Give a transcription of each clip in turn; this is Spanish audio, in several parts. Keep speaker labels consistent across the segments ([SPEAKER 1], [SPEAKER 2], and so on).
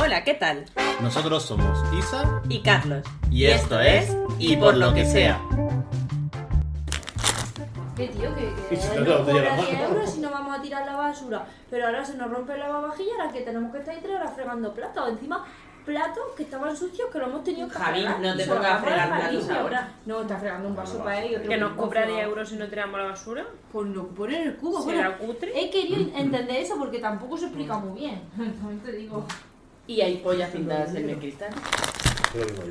[SPEAKER 1] Hola, ¿qué tal?
[SPEAKER 2] Nosotros somos Isa
[SPEAKER 1] Y Carlos.
[SPEAKER 2] y, esto, es Y por lo que sea.
[SPEAKER 3] ¿Qué tío? Que, que
[SPEAKER 2] Y si
[SPEAKER 3] hoy
[SPEAKER 2] no, la
[SPEAKER 3] nos
[SPEAKER 2] botella
[SPEAKER 3] cobra
[SPEAKER 2] la
[SPEAKER 3] 10
[SPEAKER 2] mano.
[SPEAKER 3] euros si no vamos a tirar la basura. Pero ahora se nos rompe la lavavajilla, ahora que tenemos que estar ahí tres horas fregando platos. Encima, platos que estaban sucios que lo hemos tenido que
[SPEAKER 1] Javi,
[SPEAKER 3] fregar.
[SPEAKER 1] no te
[SPEAKER 3] Se lo
[SPEAKER 1] pongas a
[SPEAKER 3] vamos
[SPEAKER 1] fregar
[SPEAKER 3] Jalisco
[SPEAKER 1] platos ahora.
[SPEAKER 3] No, está fregando un vaso para ellos.
[SPEAKER 4] Que nos cobra 10 euros si no tiramos la basura.
[SPEAKER 3] Pues no, poner el cubo.
[SPEAKER 4] Será
[SPEAKER 3] Bueno,
[SPEAKER 4] cutre.
[SPEAKER 3] he querido entender eso porque tampoco se explica muy bien. También te digo.
[SPEAKER 5] Y hay pollas pintadas en el cristal. O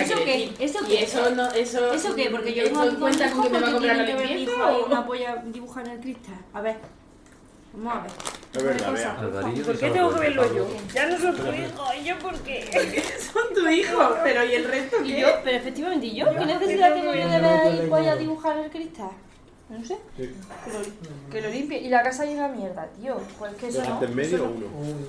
[SPEAKER 3] ¿Eso
[SPEAKER 5] quiero
[SPEAKER 3] qué?
[SPEAKER 5] decir,
[SPEAKER 3] ¿Eso
[SPEAKER 5] ¿Y
[SPEAKER 3] qué?
[SPEAKER 5] eso no, eso,
[SPEAKER 3] ¿Eso qué? Porque yo
[SPEAKER 5] ¿Esto
[SPEAKER 3] vengo aquí
[SPEAKER 5] cuenta
[SPEAKER 3] un
[SPEAKER 5] con que me va a
[SPEAKER 3] hijo
[SPEAKER 5] Eh, comprar la
[SPEAKER 3] tiene que ver mi
[SPEAKER 5] limpieza
[SPEAKER 3] hijo y
[SPEAKER 5] o
[SPEAKER 3] una polla dibujada en el cristal. A ver. Vamos a ver.
[SPEAKER 6] Es verdad,
[SPEAKER 3] Cosa,
[SPEAKER 6] vea.
[SPEAKER 3] por favor.
[SPEAKER 4] ¿Por qué tengo que verlo yo? Ya no soy tu hijo. ¿Y yo por qué?
[SPEAKER 5] Son tu hijo, pero ¿y el resto
[SPEAKER 3] ¿Y
[SPEAKER 5] qué?
[SPEAKER 3] yo? Pero efectivamente, ¿y yo? ¿Qué necesidad tiene yo de ver y polla dibujar el cristal? No sé. Que lo, que lo limpie. Y la casa llega a mierda, tío. Pues que eso no.
[SPEAKER 6] ¿Dejaste este en
[SPEAKER 3] eso
[SPEAKER 6] medio o
[SPEAKER 3] no.
[SPEAKER 6] uno?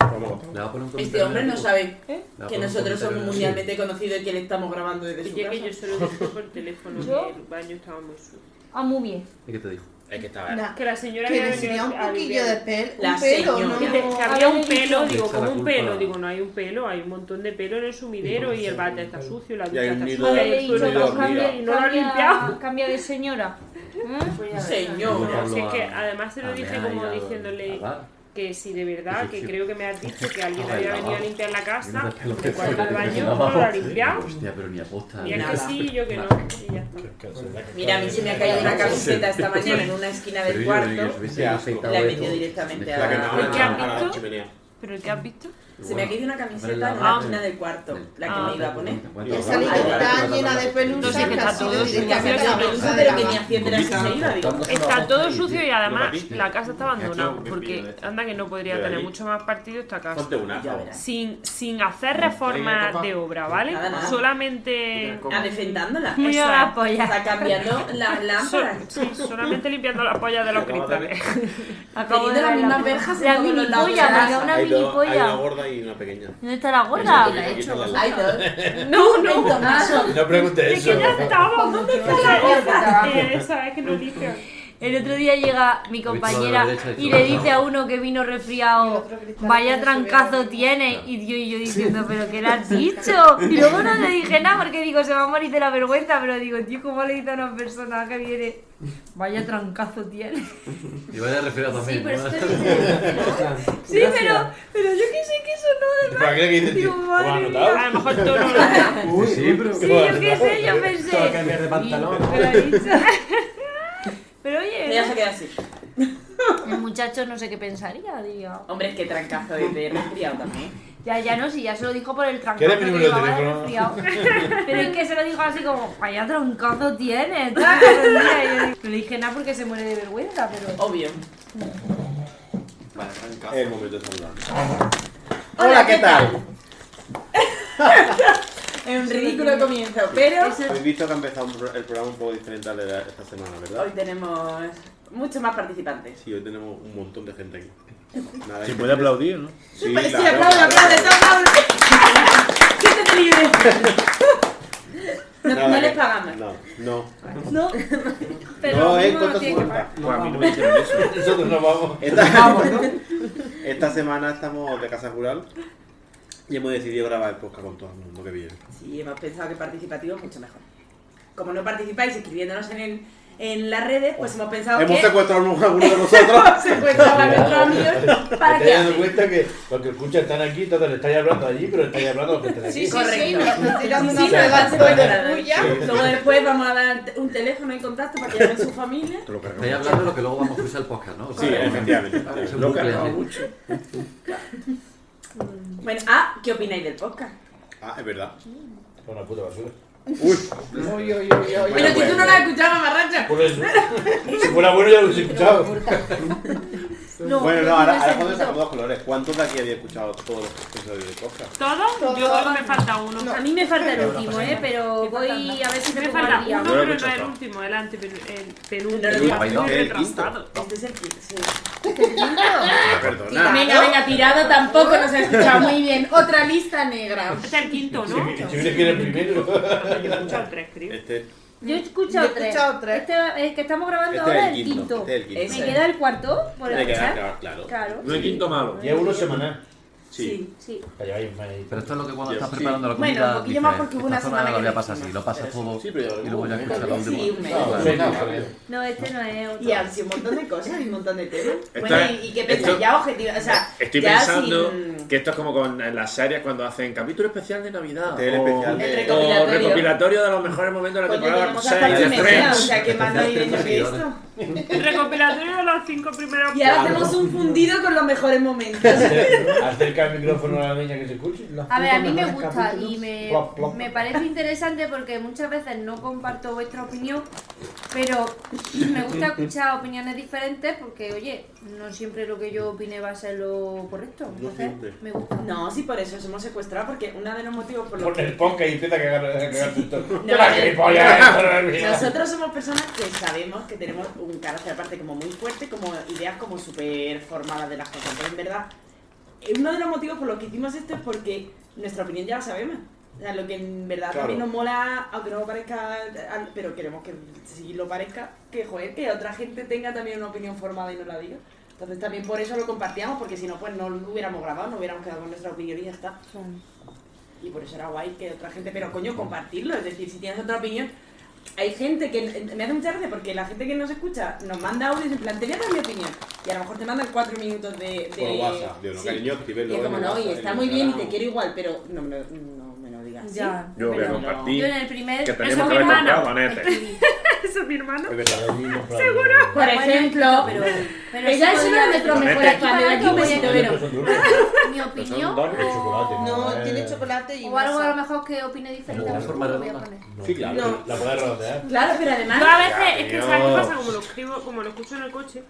[SPEAKER 6] Vamos.
[SPEAKER 7] Le va a poner un
[SPEAKER 5] Este
[SPEAKER 7] comentario
[SPEAKER 5] hombre no
[SPEAKER 7] negativo.
[SPEAKER 5] sabe
[SPEAKER 3] ¿Eh?
[SPEAKER 7] Le va a
[SPEAKER 5] que
[SPEAKER 7] poner un
[SPEAKER 5] nosotros somos
[SPEAKER 7] comentario negativo.
[SPEAKER 5] mundialmente conocidos y que le estamos grabando desde su
[SPEAKER 4] Ya que yo
[SPEAKER 5] casa.
[SPEAKER 4] se lo dije por teléfono
[SPEAKER 3] ¿Yo?
[SPEAKER 4] que el baño estaba muy sucio.
[SPEAKER 3] Ah, muy bien.
[SPEAKER 7] ¿Y qué te dijo?
[SPEAKER 2] Es que estaba.
[SPEAKER 8] Nah,
[SPEAKER 4] Que la señora
[SPEAKER 8] que
[SPEAKER 4] había
[SPEAKER 8] tenía
[SPEAKER 4] venido
[SPEAKER 8] un
[SPEAKER 4] a
[SPEAKER 8] poquillo de
[SPEAKER 4] limpiar.
[SPEAKER 8] pelo,
[SPEAKER 5] La
[SPEAKER 8] un pelo,
[SPEAKER 5] señora.
[SPEAKER 8] ¿no?
[SPEAKER 4] Que te- que
[SPEAKER 3] A
[SPEAKER 4] había
[SPEAKER 3] ver,
[SPEAKER 4] un pelo,
[SPEAKER 7] le
[SPEAKER 4] digo,
[SPEAKER 7] echa la
[SPEAKER 4] como un
[SPEAKER 7] culpa.
[SPEAKER 4] pelo. Digo, no hay un pelo, hay un montón de pelo en el sumidero y el bate está sucio, la ducha
[SPEAKER 6] hay
[SPEAKER 4] está
[SPEAKER 6] un nido-
[SPEAKER 4] sucia,
[SPEAKER 3] hay
[SPEAKER 4] el
[SPEAKER 3] un
[SPEAKER 4] suelo
[SPEAKER 3] nido
[SPEAKER 4] está
[SPEAKER 3] de
[SPEAKER 4] sucio y no lo ha
[SPEAKER 3] Cambia-
[SPEAKER 4] limpiado.
[SPEAKER 3] Cambia de señora. ¿Eh?
[SPEAKER 5] Señor.
[SPEAKER 7] Hablo
[SPEAKER 4] Así
[SPEAKER 7] a-
[SPEAKER 4] que además se lo
[SPEAKER 7] a
[SPEAKER 4] dije
[SPEAKER 7] Mea y
[SPEAKER 4] como
[SPEAKER 7] a-
[SPEAKER 4] diciéndole
[SPEAKER 7] a Gal.
[SPEAKER 4] que si de verdad, que creo que me has dicho que alguien
[SPEAKER 7] Ah,
[SPEAKER 4] había venido
[SPEAKER 7] el
[SPEAKER 4] a
[SPEAKER 7] lavabo.
[SPEAKER 4] limpiar la
[SPEAKER 7] Yo no
[SPEAKER 4] casa,
[SPEAKER 7] sé lo que
[SPEAKER 4] de cuarto al
[SPEAKER 7] soy,
[SPEAKER 4] baño,
[SPEAKER 7] no.
[SPEAKER 4] no lo ha limpiado.
[SPEAKER 7] Hostia, pero ni aposta.
[SPEAKER 4] Y es que
[SPEAKER 5] nada.
[SPEAKER 4] sí y yo que no. Y ya está.
[SPEAKER 5] Mira, a mí se me ha caído una camiseta esta mañana en una esquina del cuarto.
[SPEAKER 6] La
[SPEAKER 5] La he metido directamente a
[SPEAKER 6] La que no,
[SPEAKER 5] la...
[SPEAKER 4] ¿Y qué has
[SPEAKER 6] a la
[SPEAKER 4] visto?
[SPEAKER 6] chimenea.
[SPEAKER 4] ¿Pero el que has visto?
[SPEAKER 5] Se me ha caído una camiseta en la esquina del cuarto, la que me iba a poner.
[SPEAKER 8] Ya salió tan llena de pelusa
[SPEAKER 4] No sé qué
[SPEAKER 8] que ha
[SPEAKER 4] está
[SPEAKER 8] sido
[SPEAKER 4] todo,
[SPEAKER 5] Es que había
[SPEAKER 8] directamente a
[SPEAKER 5] una
[SPEAKER 8] la
[SPEAKER 5] pelusa,
[SPEAKER 8] mesa de
[SPEAKER 5] pero que
[SPEAKER 8] la-
[SPEAKER 5] ni hacía tres que se iba, digo.
[SPEAKER 4] Está todo sucio y además la casa está
[SPEAKER 6] Aquí
[SPEAKER 4] abandonada.
[SPEAKER 6] un pepino de
[SPEAKER 4] Porque
[SPEAKER 6] esto.
[SPEAKER 4] anda que no podría
[SPEAKER 6] De
[SPEAKER 4] tener
[SPEAKER 6] ahí.
[SPEAKER 4] mucho más partido esta casa.
[SPEAKER 6] Ponte una.
[SPEAKER 5] Ya verás.
[SPEAKER 4] Sin, sin hacer reformas de obra, ¿vale?
[SPEAKER 5] Nada, nada.
[SPEAKER 4] Solamente.
[SPEAKER 5] Adefendándola.
[SPEAKER 4] Muy
[SPEAKER 3] Yo
[SPEAKER 4] Eso
[SPEAKER 3] la
[SPEAKER 4] es.
[SPEAKER 3] polla.
[SPEAKER 5] Está cambiando las
[SPEAKER 4] Sol-
[SPEAKER 5] lámparas.
[SPEAKER 4] sí, solamente limpiando las pollas de los cristales.
[SPEAKER 3] Acabo
[SPEAKER 5] Teniendo las
[SPEAKER 3] ver la-
[SPEAKER 5] mismas verjas en
[SPEAKER 3] La
[SPEAKER 5] todos los
[SPEAKER 3] mini
[SPEAKER 5] lados de la
[SPEAKER 3] polla,
[SPEAKER 5] casa.
[SPEAKER 3] porque una
[SPEAKER 6] Hay
[SPEAKER 3] mini
[SPEAKER 6] dos, hay una
[SPEAKER 3] polla.
[SPEAKER 6] gorda y una pequeña.
[SPEAKER 3] ¿Dónde está la gorda?
[SPEAKER 6] Eso que le he quitado la-
[SPEAKER 5] Hay dos.
[SPEAKER 4] No, no.
[SPEAKER 2] No preguntes
[SPEAKER 4] Es que ya estábamos, ¿dónde está la
[SPEAKER 3] gorda?
[SPEAKER 4] Eh, Esa es que no limpian.
[SPEAKER 3] El otro día llega mi compañera
[SPEAKER 7] Lo he visto a la derecha y
[SPEAKER 3] y
[SPEAKER 7] todo
[SPEAKER 3] le
[SPEAKER 7] el
[SPEAKER 3] dice a uno que vino resfriado, vaya trancazo tiene,
[SPEAKER 7] Claro.
[SPEAKER 3] y yo, y yo diciendo, pero ¿qué le has dicho? Y luego no le dije nada porque digo, se va a morir de la vergüenza, pero digo, tío, ¿cómo le dice a una persona que viene, vaya trancazo tiene?
[SPEAKER 7] Y vaya a referir también. ¿no?
[SPEAKER 3] Sí, pero, pero yo qué sé que eso no de
[SPEAKER 2] ¿Para qué le dices, tío?
[SPEAKER 3] Digo, madre
[SPEAKER 2] ¿Lo has
[SPEAKER 3] mía.
[SPEAKER 4] A lo mejor tú no lo
[SPEAKER 7] Sí, pero
[SPEAKER 3] Sí, yo qué sé, yo pensé.
[SPEAKER 9] Tengo que cambiar de pantalón.
[SPEAKER 3] Y- pero ha dicho- Pero
[SPEAKER 5] Ella se
[SPEAKER 3] oye,
[SPEAKER 5] queda así.
[SPEAKER 3] el muchacho no sé qué pensaría, diría.
[SPEAKER 5] Hombre, es que trancazo de de resfriado también.
[SPEAKER 3] Ya, ya no, si ya se lo dijo por el trancazo.
[SPEAKER 2] ¿Quieres mi número
[SPEAKER 3] que
[SPEAKER 2] de
[SPEAKER 3] llevaba
[SPEAKER 2] teléfono?
[SPEAKER 3] resfriado. Pero es que se lo dijo así como, vaya trancazo tienes. tal, que vendría. Y yo digo, No le dije nada porque se muere de vergüenza, pero...
[SPEAKER 5] Obvio.
[SPEAKER 6] Es el momento de saludar.
[SPEAKER 5] Hola,
[SPEAKER 6] Hola,
[SPEAKER 5] ¿qué
[SPEAKER 6] ¿qué tal?
[SPEAKER 5] Es un ridículo comienzo, pero
[SPEAKER 6] Habéis visto que ha empezado un pro- el programa un poco diferente al de la- esta semana,
[SPEAKER 5] hoy
[SPEAKER 6] ¿verdad?
[SPEAKER 5] tenemos muchos más participantes.
[SPEAKER 6] Sí, hoy tenemos un montón de gente aquí. Nada,
[SPEAKER 9] Se
[SPEAKER 6] hay-
[SPEAKER 9] puede aplaudir, ¿no?
[SPEAKER 6] Sí,
[SPEAKER 5] Pues sí,
[SPEAKER 6] claro,
[SPEAKER 5] aplaude,
[SPEAKER 6] claro.
[SPEAKER 5] aplaude, tú aplaude. Siéntete libre. No,
[SPEAKER 6] Nada,
[SPEAKER 5] no les
[SPEAKER 6] que-
[SPEAKER 5] pagamos.
[SPEAKER 6] No, no.
[SPEAKER 3] No,
[SPEAKER 6] no eh, es
[SPEAKER 3] uno
[SPEAKER 6] cuánto se
[SPEAKER 3] tiene que
[SPEAKER 6] cuenta.
[SPEAKER 9] Pues a mí no me hicieron eso.
[SPEAKER 2] Nosotros nos vamos.
[SPEAKER 6] Esta, esta semana estamos de Casa Rural y hemos decidido grabar el podcast con todo el mundo que viene.
[SPEAKER 5] Sí, hemos pensado que participativo es mucho mejor. Como no participáis escribiéndonos en, el- en las redes, pues hemos pensado
[SPEAKER 6] Hemos
[SPEAKER 5] que
[SPEAKER 6] secuestrado a alguno de nosotros.
[SPEAKER 5] se encuentraban nuestros amigos para
[SPEAKER 2] ¿Te
[SPEAKER 5] que
[SPEAKER 2] has dado
[SPEAKER 5] hacen.
[SPEAKER 2] cuenta que los que escuchan están aquí, todos le estáis hablando allí, pero estáis hablando a los Ah, que están aquí?
[SPEAKER 8] Sí, sí, sí,
[SPEAKER 5] Correcto.
[SPEAKER 8] nos están tirando una
[SPEAKER 5] Sí, nos están
[SPEAKER 8] pedazo de
[SPEAKER 5] secuestrando.
[SPEAKER 8] puya.
[SPEAKER 5] Luego después vamos a dar un teléfono en contacto para que llamen su familia.
[SPEAKER 6] Te lo cargamos.
[SPEAKER 7] Estáis hablando de lo que luego vamos a usar el podcast, ¿no? O
[SPEAKER 6] Sí,
[SPEAKER 7] sea,
[SPEAKER 6] efectivamente.
[SPEAKER 7] Es un
[SPEAKER 6] Lo
[SPEAKER 7] bucle.
[SPEAKER 6] cargamos.
[SPEAKER 7] mucho.
[SPEAKER 5] Bueno, ah, ¿qué opináis del podcast?
[SPEAKER 6] Ah, es verdad.
[SPEAKER 2] Son una puta basura.
[SPEAKER 6] Uy,
[SPEAKER 5] Pero que tú no
[SPEAKER 6] bueno.
[SPEAKER 5] la has escuchado, mamarracha.
[SPEAKER 2] Por eso. Si fuera bueno ya lo hubiese escuchado.
[SPEAKER 3] No,
[SPEAKER 6] bueno, no,
[SPEAKER 3] no
[SPEAKER 6] ahora, ahora
[SPEAKER 3] tiene
[SPEAKER 6] cuando
[SPEAKER 3] sentido.
[SPEAKER 6] estamos dos colores, ¿cuántos de aquí había escuchado todos los episodios del podcast?
[SPEAKER 4] ¿Todo? Yo creo que me falta uno.
[SPEAKER 3] A mí me falta el último, ¿eh? Pero voy a ver si me
[SPEAKER 4] Me
[SPEAKER 3] pongo
[SPEAKER 4] falta
[SPEAKER 3] al
[SPEAKER 4] uno,
[SPEAKER 3] día.
[SPEAKER 6] Yo lo he
[SPEAKER 4] pero no
[SPEAKER 6] escuchado.
[SPEAKER 4] el último, el
[SPEAKER 5] El
[SPEAKER 4] antepenúltimo.
[SPEAKER 5] último,
[SPEAKER 4] Estoy muy
[SPEAKER 6] el quinto.
[SPEAKER 4] retrasado.
[SPEAKER 5] Este es el quinto, sí.
[SPEAKER 6] Perdona.
[SPEAKER 5] Venga, venga, tirado tampoco nos ha escuchado muy bien. Otra lista negra.
[SPEAKER 4] Este es el quinto, ¿no?
[SPEAKER 2] Si hubiera que era el primero.
[SPEAKER 4] Yo he escuchado tres, creo.
[SPEAKER 6] Este,
[SPEAKER 3] Yo he
[SPEAKER 8] Yo
[SPEAKER 3] escuchado,
[SPEAKER 8] he escuchado tres.
[SPEAKER 3] Este es que estamos grabando
[SPEAKER 6] este
[SPEAKER 3] ahora
[SPEAKER 6] es el quinto. Este es el quinto.
[SPEAKER 5] Eso
[SPEAKER 3] ¿Me
[SPEAKER 5] es.
[SPEAKER 3] queda el cuarto por
[SPEAKER 6] Tiene que
[SPEAKER 3] escuchar?
[SPEAKER 6] quedar claro.
[SPEAKER 3] Claro.
[SPEAKER 9] No hay quinto malo.
[SPEAKER 2] Y es uno semanal.
[SPEAKER 6] Sí.
[SPEAKER 4] Sí.
[SPEAKER 2] La lleváis un mes ahí.
[SPEAKER 7] Pero esto es lo que cuando
[SPEAKER 6] Sí.
[SPEAKER 7] estás preparando la
[SPEAKER 5] Bueno,
[SPEAKER 7] comida.
[SPEAKER 5] un poquillo más
[SPEAKER 7] dices,
[SPEAKER 5] porque hubo una
[SPEAKER 7] esta zona
[SPEAKER 5] semana que
[SPEAKER 7] no la voy a
[SPEAKER 5] no
[SPEAKER 7] pasar así,
[SPEAKER 5] hicimos,
[SPEAKER 7] lo pasas
[SPEAKER 5] pero
[SPEAKER 7] todo
[SPEAKER 6] sí, pero ya
[SPEAKER 7] y luego ya
[SPEAKER 6] lo-
[SPEAKER 7] escuchas la
[SPEAKER 5] Sí,
[SPEAKER 7] última.
[SPEAKER 5] un mes.
[SPEAKER 7] Claro.
[SPEAKER 2] Sí, no,
[SPEAKER 3] No, este no es otro.
[SPEAKER 5] Y así un montón de cosas y un montón de temas.
[SPEAKER 1] Está-
[SPEAKER 5] bueno, y, y qué pensáis,
[SPEAKER 1] esto-
[SPEAKER 5] ya objetivo, o sea,
[SPEAKER 1] Estoy
[SPEAKER 5] ya
[SPEAKER 1] pensando
[SPEAKER 5] sin-
[SPEAKER 1] que esto es como con las series cuando hacen capítulo especial de Navidad.
[SPEAKER 6] Telespecial
[SPEAKER 5] El
[SPEAKER 1] o-
[SPEAKER 6] de...
[SPEAKER 5] recom-
[SPEAKER 1] O
[SPEAKER 5] Recopilatorio.
[SPEAKER 1] recopilatorio de los mejores momentos de la
[SPEAKER 5] Coño,
[SPEAKER 1] temporada.
[SPEAKER 5] tenemos
[SPEAKER 1] seis,
[SPEAKER 5] hasta el
[SPEAKER 1] de
[SPEAKER 5] chisme
[SPEAKER 1] Friends.
[SPEAKER 5] o sea, que más navideño que esto.
[SPEAKER 4] Recopilatorio de los cinco primeros
[SPEAKER 5] Y ahora hacemos un fundido con los mejores momentos.
[SPEAKER 2] Acer- Acerca el micrófono a la niña que se escuche.
[SPEAKER 3] A ver, a mí me gusta y me,
[SPEAKER 2] Plop, plop.
[SPEAKER 3] me parece interesante porque muchas veces no comparto vuestra opinión, pero me gusta escuchar opiniones diferentes porque, oye, no siempre lo que yo opine va a ser lo correcto.
[SPEAKER 6] No
[SPEAKER 3] Entonces,
[SPEAKER 6] siempre.
[SPEAKER 3] me gusta.
[SPEAKER 5] No, sí, por eso os hemos secuestrado, porque uno de los motivos por los
[SPEAKER 2] Pon el
[SPEAKER 5] que...
[SPEAKER 2] podcast y empieza a cagar, a cagarse todo. ¡Qué
[SPEAKER 5] No,
[SPEAKER 2] la
[SPEAKER 5] no.
[SPEAKER 2] gilipollas! esto no es mío!
[SPEAKER 5] Nosotros somos personas que sabemos que tenemos un carácter aparte como muy fuerte, como ideas como súper formadas de las cosas, pero en verdad, eh, uno de los motivos por los que hicimos esto es porque nuestra opinión ya la sabemos. O sea, lo que en verdad
[SPEAKER 6] Claro.
[SPEAKER 5] también nos mola, aunque no parezca, al- pero queremos que si lo parezca, que joder, que otra gente tenga también una opinión formada y nos la diga. Entonces también por eso lo compartíamos, porque si no, pues no lo hubiéramos grabado, no hubiéramos quedado con nuestra opinión y ya está. Y por eso era guay que otra gente, pero coño, compartirlo. Es decir, si tienes otra opinión, hay gente que me hace mucha gracia porque la gente que nos escucha nos manda audios en plan, te voy a dar mi opinión. Y a lo mejor te mandan cuatro minutos de. de...
[SPEAKER 6] Por WhatsApp. Digo, no,
[SPEAKER 5] Sí.
[SPEAKER 6] cariño, activé
[SPEAKER 5] Y es como, no, y está muy bien y te quiero igual, pero no me lo, no me lo digas. ¿sí?
[SPEAKER 3] Ya.
[SPEAKER 1] Yo voy a
[SPEAKER 5] Pero-
[SPEAKER 1] compartir.
[SPEAKER 3] Yo en el primer...
[SPEAKER 1] Que
[SPEAKER 3] eso
[SPEAKER 1] tenemos
[SPEAKER 3] mi
[SPEAKER 1] que haber
[SPEAKER 3] hermano.
[SPEAKER 1] comprado Vanete.
[SPEAKER 4] Eso, mi hermano.
[SPEAKER 2] Seguro.
[SPEAKER 5] Por
[SPEAKER 3] Bueno,
[SPEAKER 5] ejemplo,
[SPEAKER 3] pero, pero
[SPEAKER 5] ella
[SPEAKER 3] sí
[SPEAKER 5] es
[SPEAKER 3] podría
[SPEAKER 5] uno de nuestros
[SPEAKER 1] Con
[SPEAKER 5] mejores
[SPEAKER 1] este.
[SPEAKER 5] fans de aquí,
[SPEAKER 3] Con
[SPEAKER 5] un
[SPEAKER 3] este.
[SPEAKER 5] besito, Vero.
[SPEAKER 3] mi opinión
[SPEAKER 6] Son dones de
[SPEAKER 3] o,
[SPEAKER 2] chocolate,
[SPEAKER 8] No,
[SPEAKER 2] Eh.
[SPEAKER 8] tiene chocolate y
[SPEAKER 3] o algo a
[SPEAKER 8] masa.
[SPEAKER 3] lo mejor que opine diferente.
[SPEAKER 7] Como
[SPEAKER 3] a lo mejor
[SPEAKER 7] una forma
[SPEAKER 3] lo voy a
[SPEAKER 7] redonda.
[SPEAKER 3] poner.
[SPEAKER 6] Sí, claro.
[SPEAKER 2] La podés rodear.
[SPEAKER 5] Claro, pero
[SPEAKER 4] Yo
[SPEAKER 5] además.
[SPEAKER 4] a veces, es que
[SPEAKER 1] Dios.
[SPEAKER 4] ¿sabes qué pasa? Como lo escribo, como lo escucho en el coche,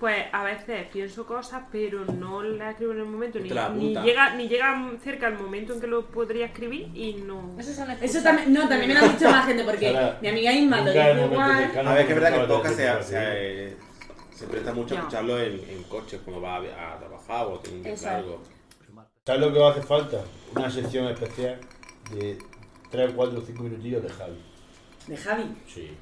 [SPEAKER 4] pues a veces pienso cosas, pero no las escribo en el momento, ni,
[SPEAKER 6] Te la
[SPEAKER 4] ni
[SPEAKER 6] apunta.
[SPEAKER 4] llega, ni llega cerca el momento en que lo podría escribir y no.
[SPEAKER 3] Eso son
[SPEAKER 5] Eso
[SPEAKER 3] excusas.
[SPEAKER 5] también, no, también me lo ha dicho más gente porque
[SPEAKER 2] Ahora,
[SPEAKER 5] mi amiga Inma lo
[SPEAKER 2] Nunca el
[SPEAKER 5] dice
[SPEAKER 2] momento
[SPEAKER 5] igual.
[SPEAKER 2] cercano
[SPEAKER 6] A ver, que es verdad que el
[SPEAKER 2] nunca
[SPEAKER 6] podcast
[SPEAKER 2] te
[SPEAKER 6] se,
[SPEAKER 2] decir
[SPEAKER 6] se, eh, se presta mucho a
[SPEAKER 4] Ya.
[SPEAKER 6] escucharlo en, en coches, cuando va a, a trabajar o tiene un día
[SPEAKER 3] Eso.
[SPEAKER 6] largo.
[SPEAKER 2] ¿Sabes lo que va a hacer falta? Una sección especial de 3, 4, 5 minutillos de Javi.
[SPEAKER 5] De Javi.
[SPEAKER 2] Sí.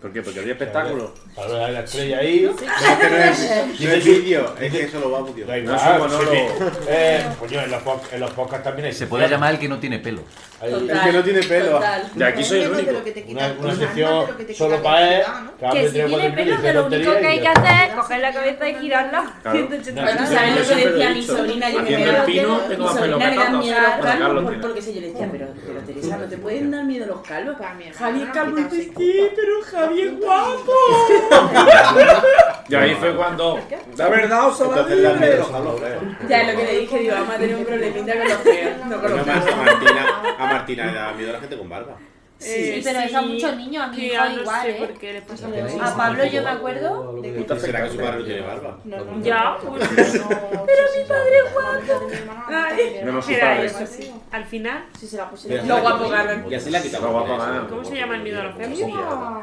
[SPEAKER 1] ¿Por qué? Porque había espectáculo.
[SPEAKER 2] Para ver a la estrella ahí.
[SPEAKER 6] No, que no es, no es
[SPEAKER 2] Dice-
[SPEAKER 6] vídeo, es que eso lo va a audio.
[SPEAKER 2] Da
[SPEAKER 1] No
[SPEAKER 2] igual,
[SPEAKER 1] es un
[SPEAKER 2] sí,
[SPEAKER 1] monólogo.
[SPEAKER 2] sí. Eh, coño, en los, pod- en los podcasts también hay.
[SPEAKER 7] Se puede
[SPEAKER 2] sección.
[SPEAKER 7] llamar el que no tiene pelo.
[SPEAKER 2] Hay
[SPEAKER 5] Total.
[SPEAKER 6] Es que no tiene pelo.
[SPEAKER 5] Total.
[SPEAKER 1] Y aquí soy el
[SPEAKER 8] Hablando de
[SPEAKER 1] único.
[SPEAKER 8] lo que te
[SPEAKER 2] Una,
[SPEAKER 8] quita-
[SPEAKER 2] una
[SPEAKER 8] hablando de lo que te
[SPEAKER 2] sección
[SPEAKER 8] quita
[SPEAKER 2] solo
[SPEAKER 8] la
[SPEAKER 2] para él.
[SPEAKER 8] ansiedad, ¿no?
[SPEAKER 2] cada
[SPEAKER 3] Que
[SPEAKER 2] vez
[SPEAKER 3] si
[SPEAKER 2] tres, cuatro
[SPEAKER 3] tiene pelo,
[SPEAKER 2] minutos y
[SPEAKER 3] que lo
[SPEAKER 2] dice
[SPEAKER 3] único que
[SPEAKER 2] tonterías y
[SPEAKER 3] hay que
[SPEAKER 2] ya
[SPEAKER 3] hacer es coger la cabeza y girarla.
[SPEAKER 1] Claro.
[SPEAKER 3] 180
[SPEAKER 2] No,
[SPEAKER 5] Bueno,
[SPEAKER 3] grados.
[SPEAKER 5] ¿sabes lo
[SPEAKER 1] Yo
[SPEAKER 5] que
[SPEAKER 1] siempre
[SPEAKER 5] decía
[SPEAKER 1] lo he
[SPEAKER 5] mi
[SPEAKER 1] dicho.
[SPEAKER 5] sobrina? Que
[SPEAKER 1] Haciendo
[SPEAKER 5] me
[SPEAKER 1] el pino,
[SPEAKER 5] mi
[SPEAKER 1] tengo más pelo
[SPEAKER 5] sobrina
[SPEAKER 1] que
[SPEAKER 5] le dan
[SPEAKER 1] todos,
[SPEAKER 5] miedo
[SPEAKER 1] pero
[SPEAKER 5] a los
[SPEAKER 1] Carlos
[SPEAKER 5] calvos, por-
[SPEAKER 1] tiene.
[SPEAKER 5] porque sí, yo le decía, pero, pero Teresa, no te pueden dar miedo los calvos.
[SPEAKER 8] Para mi hermano,
[SPEAKER 5] Javi es
[SPEAKER 8] no,
[SPEAKER 5] calvo y
[SPEAKER 8] quitarse
[SPEAKER 5] dice,
[SPEAKER 8] culpa.
[SPEAKER 5] sí, pero Javi es guapo.
[SPEAKER 1] Y ahí fue cuando. La verdad, os la
[SPEAKER 6] Entonces le han metido los hablos feos.
[SPEAKER 5] Ya es lo que le dije, digo, vamos a tener un problemita con los feos, no con
[SPEAKER 6] Pero a
[SPEAKER 5] los
[SPEAKER 6] Mar- a
[SPEAKER 5] calvos.
[SPEAKER 6] Martina, a Martina le da miedo a la gente con barba.
[SPEAKER 3] Sí, pero eso a muchos niños, a mi hijo
[SPEAKER 4] Eh, que no
[SPEAKER 3] igual,
[SPEAKER 4] sé
[SPEAKER 3] ¿eh?
[SPEAKER 4] por qué les pasa
[SPEAKER 8] Pero-
[SPEAKER 4] mucho.
[SPEAKER 3] A Pablo yo me acuerdo
[SPEAKER 8] de que-
[SPEAKER 6] Puta, ¿Será que su padre no tiene barba?
[SPEAKER 8] No, no, no.
[SPEAKER 4] Ya, bueno,
[SPEAKER 8] Pero mi padre es guapo.
[SPEAKER 4] Ay,
[SPEAKER 1] No nos
[SPEAKER 4] era
[SPEAKER 1] separa
[SPEAKER 4] eso. Al final,
[SPEAKER 8] Si se la
[SPEAKER 6] Pero-
[SPEAKER 8] pusieron.
[SPEAKER 5] Lo guapo Carlos.
[SPEAKER 6] Y así la quitamos.
[SPEAKER 1] Lo guapo ganan.
[SPEAKER 4] ¿Cómo se llama el miedo a los feos?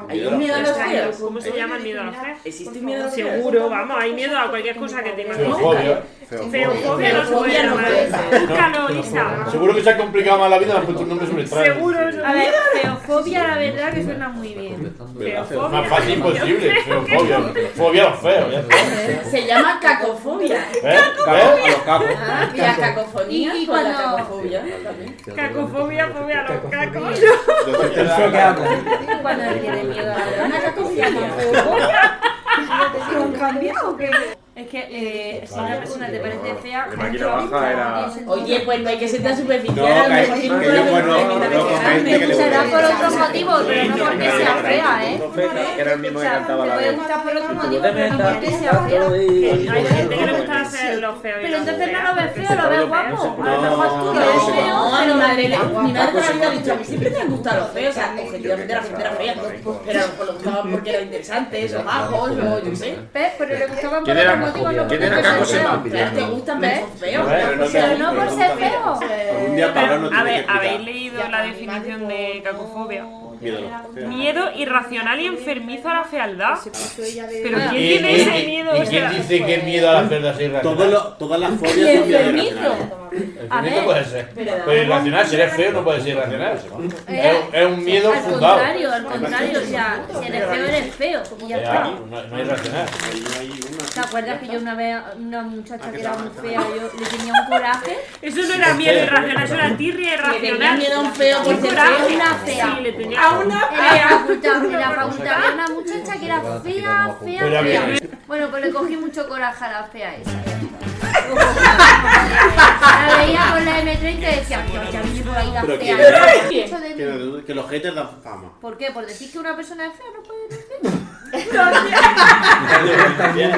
[SPEAKER 5] Hay un miedo a los feos.
[SPEAKER 4] ¿cómo se llama el miedo a los feos?
[SPEAKER 5] ¿Existe un miedo a los feos?
[SPEAKER 4] Seguro, vamos, hay miedo a cualquier cosa que te imagines.
[SPEAKER 2] Feofobia.
[SPEAKER 4] Feofobia no se puede
[SPEAKER 5] Feofobia no
[SPEAKER 4] llamar.
[SPEAKER 5] puede ser.
[SPEAKER 4] Búscalo, Isa.
[SPEAKER 2] Seguro que se ha complicado más la vida, le han puesto un nombre sobre extraño.
[SPEAKER 4] Seguro, eso.
[SPEAKER 3] A ver, feofobia la verdad que suena muy bien.
[SPEAKER 2] Más fácil imposible, feofobia. Fobia a los feos, ya está.
[SPEAKER 5] Se llama cacofobia. Ah,
[SPEAKER 2] ¿Eh?
[SPEAKER 6] A los capos.
[SPEAKER 5] Y la cacofonía
[SPEAKER 3] Y- y
[SPEAKER 5] con la
[SPEAKER 3] cuando-
[SPEAKER 5] cacofobia también.
[SPEAKER 4] Cacofobia, fobia a los cacos.
[SPEAKER 6] Entonces te
[SPEAKER 9] Eso que
[SPEAKER 6] da-
[SPEAKER 9] habla.
[SPEAKER 3] Cuando le tiene miedo a la
[SPEAKER 5] Una cacofonía.
[SPEAKER 3] ¿Con cambio o qué? Es que eh, si una persona te parece fea,
[SPEAKER 1] De máquina baja era-
[SPEAKER 5] Oye, pues no hay que ser tan superficial.
[SPEAKER 6] No, que hay-
[SPEAKER 5] hombre,
[SPEAKER 6] que
[SPEAKER 5] no
[SPEAKER 6] yo
[SPEAKER 5] lo
[SPEAKER 6] conozco-
[SPEAKER 5] permiten
[SPEAKER 6] conozco
[SPEAKER 5] dejarme.
[SPEAKER 6] gente que le
[SPEAKER 3] Será por otros
[SPEAKER 8] otro
[SPEAKER 3] motivos, pero no porque sea fea, ¿eh?
[SPEAKER 1] Que era el mismo que cantaba la
[SPEAKER 3] Te puede
[SPEAKER 1] de.
[SPEAKER 3] gustar por otros
[SPEAKER 9] Tú
[SPEAKER 3] motivos,
[SPEAKER 9] te
[SPEAKER 3] pero no
[SPEAKER 9] metas,
[SPEAKER 3] porque sea fea.
[SPEAKER 9] y-
[SPEAKER 4] Hay gente que le gusta hacer los feos. y
[SPEAKER 3] Pero
[SPEAKER 4] los
[SPEAKER 3] entonces no
[SPEAKER 4] feas.
[SPEAKER 3] lo ves feo, lo ves guapo. A lo mejor tú lo ves feo,
[SPEAKER 5] No, a mi
[SPEAKER 3] pero
[SPEAKER 5] madre, le- mi madre toda la vida ha dicho, a mí siempre te han gustado los feos, o sea, objetivamente la gente era fea, pero a lo mejor los gustaban porque eran interesantes, o majos, o ah, yo qué sé.
[SPEAKER 3] ¿Ves? Pero le gustaban por
[SPEAKER 1] ¿Quién era
[SPEAKER 3] otros motivos, no
[SPEAKER 1] ¿Quién
[SPEAKER 3] porque
[SPEAKER 1] era
[SPEAKER 3] sea feo.
[SPEAKER 1] Caco Sema?
[SPEAKER 5] Claro, te gustan,
[SPEAKER 6] ¿Eh?
[SPEAKER 5] pero son feos.
[SPEAKER 6] Pero no
[SPEAKER 3] Pero
[SPEAKER 6] te-
[SPEAKER 3] no por
[SPEAKER 6] pero
[SPEAKER 3] ser
[SPEAKER 6] nunca-
[SPEAKER 3] feo.
[SPEAKER 6] Algún día Pablo nos
[SPEAKER 4] A
[SPEAKER 6] tiene que
[SPEAKER 4] ver,
[SPEAKER 6] explicar.
[SPEAKER 4] ¿habéis leído la definición de cacofobia?
[SPEAKER 6] Miedo a los feos.
[SPEAKER 4] Miedo irracional y enfermizo a la fealdad. Pero
[SPEAKER 8] Pero
[SPEAKER 4] ¿quién
[SPEAKER 2] ¿Y,
[SPEAKER 4] tiene ese
[SPEAKER 2] y-
[SPEAKER 4] miedo?
[SPEAKER 2] y
[SPEAKER 4] O
[SPEAKER 2] quién
[SPEAKER 4] sea,
[SPEAKER 2] dice que miedo a las cerdas y
[SPEAKER 6] Todos los- Todas las fobias son miedo irracionales.
[SPEAKER 3] A
[SPEAKER 2] Bonito
[SPEAKER 3] ver,
[SPEAKER 2] puede ser.
[SPEAKER 5] Pero da-
[SPEAKER 2] Pero irracional, si eres feo no puedes ser irracional. ¿no?
[SPEAKER 3] Eh,
[SPEAKER 2] Es, es un miedo
[SPEAKER 3] al
[SPEAKER 2] fundado.
[SPEAKER 3] contrario, al contrario, o sea, si eres feo, eres feo. Y ya
[SPEAKER 2] Eh,
[SPEAKER 3] está.
[SPEAKER 2] ahí, no, no es irracional.
[SPEAKER 6] Ahí hay una.
[SPEAKER 3] ¿Te acuerdas que yo una vez a una muchacha que era muy fea, yo le tenía un coraje?
[SPEAKER 4] Eso no era miedo irracional, eso era tirria
[SPEAKER 8] Que tenía
[SPEAKER 4] irracional.
[SPEAKER 8] miedo a un feo por
[SPEAKER 4] Un
[SPEAKER 8] ser
[SPEAKER 4] coraje.
[SPEAKER 8] feo.
[SPEAKER 3] Una fea.
[SPEAKER 4] Sí, le tenía
[SPEAKER 5] A una
[SPEAKER 3] En la
[SPEAKER 5] fea.
[SPEAKER 3] facultad, en la facultad había una muchacha que era fea,
[SPEAKER 2] Pero a
[SPEAKER 3] fea,
[SPEAKER 2] ver,
[SPEAKER 3] fea. Bueno, pues le cogí mucho coraje a la fea esa. La veía con la M30 y decía, "Tío, ya viene por ahí la
[SPEAKER 6] Pero que-
[SPEAKER 3] fea. Mucho de
[SPEAKER 6] Que,
[SPEAKER 3] mí.
[SPEAKER 6] los- que los haters dan fama.
[SPEAKER 3] ¿Por qué? ¿Por decir que una persona es fea no puede ser fea?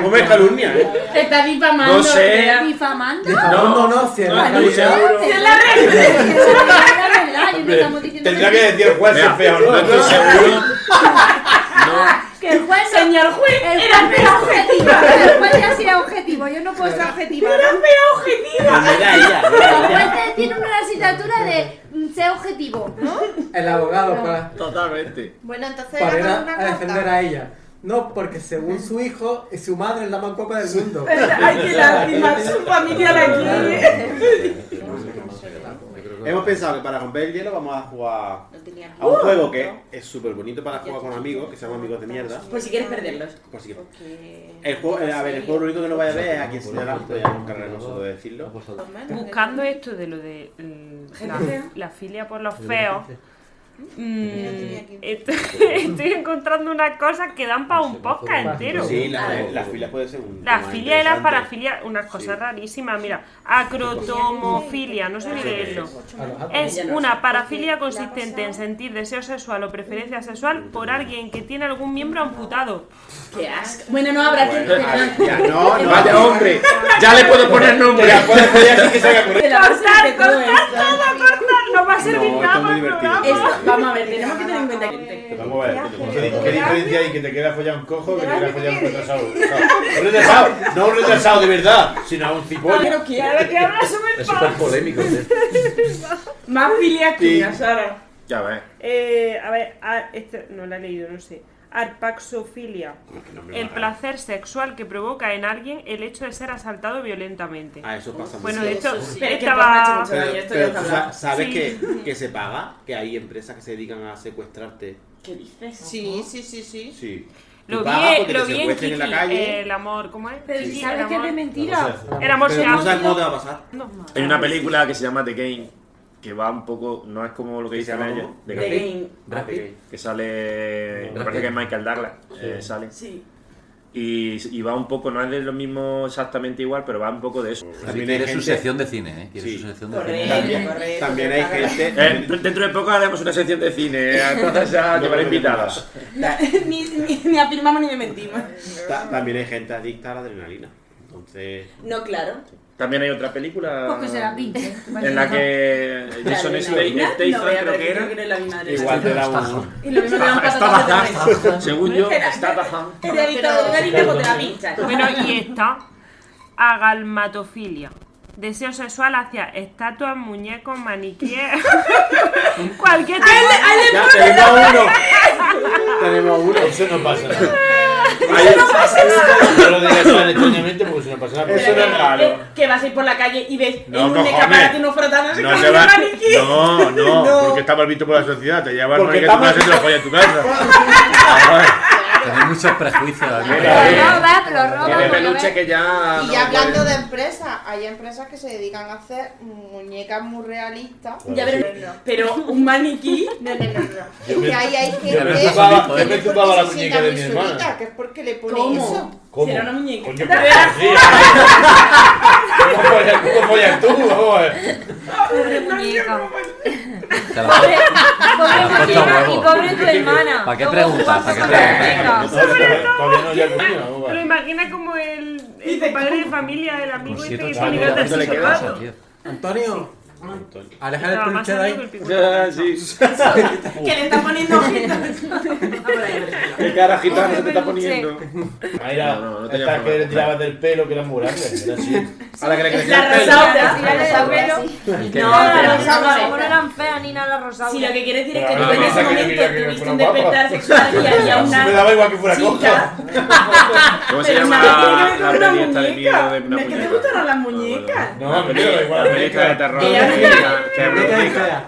[SPEAKER 6] No me calumnia, ¿eh?
[SPEAKER 8] Te está difamando.
[SPEAKER 1] No sé.
[SPEAKER 8] Andrea.
[SPEAKER 3] ¿Difamando?
[SPEAKER 9] No, no, no, si es la
[SPEAKER 1] No, estoy
[SPEAKER 9] calidad.
[SPEAKER 1] seguro.
[SPEAKER 3] La verdad, yo no estamos diciendo
[SPEAKER 2] Tendría que decir el juez si es
[SPEAKER 1] Vea,
[SPEAKER 2] feo o
[SPEAKER 1] no estoy
[SPEAKER 2] no.
[SPEAKER 1] seguro.
[SPEAKER 3] Que el juez, señor juez, era fea objetivo. El juez ya sí era objetivo, yo no puedo ser objetivo.
[SPEAKER 6] Pues mira ella, mira
[SPEAKER 3] El
[SPEAKER 6] ella.
[SPEAKER 3] juez tiene una asignatura de mm, ser objetivo, ¿no?
[SPEAKER 9] El abogado para,
[SPEAKER 1] Totalmente.
[SPEAKER 8] Bueno, entonces
[SPEAKER 9] para ir
[SPEAKER 8] era
[SPEAKER 9] a,
[SPEAKER 8] una
[SPEAKER 9] a defender
[SPEAKER 8] carta.
[SPEAKER 9] a ella. No, porque según su hijo, y su madre es la más guapa del mundo.
[SPEAKER 5] Hay que lástima, su familia la quiere.
[SPEAKER 6] Hemos pensado que para romper el hielo vamos a jugar
[SPEAKER 8] No tenía
[SPEAKER 6] a un juego que es súper bonito para jugar con amigos, que seamos amigos de mierda.
[SPEAKER 5] Por si quieres perderlos.
[SPEAKER 6] Por si-
[SPEAKER 8] Porque-
[SPEAKER 6] El juego, eh, a ver, el juego lo único que no vaya a ver es eh, a quien se le da la ya nos cargaremos nosotros de decirlo.
[SPEAKER 4] Buscando este- esto de lo de mm, la,
[SPEAKER 5] fea.
[SPEAKER 4] la filia por los feos, mm,
[SPEAKER 8] Yo tenía aquí.
[SPEAKER 4] estoy, estoy encontrando unas cosas que dan para un podcast entero.
[SPEAKER 6] Sí, la- la- las filas puede ser un.
[SPEAKER 4] La
[SPEAKER 6] tema
[SPEAKER 4] filia y la
[SPEAKER 6] interesante.
[SPEAKER 4] parafilia, unas cosas rarísimas. Mira, acrotomofilia, no sé ni de eso.
[SPEAKER 9] A los gatos.
[SPEAKER 4] Es una parafilia consistente en sentir deseo sexual o preferencia sexual por alguien que tiene algún miembro amputado.
[SPEAKER 5] Qué asco.
[SPEAKER 8] Bueno, no habrá tiempo.
[SPEAKER 6] Ah, ya, no, no.
[SPEAKER 1] Vaya hombre, ya le puedo poner nombre.
[SPEAKER 2] Ya puedes pedir aquí que salga por
[SPEAKER 4] ¡Cortar, cortar todo, cortar! ¡No va a servir
[SPEAKER 6] No,
[SPEAKER 4] nada
[SPEAKER 6] está muy
[SPEAKER 4] para el
[SPEAKER 6] divertido.
[SPEAKER 4] programa!
[SPEAKER 5] Esto- vamos a ver, tenemos que tener en cuenta que.
[SPEAKER 2] Vamos a ver, ¿qué, qué diferencia hay que te queda follar un cojo o que te queda follar un retrasado? No, Un retrasado, no un retrasado de verdad, sino a un cipolla.
[SPEAKER 5] Pero que
[SPEAKER 4] Ahora que hablas sobre el
[SPEAKER 7] Es súper polémico. ¿eh?
[SPEAKER 5] Más filia que una, Sara.
[SPEAKER 1] Ya ves.
[SPEAKER 4] Eh, a ver, a- este no la he leído, no sé. Arpaxofilia. El placer sexual que provoca en alguien el hecho de ser asaltado violentamente.
[SPEAKER 6] Ah, eso pasa
[SPEAKER 4] Bueno,
[SPEAKER 6] mucho.
[SPEAKER 4] de hecho,
[SPEAKER 8] sí.
[SPEAKER 5] Pero es que
[SPEAKER 4] estaba-
[SPEAKER 5] el porno ha hecho mucho
[SPEAKER 6] Pero,
[SPEAKER 5] daño, esto ya
[SPEAKER 6] pero
[SPEAKER 5] está
[SPEAKER 6] tú
[SPEAKER 5] hablado.
[SPEAKER 6] sa- sabes
[SPEAKER 4] Sí.
[SPEAKER 6] que, que se paga, que hay empresas que se dedican a secuestrarte.
[SPEAKER 5] ¿Qué dices?
[SPEAKER 8] Sí, sí, sí, sí.
[SPEAKER 6] Sí. Tú
[SPEAKER 4] lo vi,
[SPEAKER 6] pagas porque
[SPEAKER 4] lo
[SPEAKER 6] te
[SPEAKER 4] vi en
[SPEAKER 6] secuestren
[SPEAKER 4] Kiki,
[SPEAKER 6] en la calle.
[SPEAKER 4] el amor, ¿cómo es?
[SPEAKER 3] Pero
[SPEAKER 4] Sí, el
[SPEAKER 3] ¿sabes que es
[SPEAKER 4] amor.
[SPEAKER 3] de mentira?
[SPEAKER 4] El amor
[SPEAKER 6] Pero
[SPEAKER 4] se
[SPEAKER 6] tú no sabes cómo te
[SPEAKER 4] llama.
[SPEAKER 6] va a pasar.
[SPEAKER 1] Hay una película que se llama The Game que va un poco, no es como lo que
[SPEAKER 6] ¿Se
[SPEAKER 1] dicen
[SPEAKER 6] llama
[SPEAKER 1] ellos,
[SPEAKER 6] cómo?
[SPEAKER 1] The
[SPEAKER 5] De
[SPEAKER 1] Game,
[SPEAKER 5] game.
[SPEAKER 6] Ah,
[SPEAKER 7] Rápido.
[SPEAKER 6] ok.
[SPEAKER 1] que sale, me
[SPEAKER 7] Brad
[SPEAKER 1] parece que
[SPEAKER 7] Pitt.
[SPEAKER 1] es Michael Douglas, eh, sale.
[SPEAKER 5] Sí.
[SPEAKER 1] Y, y va un poco, no es de lo mismo exactamente igual, pero va un poco de eso.
[SPEAKER 7] Así
[SPEAKER 6] También
[SPEAKER 7] que
[SPEAKER 6] hay
[SPEAKER 7] eres su
[SPEAKER 6] gente-
[SPEAKER 7] sección de cine, ¿eh? Quiere
[SPEAKER 6] Sí.
[SPEAKER 7] su sección de cine.
[SPEAKER 5] Correcto,
[SPEAKER 6] También,
[SPEAKER 5] correcto.
[SPEAKER 6] también hay
[SPEAKER 1] Eh,
[SPEAKER 6] gente.
[SPEAKER 1] dentro de poco haremos una sección de cine, eh, entonces ya llevaré invitados.
[SPEAKER 5] ni, ni, ni afirmamos ni mentimos.
[SPEAKER 6] ta- también hay gente adicta a la adrenalina. Entonces.
[SPEAKER 5] No, claro.
[SPEAKER 1] También hay otra película
[SPEAKER 3] Pues que se la pinche.
[SPEAKER 1] en la que Jason Statham
[SPEAKER 5] No,
[SPEAKER 1] Statham
[SPEAKER 5] no, voy a
[SPEAKER 1] creo
[SPEAKER 5] ver,
[SPEAKER 1] que
[SPEAKER 5] creo
[SPEAKER 1] era,
[SPEAKER 5] Este es la misma adrenalina.
[SPEAKER 6] Igual te da un.
[SPEAKER 5] Y lo mismo te dan
[SPEAKER 1] está
[SPEAKER 5] patatas de
[SPEAKER 1] bajando.
[SPEAKER 5] refresco.
[SPEAKER 1] según yo,
[SPEAKER 5] Espera,
[SPEAKER 1] está bajando.
[SPEAKER 5] Te da dictador de harina o te la pinchas.
[SPEAKER 4] Bueno, y esta. Agalmatofilia. Deseo sexual hacia estatuas, muñecos, maniquíes. Cualquier tipo.
[SPEAKER 6] Ya tenemos uno. tenemos uno.
[SPEAKER 2] Eso no pasa nada.
[SPEAKER 1] Hay-
[SPEAKER 2] No lo digas tan extrañamente porque si no pasa nada.
[SPEAKER 6] Eso no
[SPEAKER 2] Pero-
[SPEAKER 6] es raro.
[SPEAKER 5] Que, vas a ir por la calle y ves
[SPEAKER 2] No,
[SPEAKER 5] en un
[SPEAKER 2] cojones.
[SPEAKER 5] escaparate unos frotanos
[SPEAKER 2] No te va- No, no, porque está mal visto por la sociedad. Te llevan
[SPEAKER 6] Porque
[SPEAKER 2] porque a tu
[SPEAKER 6] está mal
[SPEAKER 2] casa y te lo follas en tu casa. Ah,
[SPEAKER 7] Tenéis muchos prejuicios. ¿eh? ¿no?
[SPEAKER 1] Mira,
[SPEAKER 3] Lo roba, lo roba.
[SPEAKER 1] Tiene
[SPEAKER 3] porque
[SPEAKER 1] peluche
[SPEAKER 3] ves.
[SPEAKER 1] que ya.
[SPEAKER 6] Ah,
[SPEAKER 8] Y
[SPEAKER 1] no
[SPEAKER 8] ya hablando
[SPEAKER 6] pues.
[SPEAKER 1] puede.
[SPEAKER 8] de empresas, hay empresas que se dedican a hacer muñecas muy realistas.
[SPEAKER 5] Ya veré. Pero un maniquí.
[SPEAKER 8] No, no, no, no.
[SPEAKER 2] Yo me-
[SPEAKER 8] Y ahí hay gente
[SPEAKER 2] Yo me
[SPEAKER 8] que
[SPEAKER 2] chupaba-
[SPEAKER 8] no
[SPEAKER 2] yo me
[SPEAKER 8] es porque
[SPEAKER 2] chupaba la
[SPEAKER 8] se
[SPEAKER 2] muñeca
[SPEAKER 8] sienta
[SPEAKER 2] de
[SPEAKER 8] muy
[SPEAKER 2] mi hermana.
[SPEAKER 8] solita, que es porque le pone eso.
[SPEAKER 5] ¿Cómo?
[SPEAKER 2] ¿Cómo?
[SPEAKER 5] Será una muñeca.
[SPEAKER 2] Coño, ¿qué hacía? ¿Cómo follas- ¿Cómo follas tú? Vamos a ver.
[SPEAKER 3] Pobre muñeca.
[SPEAKER 7] Te la-
[SPEAKER 3] Pobre
[SPEAKER 7] Te la has puesto
[SPEAKER 3] muñeca
[SPEAKER 7] a
[SPEAKER 3] y
[SPEAKER 7] huevo.
[SPEAKER 3] pobre tu hermana.
[SPEAKER 7] ¿Para qué
[SPEAKER 3] Luego
[SPEAKER 7] preguntas?
[SPEAKER 3] jugando
[SPEAKER 7] ¿Para qué
[SPEAKER 3] con la
[SPEAKER 7] preguntas?
[SPEAKER 3] muñeca.
[SPEAKER 2] Todavía no llega el mío, vamos a
[SPEAKER 4] Pero
[SPEAKER 2] ver.
[SPEAKER 4] imagina como el, el padre de familia, el amigo,
[SPEAKER 7] Por
[SPEAKER 4] este
[SPEAKER 7] cierto,
[SPEAKER 4] y
[SPEAKER 7] chaval,
[SPEAKER 4] poniéndote
[SPEAKER 7] ¿cuánto
[SPEAKER 4] así
[SPEAKER 7] le
[SPEAKER 4] su
[SPEAKER 7] queda a
[SPEAKER 4] zapato.
[SPEAKER 7] esa tía?
[SPEAKER 9] Antonio,
[SPEAKER 6] Antonio.
[SPEAKER 9] Alejandra
[SPEAKER 4] Estaba
[SPEAKER 9] el
[SPEAKER 4] más
[SPEAKER 9] peluche de
[SPEAKER 4] sonido
[SPEAKER 9] ahí.
[SPEAKER 4] que el pico.
[SPEAKER 5] Que le está poniendo ojitos.
[SPEAKER 6] ¿Qué cara
[SPEAKER 4] Ay,
[SPEAKER 6] gitana se te está
[SPEAKER 4] peluche.
[SPEAKER 6] poniendo?
[SPEAKER 2] Ahí era,
[SPEAKER 1] No, no, no te
[SPEAKER 2] esta
[SPEAKER 1] llamas.
[SPEAKER 2] que le tirabas del pelo, que era muy grande. Era así.
[SPEAKER 6] A la que le creció
[SPEAKER 5] La
[SPEAKER 6] el pelo.
[SPEAKER 5] rosaura.
[SPEAKER 3] Sí, la rosaura, sí.
[SPEAKER 7] Que-
[SPEAKER 5] No,
[SPEAKER 3] Ah,
[SPEAKER 5] la
[SPEAKER 3] las rosauras,
[SPEAKER 5] rosaura.
[SPEAKER 3] como no eran feas ni nada las rosauras.
[SPEAKER 5] Si lo que quieres decir es que
[SPEAKER 2] Pero
[SPEAKER 5] tú
[SPEAKER 2] ahora
[SPEAKER 5] en ese
[SPEAKER 2] piensa que yo
[SPEAKER 5] momento
[SPEAKER 2] quería que
[SPEAKER 5] tuviste
[SPEAKER 2] fuera
[SPEAKER 5] un
[SPEAKER 2] guapa.
[SPEAKER 5] despertar sexual y había
[SPEAKER 2] Si me
[SPEAKER 5] una
[SPEAKER 2] daba igual que fuera coja.
[SPEAKER 5] chica.
[SPEAKER 1] ¿Cómo se
[SPEAKER 5] Pero
[SPEAKER 1] llama
[SPEAKER 5] nada tiene que ver con
[SPEAKER 1] la, la
[SPEAKER 5] una
[SPEAKER 1] peli esta de miedo de
[SPEAKER 5] muñeca.
[SPEAKER 1] una
[SPEAKER 5] Es que te
[SPEAKER 1] muñeca?
[SPEAKER 5] gustaron las
[SPEAKER 1] No, bueno.
[SPEAKER 5] muñeca.
[SPEAKER 2] No, a mí me daba igual. a
[SPEAKER 1] La
[SPEAKER 2] mí me
[SPEAKER 1] película de
[SPEAKER 2] daba-
[SPEAKER 1] terror
[SPEAKER 5] Que
[SPEAKER 1] que
[SPEAKER 5] ya-
[SPEAKER 1] era- que
[SPEAKER 9] ¿Qué te dice
[SPEAKER 1] era-
[SPEAKER 9] ella?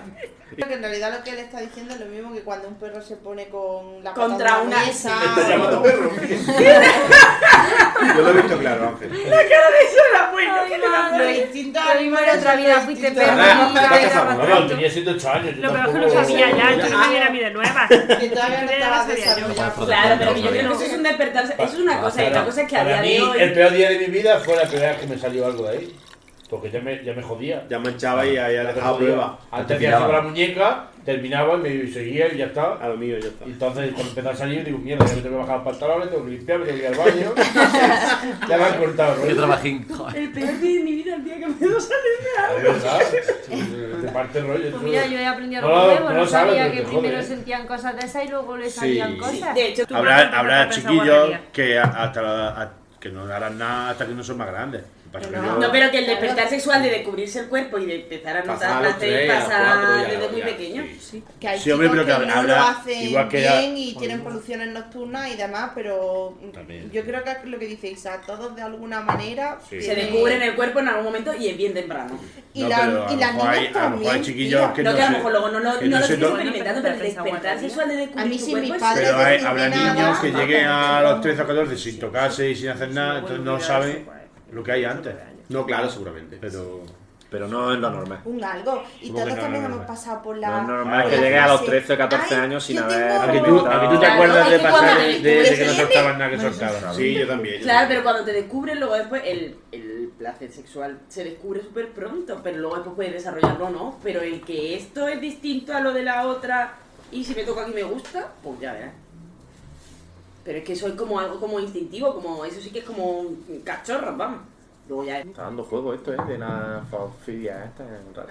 [SPEAKER 8] Creo que en realidad lo que él está diciendo es lo mismo que cuando un perro se pone con la pata
[SPEAKER 5] Contra
[SPEAKER 8] de
[SPEAKER 5] una-
[SPEAKER 8] mesa.
[SPEAKER 6] Está llamando perro. Yo lo he visto claro, Ángel.
[SPEAKER 5] Era bueno, que le da-
[SPEAKER 8] Los instintos
[SPEAKER 3] Lo mismo en
[SPEAKER 8] animales
[SPEAKER 3] otra
[SPEAKER 8] son
[SPEAKER 3] vida
[SPEAKER 8] los
[SPEAKER 3] fuiste
[SPEAKER 8] instintos
[SPEAKER 3] perro.
[SPEAKER 6] Ah,
[SPEAKER 8] animales.
[SPEAKER 3] y
[SPEAKER 6] está
[SPEAKER 3] ahora
[SPEAKER 6] casado,
[SPEAKER 3] eras
[SPEAKER 2] No,
[SPEAKER 3] ratón.
[SPEAKER 2] no, tenía 108 años. yo
[SPEAKER 4] Lo peor es que lo
[SPEAKER 2] tampoco-
[SPEAKER 4] sabía ya, yo no me viera a mí de nueva.
[SPEAKER 8] Que todavía no
[SPEAKER 4] Yo ya
[SPEAKER 8] estabas
[SPEAKER 4] lo sabía, yo.
[SPEAKER 8] desarrollado.
[SPEAKER 5] Claro, pero que yo
[SPEAKER 7] No,
[SPEAKER 5] creo
[SPEAKER 4] no.
[SPEAKER 5] que eso es un despertar. Eso es una cosa y
[SPEAKER 2] Para-
[SPEAKER 5] otra cosa es que a
[SPEAKER 2] para
[SPEAKER 5] día de
[SPEAKER 2] mí, El
[SPEAKER 5] hoy.
[SPEAKER 2] peor día de mi vida fue la primera vez que me salió algo de ahí. Porque ya me, ya me jodía.
[SPEAKER 6] Ya manchaba y había
[SPEAKER 2] Jodía.
[SPEAKER 6] dejado Ah, prueba.
[SPEAKER 2] Antes
[SPEAKER 7] Te
[SPEAKER 2] hacía con
[SPEAKER 7] pillaba.
[SPEAKER 2] la muñeca, terminaba y me seguía y ya estaba.
[SPEAKER 6] A lo mío ya está.
[SPEAKER 2] Y entonces cuando empezó a salir digo, mierda, ya me tengo que bajar los pantalones, tengo que limpiar, me tengo que ir al baño. ya me han cortado,
[SPEAKER 7] Yo
[SPEAKER 2] rollo.
[SPEAKER 7] trabajín.
[SPEAKER 5] El peor día de mi vida, el día que me dio
[SPEAKER 2] Es verdad. Te parte el rollo.
[SPEAKER 3] Pues
[SPEAKER 2] tú.
[SPEAKER 3] mira, yo he aprendido
[SPEAKER 2] No,
[SPEAKER 3] algo nuevo,
[SPEAKER 2] no
[SPEAKER 3] no
[SPEAKER 2] lo sabes,
[SPEAKER 3] sabía
[SPEAKER 2] pero
[SPEAKER 3] que
[SPEAKER 2] te jode,
[SPEAKER 3] primero
[SPEAKER 2] ¿eh?
[SPEAKER 3] sentían cosas de esas y luego le
[SPEAKER 6] Sí.
[SPEAKER 3] salían cosas.
[SPEAKER 5] De hecho, tú
[SPEAKER 6] Habrá, habrá
[SPEAKER 4] Tú no te
[SPEAKER 6] chiquillos
[SPEAKER 4] guardería.
[SPEAKER 6] que a- hasta la- a- que no harán nada hasta que no son más grandes. Lo que pasa es que yo-
[SPEAKER 5] No, pero que el despertar sexual de descubrirse el cuerpo y de empezar a
[SPEAKER 6] Pasar a
[SPEAKER 5] notar
[SPEAKER 6] los
[SPEAKER 5] placer
[SPEAKER 6] tres, a los cuatro,
[SPEAKER 5] pasa
[SPEAKER 6] ya,
[SPEAKER 5] desde muy
[SPEAKER 6] ya,
[SPEAKER 5] pequeño.
[SPEAKER 6] sí.
[SPEAKER 8] Que hay
[SPEAKER 6] Sí, hombre,
[SPEAKER 8] chicos
[SPEAKER 6] pero que
[SPEAKER 8] que, no
[SPEAKER 6] habrá-
[SPEAKER 8] lo hacen
[SPEAKER 6] igual que
[SPEAKER 8] bien
[SPEAKER 6] era-
[SPEAKER 8] y tienen poluciones nocturnas y demás, pero
[SPEAKER 6] También.
[SPEAKER 8] yo creo que es lo que dice Isa, todos de alguna manera
[SPEAKER 6] Sí.
[SPEAKER 5] Se
[SPEAKER 8] tienen-
[SPEAKER 5] descubren el cuerpo en algún momento y es bien temprano.
[SPEAKER 8] y,
[SPEAKER 6] No,
[SPEAKER 8] la-
[SPEAKER 6] pero a
[SPEAKER 8] y
[SPEAKER 6] lo
[SPEAKER 8] las
[SPEAKER 6] mejor hay-
[SPEAKER 8] niñas
[SPEAKER 6] a lo mejor hay
[SPEAKER 8] también.
[SPEAKER 6] chiquillos
[SPEAKER 8] tía.
[SPEAKER 6] que
[SPEAKER 5] No,
[SPEAKER 6] no
[SPEAKER 5] que a lo
[SPEAKER 6] se-
[SPEAKER 5] mejor luego no, no,
[SPEAKER 6] que
[SPEAKER 5] no
[SPEAKER 6] no
[SPEAKER 5] lo
[SPEAKER 6] se
[SPEAKER 5] sigues
[SPEAKER 6] to-
[SPEAKER 5] experimentando, pero el despertar sexual de
[SPEAKER 8] A
[SPEAKER 5] descubrir
[SPEAKER 8] mí
[SPEAKER 5] tu
[SPEAKER 8] sin mis
[SPEAKER 5] cuerpo es-
[SPEAKER 8] padres
[SPEAKER 6] Pero hay- habrá
[SPEAKER 8] decirme
[SPEAKER 6] niños
[SPEAKER 8] nada,
[SPEAKER 6] que lleguen a los 13 o 14 sin tocarse y sin hacer nada, entonces no saben lo que hay antes. No, claro, seguramente.
[SPEAKER 1] Pero, pero no es lo normal.
[SPEAKER 8] un algo. Y
[SPEAKER 6] Supongo que
[SPEAKER 8] todos
[SPEAKER 6] no,
[SPEAKER 8] también
[SPEAKER 6] no, no.
[SPEAKER 8] hemos pasado por
[SPEAKER 1] No
[SPEAKER 8] la...
[SPEAKER 1] es normal que
[SPEAKER 8] la
[SPEAKER 1] llegues a los
[SPEAKER 8] frase,
[SPEAKER 1] 13 o 14
[SPEAKER 8] "Ay,
[SPEAKER 1] años sin
[SPEAKER 8] yo
[SPEAKER 1] haber.
[SPEAKER 8] tengo-
[SPEAKER 2] A que tú, a que tú te acuerdas de pasar de, de- de que no soltaban nada que soltaban.
[SPEAKER 6] Sí, yo también. yo
[SPEAKER 5] Claro,
[SPEAKER 6] también.
[SPEAKER 5] pero cuando te descubres, luego después el, el placer sexual se descubre súper pronto, pero luego después puedes desarrollarlo o no. Pero el que esto es distinto a lo de la otra y si me toca aquí me gusta, pues ya verás. Pero es que eso es como algo como instintivo, como eso sí que es como un cachorro, vamos. Luego ya es.
[SPEAKER 1] Está dando juego esto, ¿eh? De la faufidia esta. en raro.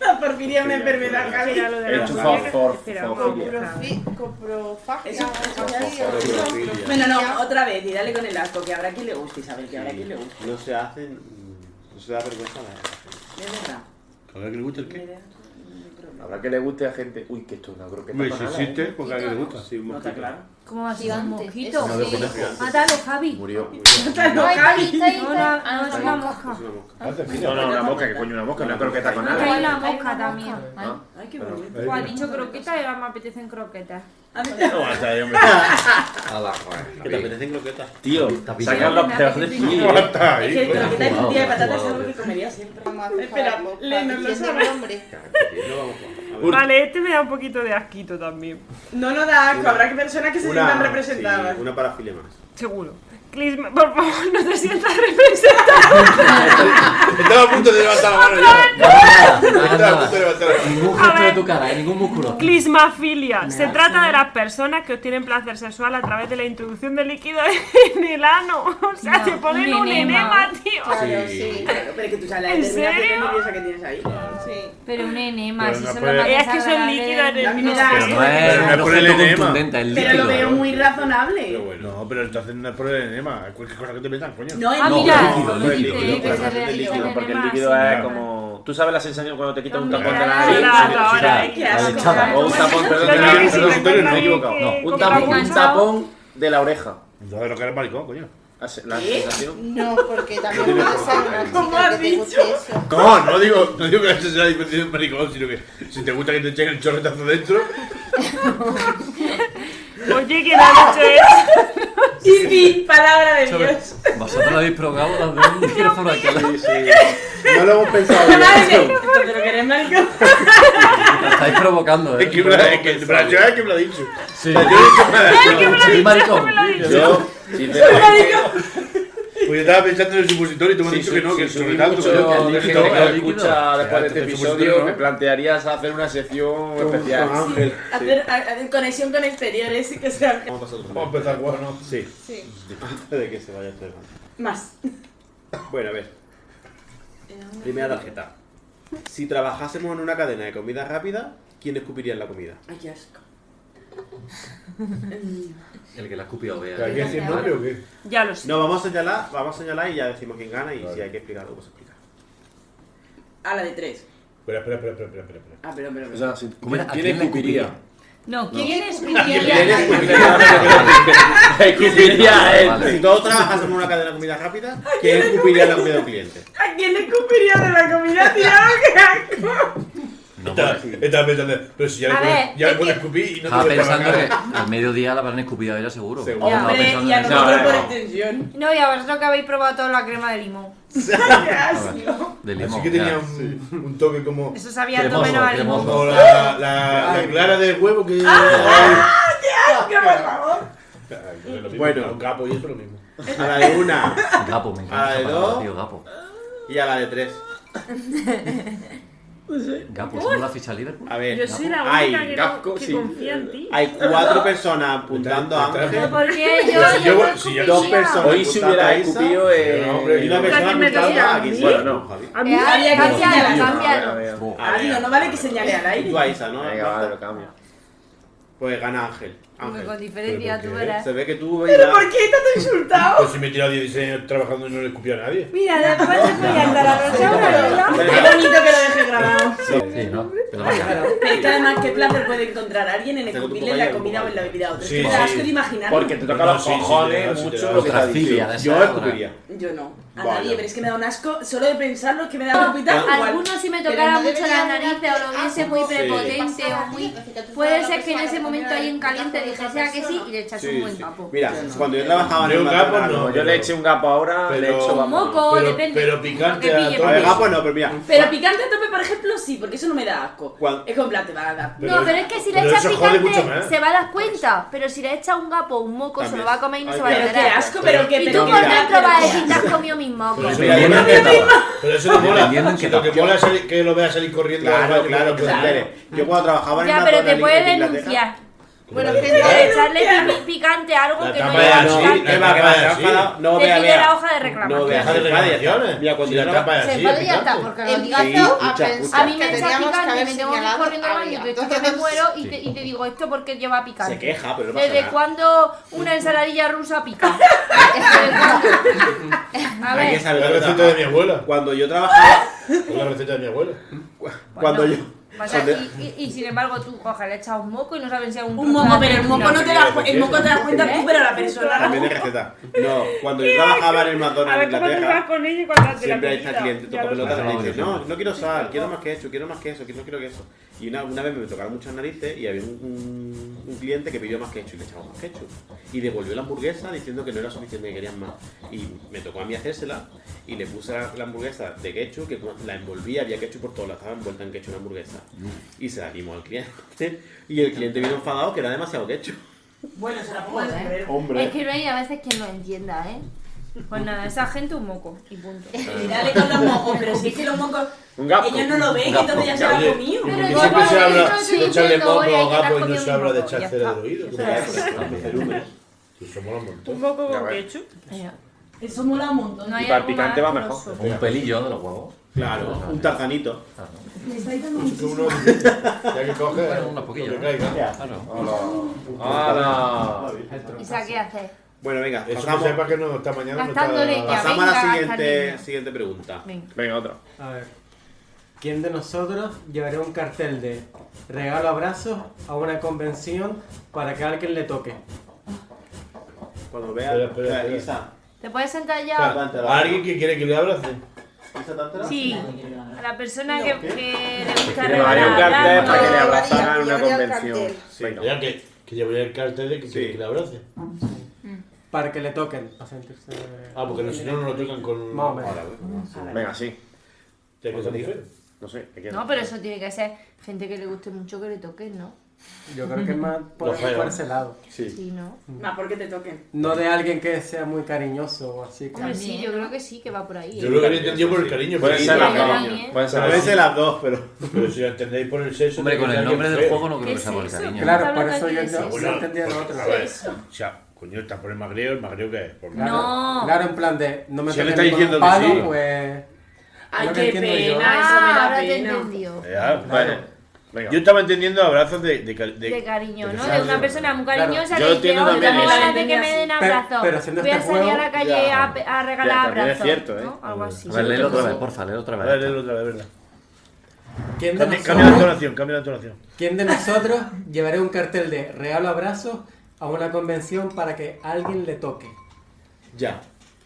[SPEAKER 5] La porfiria es una enfermedad, Javi.
[SPEAKER 4] Mira lo de la
[SPEAKER 1] Enchufado,
[SPEAKER 4] muñeca,
[SPEAKER 1] for-
[SPEAKER 4] espera,
[SPEAKER 1] for-
[SPEAKER 4] vamos,
[SPEAKER 1] for-
[SPEAKER 4] vamos.
[SPEAKER 8] coprofi- coprofagia,
[SPEAKER 5] Eso-
[SPEAKER 8] algo así,
[SPEAKER 6] Por favor,
[SPEAKER 8] algo así.
[SPEAKER 6] Silvia.
[SPEAKER 5] Bueno, no, otra vez, y dale con el asco, que habrá quien le guste, Isabel, que habrá quien le guste.
[SPEAKER 6] No se hacen. mm, No se da vergüenza a la gente.
[SPEAKER 5] Es verdad.
[SPEAKER 6] ¿A ver que le gusta el qué?
[SPEAKER 1] Habrá que le guste a gente. Uy, que esto es una croqueta.
[SPEAKER 6] Hombre, si
[SPEAKER 1] panada, ¿eh?
[SPEAKER 6] existe, porque a alguien le gusta. Sí, un
[SPEAKER 5] No está
[SPEAKER 6] mosquito.
[SPEAKER 5] claro.
[SPEAKER 3] ¿Cómo así? ¿Un
[SPEAKER 8] Gigante.
[SPEAKER 3] mosquito?
[SPEAKER 8] Eso
[SPEAKER 6] sí.
[SPEAKER 3] Mátalo, Javi.
[SPEAKER 1] Murió. murió.
[SPEAKER 8] No, ahí está, ahí está, ahí
[SPEAKER 3] No,
[SPEAKER 8] está.
[SPEAKER 3] no, no, es una mosca.
[SPEAKER 6] Es Ah, una mosca.
[SPEAKER 1] No, no, una mosca, que coño, una mosca, una croqueta con
[SPEAKER 3] Que hay
[SPEAKER 1] nada.
[SPEAKER 3] una mosca también.
[SPEAKER 1] Ah,
[SPEAKER 5] Ay, qué
[SPEAKER 1] pero-
[SPEAKER 6] eh,
[SPEAKER 5] bonito.
[SPEAKER 3] Pues ha dicho croqueta y ahora me apetecen croquetas.
[SPEAKER 6] No, hasta ahí, hombre.
[SPEAKER 7] A la joder.
[SPEAKER 6] Que te apetecen croquetas.
[SPEAKER 1] Tío, sacan los peores de ti, ¿eh?
[SPEAKER 6] Hasta
[SPEAKER 5] Es que
[SPEAKER 6] ahí.
[SPEAKER 5] el croqueta y tortilla de
[SPEAKER 7] Wow,
[SPEAKER 5] patatas es
[SPEAKER 7] wow.
[SPEAKER 5] algo que comería siempre.
[SPEAKER 8] Vamos a hacer
[SPEAKER 5] Espera,
[SPEAKER 8] jarabe,
[SPEAKER 5] Lena, lo
[SPEAKER 8] diciendo el
[SPEAKER 5] sabe.
[SPEAKER 8] nombre.
[SPEAKER 6] No vamos a- a ver.
[SPEAKER 4] Vale, este me da un poquito de asquito también.
[SPEAKER 5] No, no da asco, habrá que personas que se sientan
[SPEAKER 6] Una-
[SPEAKER 5] representadas.
[SPEAKER 6] sí, Una parafilia más.
[SPEAKER 4] Seguro. Clisma, por favor, no te sientas representado.
[SPEAKER 6] Estaba a punto de levantar la mano ya.
[SPEAKER 7] Nada, nada,
[SPEAKER 6] Estaba a punto de
[SPEAKER 7] nada.
[SPEAKER 6] levantar la mano.
[SPEAKER 7] Ningún
[SPEAKER 4] A
[SPEAKER 7] gesto de
[SPEAKER 4] ver.
[SPEAKER 7] tu cara, ¿eh? ningún músculo.
[SPEAKER 4] Clismafilia.
[SPEAKER 9] Me
[SPEAKER 4] Se
[SPEAKER 9] da
[SPEAKER 4] trata
[SPEAKER 9] asco.
[SPEAKER 4] de las personas que obtienen placer sexual a través de la introducción de líquido en el ano. O sea,
[SPEAKER 3] No,
[SPEAKER 4] te ponen
[SPEAKER 3] un
[SPEAKER 4] un
[SPEAKER 3] enema.
[SPEAKER 4] enema, tío.
[SPEAKER 8] Claro,
[SPEAKER 6] Sí.
[SPEAKER 8] sí.
[SPEAKER 5] Claro, pero es que tú sabes la
[SPEAKER 4] ¿En
[SPEAKER 5] determinación
[SPEAKER 4] serio?
[SPEAKER 5] nerviosa que tienes ahí.
[SPEAKER 8] Sí.
[SPEAKER 3] Pero un enema,
[SPEAKER 6] Pero
[SPEAKER 3] si
[SPEAKER 6] no
[SPEAKER 3] son
[SPEAKER 6] puede-
[SPEAKER 3] las
[SPEAKER 4] Es
[SPEAKER 3] más
[SPEAKER 4] que son
[SPEAKER 3] desagradables
[SPEAKER 4] líquidos
[SPEAKER 3] del
[SPEAKER 5] A mí me
[SPEAKER 4] nerviosos.
[SPEAKER 5] da
[SPEAKER 6] Pero no
[SPEAKER 7] Pero no es un
[SPEAKER 6] es por el
[SPEAKER 7] objeto
[SPEAKER 6] enema.
[SPEAKER 7] contundente, es
[SPEAKER 5] Pero lo veo
[SPEAKER 7] líquido.
[SPEAKER 5] muy razonable.
[SPEAKER 6] No, pero entonces no es por el enema, es cualquier cosa que te metan, coño.
[SPEAKER 5] No,
[SPEAKER 3] Ah,
[SPEAKER 5] es
[SPEAKER 7] No,
[SPEAKER 5] mira.
[SPEAKER 3] mira,
[SPEAKER 7] líquido,
[SPEAKER 3] dice
[SPEAKER 6] líquido,
[SPEAKER 3] que
[SPEAKER 6] líquido,
[SPEAKER 3] se realiza
[SPEAKER 6] líquido,
[SPEAKER 3] un
[SPEAKER 1] Porque el
[SPEAKER 3] enema,
[SPEAKER 1] líquido
[SPEAKER 3] sí.
[SPEAKER 1] es
[SPEAKER 6] claro.
[SPEAKER 1] como. ¿Tú sabes la sensación cuando te quitas un
[SPEAKER 3] Mira,
[SPEAKER 1] tapón de
[SPEAKER 3] ahora,
[SPEAKER 1] la nariz?
[SPEAKER 4] ahora, ahora,
[SPEAKER 5] Ay, qué
[SPEAKER 6] la
[SPEAKER 5] asco.
[SPEAKER 6] lechada.
[SPEAKER 1] O un tapón, perdón,
[SPEAKER 4] Lo
[SPEAKER 1] de
[SPEAKER 4] que
[SPEAKER 1] la
[SPEAKER 4] sí,
[SPEAKER 1] perdón,
[SPEAKER 4] sí,
[SPEAKER 1] Antonio, no me he
[SPEAKER 4] sí,
[SPEAKER 1] equivocado.
[SPEAKER 4] sí,
[SPEAKER 1] No, un
[SPEAKER 4] compra
[SPEAKER 1] tapón, un
[SPEAKER 4] mucho.
[SPEAKER 1] tapón de la oreja.
[SPEAKER 6] Entonces lo que eres maricón, coño.
[SPEAKER 1] La se- la
[SPEAKER 5] ¿Qué?
[SPEAKER 1] sensación.
[SPEAKER 8] No, porque también puede ser
[SPEAKER 5] ¿Cómo
[SPEAKER 8] una chica
[SPEAKER 5] has
[SPEAKER 8] que te guste
[SPEAKER 5] dicho?
[SPEAKER 8] eso.
[SPEAKER 6] No, no digo, no digo que eso sea diferencia de maricón, sino que si te gusta que te echen el chorretazo dentro,
[SPEAKER 4] Oye, ¿quién ha dicho eso?
[SPEAKER 5] Y mi palabra de Dios.
[SPEAKER 7] Vosotros lo habéis probado los dos micrófonos aquí.
[SPEAKER 6] no lo hemos pensado
[SPEAKER 5] Palabra de Dios. Pero que eres maricón.
[SPEAKER 7] Lo estáis provocando, ¿eh?
[SPEAKER 6] Es que
[SPEAKER 7] No lo
[SPEAKER 6] me- es
[SPEAKER 7] hemos
[SPEAKER 6] que-
[SPEAKER 7] pensado.
[SPEAKER 6] pero yo es que me lo ha dicho.
[SPEAKER 7] Sí.
[SPEAKER 6] O sea, yo he dicho nada.
[SPEAKER 7] Soy maricón.
[SPEAKER 1] Yo, sinceramente.
[SPEAKER 6] Pues yo estaba pensando en el supositorio y tú me has
[SPEAKER 1] Si
[SPEAKER 6] dicho
[SPEAKER 1] su-
[SPEAKER 6] que no,
[SPEAKER 1] si
[SPEAKER 6] que el ¿eh?
[SPEAKER 1] subí
[SPEAKER 6] chorretazo.
[SPEAKER 1] mucho
[SPEAKER 6] coño, que
[SPEAKER 1] de gente
[SPEAKER 6] no,
[SPEAKER 1] que
[SPEAKER 6] que
[SPEAKER 1] lo
[SPEAKER 6] no, que no.
[SPEAKER 1] escucha después de
[SPEAKER 6] te
[SPEAKER 1] este
[SPEAKER 6] presupuesto,
[SPEAKER 1] episodio,
[SPEAKER 6] ¿no?
[SPEAKER 1] me plantearías hacer una sección especial.
[SPEAKER 6] Ángel.
[SPEAKER 5] Hacer, a- hacer conexión con exteriores y que sea
[SPEAKER 6] Vamos a pasar otro.
[SPEAKER 2] Vamos a empezar bueno.
[SPEAKER 6] Sí.
[SPEAKER 8] Sí.
[SPEAKER 6] Antes de que se vaya este todo el
[SPEAKER 5] más.
[SPEAKER 6] Bueno, a ver. Primera tarjeta. Si trabajásemos en una cadena de comida rápida, ¿quién escupiría en la comida?
[SPEAKER 5] Ay, qué asco.
[SPEAKER 7] El que la ha escupido, vea.
[SPEAKER 2] ¿Pero aquí así el nombre o qué?
[SPEAKER 4] Ya lo sé.
[SPEAKER 6] No, vamos a señalar, vamos a señalar y ya decimos quién gana y si hay que explicar algo, pues explica.
[SPEAKER 5] A la de tres.
[SPEAKER 2] Espera, espera, espera, espera, espera, espera.
[SPEAKER 5] Ah, perdón, perdón.
[SPEAKER 1] O sea, si,
[SPEAKER 7] ¿Cómo era? ¿A
[SPEAKER 1] ¿quién
[SPEAKER 7] quién la
[SPEAKER 1] escupiría?
[SPEAKER 10] No, ¿quién es
[SPEAKER 6] ¿Quién
[SPEAKER 10] Miriam?
[SPEAKER 1] Escupiría a él.
[SPEAKER 7] Vale.
[SPEAKER 6] Si todos trabajásemos en una cadena de comida rápida, ¿quién escupiría en la comida del cliente?
[SPEAKER 4] ¿A quién le escupiría de la comida tirado? ¡Qué asco!
[SPEAKER 7] No,
[SPEAKER 2] Estaba,
[SPEAKER 7] pues,
[SPEAKER 2] estaba pensando, pero si ya le
[SPEAKER 10] A
[SPEAKER 2] puedo-
[SPEAKER 10] ver,
[SPEAKER 2] ya le
[SPEAKER 10] es
[SPEAKER 2] puedo
[SPEAKER 10] que-
[SPEAKER 2] escupir y no
[SPEAKER 7] estaba
[SPEAKER 2] te voy a
[SPEAKER 7] pensando
[SPEAKER 2] pagar.
[SPEAKER 7] que al mediodía la habrán escupido a ella seguro.
[SPEAKER 6] Seguro.
[SPEAKER 7] O estaba
[SPEAKER 5] Hombre,
[SPEAKER 7] pensando
[SPEAKER 5] y
[SPEAKER 7] en
[SPEAKER 5] a
[SPEAKER 7] eso.
[SPEAKER 5] nosotros
[SPEAKER 1] no,
[SPEAKER 5] por
[SPEAKER 1] no.
[SPEAKER 5] extensión.
[SPEAKER 3] No, y a vosotros que habéis probado toda la crema de limón.
[SPEAKER 7] De limón.
[SPEAKER 2] Así que tenía
[SPEAKER 7] ya.
[SPEAKER 2] un, un toque como,
[SPEAKER 3] Eso sabía todo
[SPEAKER 7] Cremoso,
[SPEAKER 3] menos a
[SPEAKER 7] cremoso.
[SPEAKER 3] limón.
[SPEAKER 2] como la, la, la clara del huevo que...
[SPEAKER 10] Ah,
[SPEAKER 2] Ay, es lo mismo,
[SPEAKER 6] Bueno.
[SPEAKER 2] un capo y eso es lo mismo.
[SPEAKER 6] A la de una
[SPEAKER 7] Gapo, me encanta.
[SPEAKER 6] Vale,
[SPEAKER 7] esa
[SPEAKER 6] dos.
[SPEAKER 7] palabra, tío, gapo.
[SPEAKER 6] y a la de tres.
[SPEAKER 7] Gapo, ¿somos la ficha Liverpool?
[SPEAKER 6] A ver,
[SPEAKER 4] Yo soy la
[SPEAKER 6] hay,
[SPEAKER 4] única que, no-
[SPEAKER 6] Gasco,
[SPEAKER 4] que
[SPEAKER 6] sí.
[SPEAKER 4] confía en ti.
[SPEAKER 6] hay cuatro personas apuntando a
[SPEAKER 2] Está- está-
[SPEAKER 6] Ángel.
[SPEAKER 3] ¿Por qué yo?
[SPEAKER 2] Pero si
[SPEAKER 3] yo
[SPEAKER 2] yo-
[SPEAKER 3] no
[SPEAKER 2] si yo-
[SPEAKER 3] escupiría.
[SPEAKER 6] Dos personas
[SPEAKER 1] Hoy si
[SPEAKER 6] apuntando
[SPEAKER 1] hubiera
[SPEAKER 6] a Isa,
[SPEAKER 1] escupido. eh,
[SPEAKER 2] No, hombre,
[SPEAKER 6] Y una
[SPEAKER 2] no.
[SPEAKER 6] persona
[SPEAKER 4] Nadie me
[SPEAKER 6] apuntando
[SPEAKER 4] decía
[SPEAKER 6] a
[SPEAKER 4] a
[SPEAKER 6] quien
[SPEAKER 4] mí.
[SPEAKER 6] sea,
[SPEAKER 1] Bueno, no.
[SPEAKER 6] Javi.
[SPEAKER 4] A mí
[SPEAKER 3] Eh,
[SPEAKER 5] Había que
[SPEAKER 3] Cámbialo,
[SPEAKER 5] enseñar.
[SPEAKER 1] A
[SPEAKER 3] cámbialo.
[SPEAKER 1] ver, a ver.
[SPEAKER 7] Bo.
[SPEAKER 5] Ah, digo, no vale que señale al
[SPEAKER 6] Y tú a
[SPEAKER 5] aire.
[SPEAKER 6] Isa, ¿no?
[SPEAKER 1] Venga, va, lo cambio.
[SPEAKER 6] Pues gana Ángel.
[SPEAKER 3] Hombre, Con
[SPEAKER 6] Ángel.
[SPEAKER 3] diferencia,
[SPEAKER 2] ¿Pero
[SPEAKER 3] tú
[SPEAKER 2] por qué?
[SPEAKER 3] verás.
[SPEAKER 6] Se ve que tú
[SPEAKER 5] ¿Pero
[SPEAKER 6] bailas.
[SPEAKER 5] por qué te has insultado?
[SPEAKER 2] Pues si me he tirado 16 años trabajando y no le escupí a nadie.
[SPEAKER 3] Mira, después te voy a dar a
[SPEAKER 7] Sí,
[SPEAKER 3] Rosa,
[SPEAKER 5] Qué bonito que lo dejes grabado.
[SPEAKER 7] Sí, ¿no? Pero vaya.
[SPEAKER 5] Pero es que además, ¿qué placer puede encontrar alguien en
[SPEAKER 6] Tengo tu
[SPEAKER 5] escupirle en la
[SPEAKER 6] compañero,
[SPEAKER 5] comida o en la
[SPEAKER 6] compañero.
[SPEAKER 5] bebida a otro?
[SPEAKER 2] Sí,
[SPEAKER 5] es que me
[SPEAKER 2] sí.
[SPEAKER 5] da asco de imaginar.
[SPEAKER 1] Porque te toca
[SPEAKER 2] No, sí,
[SPEAKER 1] los
[SPEAKER 2] sí, te da,
[SPEAKER 1] cojones
[SPEAKER 2] sí, te
[SPEAKER 1] mucho
[SPEAKER 2] da.
[SPEAKER 1] lo que te ha
[SPEAKER 7] Ostracilia,
[SPEAKER 1] dicho.
[SPEAKER 7] de esa
[SPEAKER 6] Yo
[SPEAKER 7] hora.
[SPEAKER 6] escupiría.
[SPEAKER 5] Yo no, a
[SPEAKER 6] Vaya.
[SPEAKER 5] nadie, pero es que me da un asco. Solo de pensarlo es que me da
[SPEAKER 1] Ah,
[SPEAKER 5] una pupita. igual.
[SPEAKER 3] Algunos si me tocara
[SPEAKER 8] Pero no
[SPEAKER 3] mucho
[SPEAKER 8] debería
[SPEAKER 3] la nariz
[SPEAKER 8] haber
[SPEAKER 3] o lo viese
[SPEAKER 8] algo
[SPEAKER 3] muy
[SPEAKER 8] que
[SPEAKER 3] prepotente
[SPEAKER 8] pasara
[SPEAKER 3] o
[SPEAKER 8] ahí,
[SPEAKER 3] muy...
[SPEAKER 8] porque tú
[SPEAKER 3] Puede
[SPEAKER 8] sabes
[SPEAKER 3] ser
[SPEAKER 8] la
[SPEAKER 3] que en
[SPEAKER 8] persona
[SPEAKER 3] ese
[SPEAKER 8] que
[SPEAKER 3] momento
[SPEAKER 8] primero
[SPEAKER 3] ahí en
[SPEAKER 8] le toca
[SPEAKER 3] caliente
[SPEAKER 8] con otra
[SPEAKER 3] dijese a que sí
[SPEAKER 8] persona.
[SPEAKER 3] y le echase un
[SPEAKER 6] Sí,
[SPEAKER 3] buen
[SPEAKER 6] sí.
[SPEAKER 3] papo.
[SPEAKER 6] Mira,
[SPEAKER 5] Yo no.
[SPEAKER 6] cuando yo trabajaba en
[SPEAKER 2] Yo
[SPEAKER 6] una
[SPEAKER 2] gapo
[SPEAKER 6] cadena-
[SPEAKER 2] no.
[SPEAKER 1] Como yo le eche un gapo ahora,
[SPEAKER 2] Pero-
[SPEAKER 1] le echo
[SPEAKER 2] Un
[SPEAKER 1] vamos.
[SPEAKER 3] moco. O
[SPEAKER 2] Pero,
[SPEAKER 3] depende.
[SPEAKER 2] pero picante
[SPEAKER 3] Lo que
[SPEAKER 2] a
[SPEAKER 3] pille,
[SPEAKER 6] A ver,
[SPEAKER 2] tope.
[SPEAKER 6] gapo no, pero mira.
[SPEAKER 5] Pero picante a tope, por ejemplo, sí, porque eso no me da asco.
[SPEAKER 6] Cuan-
[SPEAKER 5] Es como en plan, te va a dar.
[SPEAKER 2] Pero-
[SPEAKER 3] no, pero es que si le
[SPEAKER 2] pero
[SPEAKER 3] echas
[SPEAKER 2] eso jode mucho
[SPEAKER 3] picante
[SPEAKER 2] más.
[SPEAKER 3] se va a dar cuenta, pero si le echas un gapo o un moco se
[SPEAKER 6] También.
[SPEAKER 3] lo va a comer y no
[SPEAKER 6] Ay,
[SPEAKER 3] se va a
[SPEAKER 5] Pero qué
[SPEAKER 3] enterar.
[SPEAKER 5] asco, pero que.
[SPEAKER 3] Y tú
[SPEAKER 5] pero
[SPEAKER 3] por
[SPEAKER 5] qué-
[SPEAKER 3] dentro
[SPEAKER 5] pero
[SPEAKER 3] vas a
[SPEAKER 5] qué
[SPEAKER 3] decir, te
[SPEAKER 5] asco.
[SPEAKER 3] has comido mis
[SPEAKER 2] Pero
[SPEAKER 3] mocos.
[SPEAKER 2] eso
[SPEAKER 6] Mira,
[SPEAKER 2] no
[SPEAKER 6] yo
[SPEAKER 2] mola.
[SPEAKER 6] me encantaba.
[SPEAKER 2] Pero eso no mola.
[SPEAKER 7] Dependiendo en qué
[SPEAKER 2] Si lo que
[SPEAKER 7] etapa.
[SPEAKER 2] mola es salir- que lo vea salir corriendo. al
[SPEAKER 6] Claro,
[SPEAKER 2] baño,
[SPEAKER 6] claro, que
[SPEAKER 2] que
[SPEAKER 6] te enteres. Yo cuando trabajaba en
[SPEAKER 3] Ya,
[SPEAKER 6] una
[SPEAKER 3] pero
[SPEAKER 6] cadena
[SPEAKER 3] te
[SPEAKER 6] de
[SPEAKER 3] puede
[SPEAKER 6] Inglaterra-
[SPEAKER 3] denunciar.
[SPEAKER 8] Bueno,
[SPEAKER 2] Vale.
[SPEAKER 8] gente,
[SPEAKER 3] Por
[SPEAKER 8] eh,
[SPEAKER 3] echarle pi- picante a algo
[SPEAKER 2] La
[SPEAKER 3] que no
[SPEAKER 2] tapa
[SPEAKER 3] lleva
[SPEAKER 2] es así,
[SPEAKER 6] no,
[SPEAKER 2] la
[SPEAKER 6] que
[SPEAKER 3] picante.
[SPEAKER 6] va, que
[SPEAKER 2] tapa
[SPEAKER 6] va,
[SPEAKER 2] es
[SPEAKER 6] ya
[SPEAKER 2] así.
[SPEAKER 6] enfadado. No
[SPEAKER 3] Te
[SPEAKER 6] vea,
[SPEAKER 3] pide la
[SPEAKER 6] vea.
[SPEAKER 3] hoja de
[SPEAKER 6] No
[SPEAKER 3] reclamación.
[SPEAKER 6] veas
[SPEAKER 2] Deja de reclamaciones.
[SPEAKER 6] Mira, cuando
[SPEAKER 2] Si
[SPEAKER 6] yo
[SPEAKER 2] la tapa es
[SPEAKER 10] Se
[SPEAKER 2] así,
[SPEAKER 10] enfada y
[SPEAKER 2] es
[SPEAKER 10] ya está,
[SPEAKER 2] picante.
[SPEAKER 10] porque lo
[SPEAKER 8] En mi
[SPEAKER 10] digas
[SPEAKER 6] Sí,
[SPEAKER 8] caso, a
[SPEAKER 6] escucha,
[SPEAKER 8] pensar
[SPEAKER 6] escucha.
[SPEAKER 3] A mí me
[SPEAKER 8] que
[SPEAKER 3] echa
[SPEAKER 8] teníamos que
[SPEAKER 3] picante,
[SPEAKER 8] haber
[SPEAKER 3] me tengo que ir
[SPEAKER 8] señalado
[SPEAKER 3] corriendo al
[SPEAKER 8] a
[SPEAKER 3] baño,
[SPEAKER 8] Ariel.
[SPEAKER 3] que estoy que me muero y te, y te digo esto porque lleva picante.
[SPEAKER 6] Se queja, pero no pasa
[SPEAKER 3] ¿Desde
[SPEAKER 6] nada.
[SPEAKER 3] cuándo una ensaladilla rusa pica? A
[SPEAKER 6] Hay que
[SPEAKER 3] ver,
[SPEAKER 6] saber
[SPEAKER 2] La
[SPEAKER 6] dónde
[SPEAKER 2] receta
[SPEAKER 6] trabajar.
[SPEAKER 2] de mi abuela.
[SPEAKER 6] Cuando yo trabajaba,
[SPEAKER 2] Es la receta de mi abuela.
[SPEAKER 6] cuando yo...
[SPEAKER 3] vas
[SPEAKER 6] cuando-
[SPEAKER 3] aquí y, y sin embargo tú coges, le echas un moco y no saben si es un
[SPEAKER 5] Un moco, pero el moco no te da
[SPEAKER 2] No,
[SPEAKER 5] el moco te das cuenta
[SPEAKER 2] ¿eh?
[SPEAKER 5] tú, pero la persona
[SPEAKER 6] También
[SPEAKER 5] no.
[SPEAKER 6] es receta. No, cuando yo trabajaba en el
[SPEAKER 4] A
[SPEAKER 6] McDonald's en
[SPEAKER 4] ver cómo te vas
[SPEAKER 6] Inglaterra,
[SPEAKER 4] con ella cuando te la
[SPEAKER 6] siempre está cliente,
[SPEAKER 4] Ya
[SPEAKER 6] toca
[SPEAKER 4] lo
[SPEAKER 6] pelota,
[SPEAKER 7] sé.
[SPEAKER 6] le dice, no, no quiero sal, quiero más que eso, quiero más que eso, quiero- no quiero que eso. Y una, una vez me tocaron muchas narices y había un, un- un cliente que pidió más ketchup y le echaba más ketchup. Y devolvió la hamburguesa diciendo que no era suficiente, que querían más. Y me tocó a mí hacérsela y le puse la, la hamburguesa de ketchup, que cu- la envolvía, había ketchup por todo, la estaba envuelta en ketchup la hamburguesa. Y se la dimos al cliente. Y el cliente vino enfadado que era demasiado ketchup.
[SPEAKER 5] Bueno, se la puedo creer.
[SPEAKER 3] Es que no hay a veces quien lo entienda, ¿eh? Pues nada, esa gente un moco y punto.
[SPEAKER 5] Y dale con los mocos, pero si es que los mocos.
[SPEAKER 1] Un gapo.
[SPEAKER 5] Ellos no lo ven,
[SPEAKER 7] Un gapo.
[SPEAKER 5] entonces ya se lo han
[SPEAKER 2] Oye,
[SPEAKER 5] comido.
[SPEAKER 2] ¿y por
[SPEAKER 3] Pero
[SPEAKER 2] qué
[SPEAKER 3] yo
[SPEAKER 2] siempre
[SPEAKER 3] no
[SPEAKER 2] se
[SPEAKER 3] le-
[SPEAKER 2] habla
[SPEAKER 3] no estoy
[SPEAKER 2] de echarle
[SPEAKER 3] diciendo,
[SPEAKER 2] moco
[SPEAKER 3] oye,
[SPEAKER 2] a
[SPEAKER 3] que te has
[SPEAKER 2] gapo y no
[SPEAKER 3] comido
[SPEAKER 2] se
[SPEAKER 3] un
[SPEAKER 2] habla de
[SPEAKER 3] moco, ya
[SPEAKER 2] echar cera
[SPEAKER 3] está.
[SPEAKER 2] del oído? ¿Cómo
[SPEAKER 3] Eso
[SPEAKER 2] se habla? Sí, se mola un
[SPEAKER 4] Un
[SPEAKER 2] montón.
[SPEAKER 4] poco
[SPEAKER 1] Ya
[SPEAKER 4] con
[SPEAKER 1] ves.
[SPEAKER 4] ketchup.
[SPEAKER 5] Eso mola un montón.
[SPEAKER 3] No hay
[SPEAKER 1] Y para el
[SPEAKER 3] algo
[SPEAKER 1] picante
[SPEAKER 3] más
[SPEAKER 1] va mejor.
[SPEAKER 3] asqueroso.
[SPEAKER 7] Un pelillo de los huevos.
[SPEAKER 6] Claro, un tarzanito.
[SPEAKER 7] Claro.
[SPEAKER 5] Me estáis dando
[SPEAKER 2] Eso que
[SPEAKER 5] muchísimo.
[SPEAKER 2] uno- Ya que coge.
[SPEAKER 7] Bueno, unos poquillos,
[SPEAKER 2] lo que
[SPEAKER 7] ¿no?
[SPEAKER 2] caiga.
[SPEAKER 7] Claro.
[SPEAKER 1] ¡Hala!
[SPEAKER 3] Isa, ¿qué haces?
[SPEAKER 6] Bueno, venga,
[SPEAKER 2] Eso que
[SPEAKER 6] pasamos,
[SPEAKER 2] sepa que no está mañana. no está-
[SPEAKER 3] Gastándole ya.
[SPEAKER 6] pasamos a la
[SPEAKER 3] Venga,
[SPEAKER 6] siguiente,
[SPEAKER 3] Carliño.
[SPEAKER 6] siguiente pregunta.
[SPEAKER 3] Venga.
[SPEAKER 1] Venga, otro.
[SPEAKER 9] A ver. ¿Quién de nosotros llevaría un cartel de regalo abrazos a una convención para que alguien le toque?
[SPEAKER 6] Cuando vea,
[SPEAKER 2] Espera, espera,
[SPEAKER 6] espera,
[SPEAKER 2] espera.
[SPEAKER 6] Isa,
[SPEAKER 3] ¿Te puedes sentar
[SPEAKER 2] O sea,
[SPEAKER 3] ya?
[SPEAKER 2] ¿a ¿Alguien que quiere que le abrace?
[SPEAKER 6] Isa, tántala.
[SPEAKER 3] Sí, a la persona que, que le gusta
[SPEAKER 1] Que le daría un
[SPEAKER 3] regalar.
[SPEAKER 1] cartel
[SPEAKER 3] ¿no?
[SPEAKER 1] para que le
[SPEAKER 8] No,
[SPEAKER 1] abrazaran en
[SPEAKER 8] yo
[SPEAKER 1] una
[SPEAKER 8] haría el
[SPEAKER 1] convención.
[SPEAKER 8] cartel.
[SPEAKER 2] Sí,
[SPEAKER 1] Venga.
[SPEAKER 2] ya que, que llevaría el cartel de que quiere que le abrace.
[SPEAKER 9] Para que le toquen. Para sentirse.
[SPEAKER 2] Ah, porque no, si no, no lo tocan con.
[SPEAKER 9] Más o menos.
[SPEAKER 2] Ahora, bueno.
[SPEAKER 1] Venga, sí.
[SPEAKER 2] Ya que está muy feo.
[SPEAKER 1] No sé. ¿qué quieres?
[SPEAKER 3] No, pero eso tiene que ser gente que le guste mucho que le toquen, ¿no?
[SPEAKER 9] Yo creo que es más
[SPEAKER 2] Lo
[SPEAKER 9] por,
[SPEAKER 2] feo.
[SPEAKER 9] por ese lado.
[SPEAKER 1] Sí.
[SPEAKER 3] Sí, ¿no?
[SPEAKER 5] Más porque te toquen.
[SPEAKER 9] No de alguien que sea muy cariñoso o así.
[SPEAKER 3] Hombre,
[SPEAKER 9] como-
[SPEAKER 3] sí, yo creo que sí, que va por ahí.
[SPEAKER 2] Yo
[SPEAKER 3] ¿eh?
[SPEAKER 2] lo hubiera entendido por el cariño.
[SPEAKER 1] Pueden
[SPEAKER 2] pero-
[SPEAKER 1] ser las
[SPEAKER 3] yo
[SPEAKER 1] dos.
[SPEAKER 3] también.
[SPEAKER 1] Pueden ser
[SPEAKER 6] A
[SPEAKER 1] las
[SPEAKER 6] veces
[SPEAKER 1] dos.
[SPEAKER 6] las dos, pero.
[SPEAKER 2] Pero si lo entendéis por el sexo.
[SPEAKER 7] Hombre, con
[SPEAKER 2] tiene
[SPEAKER 7] el
[SPEAKER 2] que
[SPEAKER 7] nombre
[SPEAKER 2] ser
[SPEAKER 7] del
[SPEAKER 2] feo.
[SPEAKER 7] juego no creo
[SPEAKER 3] ¿Qué
[SPEAKER 7] que sea
[SPEAKER 3] es
[SPEAKER 7] por el
[SPEAKER 3] eso?
[SPEAKER 7] cariño.
[SPEAKER 9] Claro,
[SPEAKER 3] Habla
[SPEAKER 9] por eso
[SPEAKER 3] aquí
[SPEAKER 9] yo
[SPEAKER 3] de
[SPEAKER 9] no,
[SPEAKER 3] sexo.
[SPEAKER 9] no entendía lo otro.
[SPEAKER 2] A ver, o sea, coño, está por el magreo, el magreo que es. Por
[SPEAKER 9] Claro,
[SPEAKER 3] No.
[SPEAKER 9] Claro, en plan de no me
[SPEAKER 2] Si él está
[SPEAKER 9] toques ni con un
[SPEAKER 2] diciendo que
[SPEAKER 9] palo,
[SPEAKER 2] sí.
[SPEAKER 9] pues.
[SPEAKER 5] Ay,
[SPEAKER 9] Lo que
[SPEAKER 5] qué pena,
[SPEAKER 9] entiendo yo.
[SPEAKER 5] Ah, eso me
[SPEAKER 4] Ah,
[SPEAKER 5] da
[SPEAKER 3] Ah, ahora te he
[SPEAKER 5] pena.
[SPEAKER 3] entendido.
[SPEAKER 2] Ya,
[SPEAKER 6] Eh,
[SPEAKER 2] Eh, ah, bueno.
[SPEAKER 1] Venga.
[SPEAKER 2] Yo estaba entendiendo abrazos de, de, cal- de-
[SPEAKER 3] De cariño,
[SPEAKER 2] de-
[SPEAKER 3] ¿no? De una persona muy
[SPEAKER 9] Claro.
[SPEAKER 3] cariñosa
[SPEAKER 1] Yo
[SPEAKER 3] que
[SPEAKER 1] lo entiendo
[SPEAKER 3] dice, "Oh,
[SPEAKER 1] también
[SPEAKER 3] tengo
[SPEAKER 1] eso".
[SPEAKER 3] ganas de que me den
[SPEAKER 9] Pero-
[SPEAKER 3] abrazos.
[SPEAKER 9] pero haciendo
[SPEAKER 3] Voy a
[SPEAKER 9] este
[SPEAKER 3] salir a la
[SPEAKER 9] juego,
[SPEAKER 3] calle
[SPEAKER 9] ya.
[SPEAKER 3] a, pe- a
[SPEAKER 1] Ya,
[SPEAKER 3] regalar
[SPEAKER 1] también es
[SPEAKER 3] abrazos.
[SPEAKER 1] cierto, ¿eh?
[SPEAKER 3] ¿no? Algo así.
[SPEAKER 7] A ver, léelo otra vez, porfa, léelo otra
[SPEAKER 2] A ver,
[SPEAKER 7] vez.
[SPEAKER 2] léelo otra vez, verdad.
[SPEAKER 9] ¿Quién de
[SPEAKER 2] Cambia, cambia la
[SPEAKER 9] nosotros,
[SPEAKER 2] entonación, cambia la entonación.
[SPEAKER 9] quién de nosotros llevará un cartel de regalo abrazos a una convención para que alguien le toque?
[SPEAKER 6] Ya.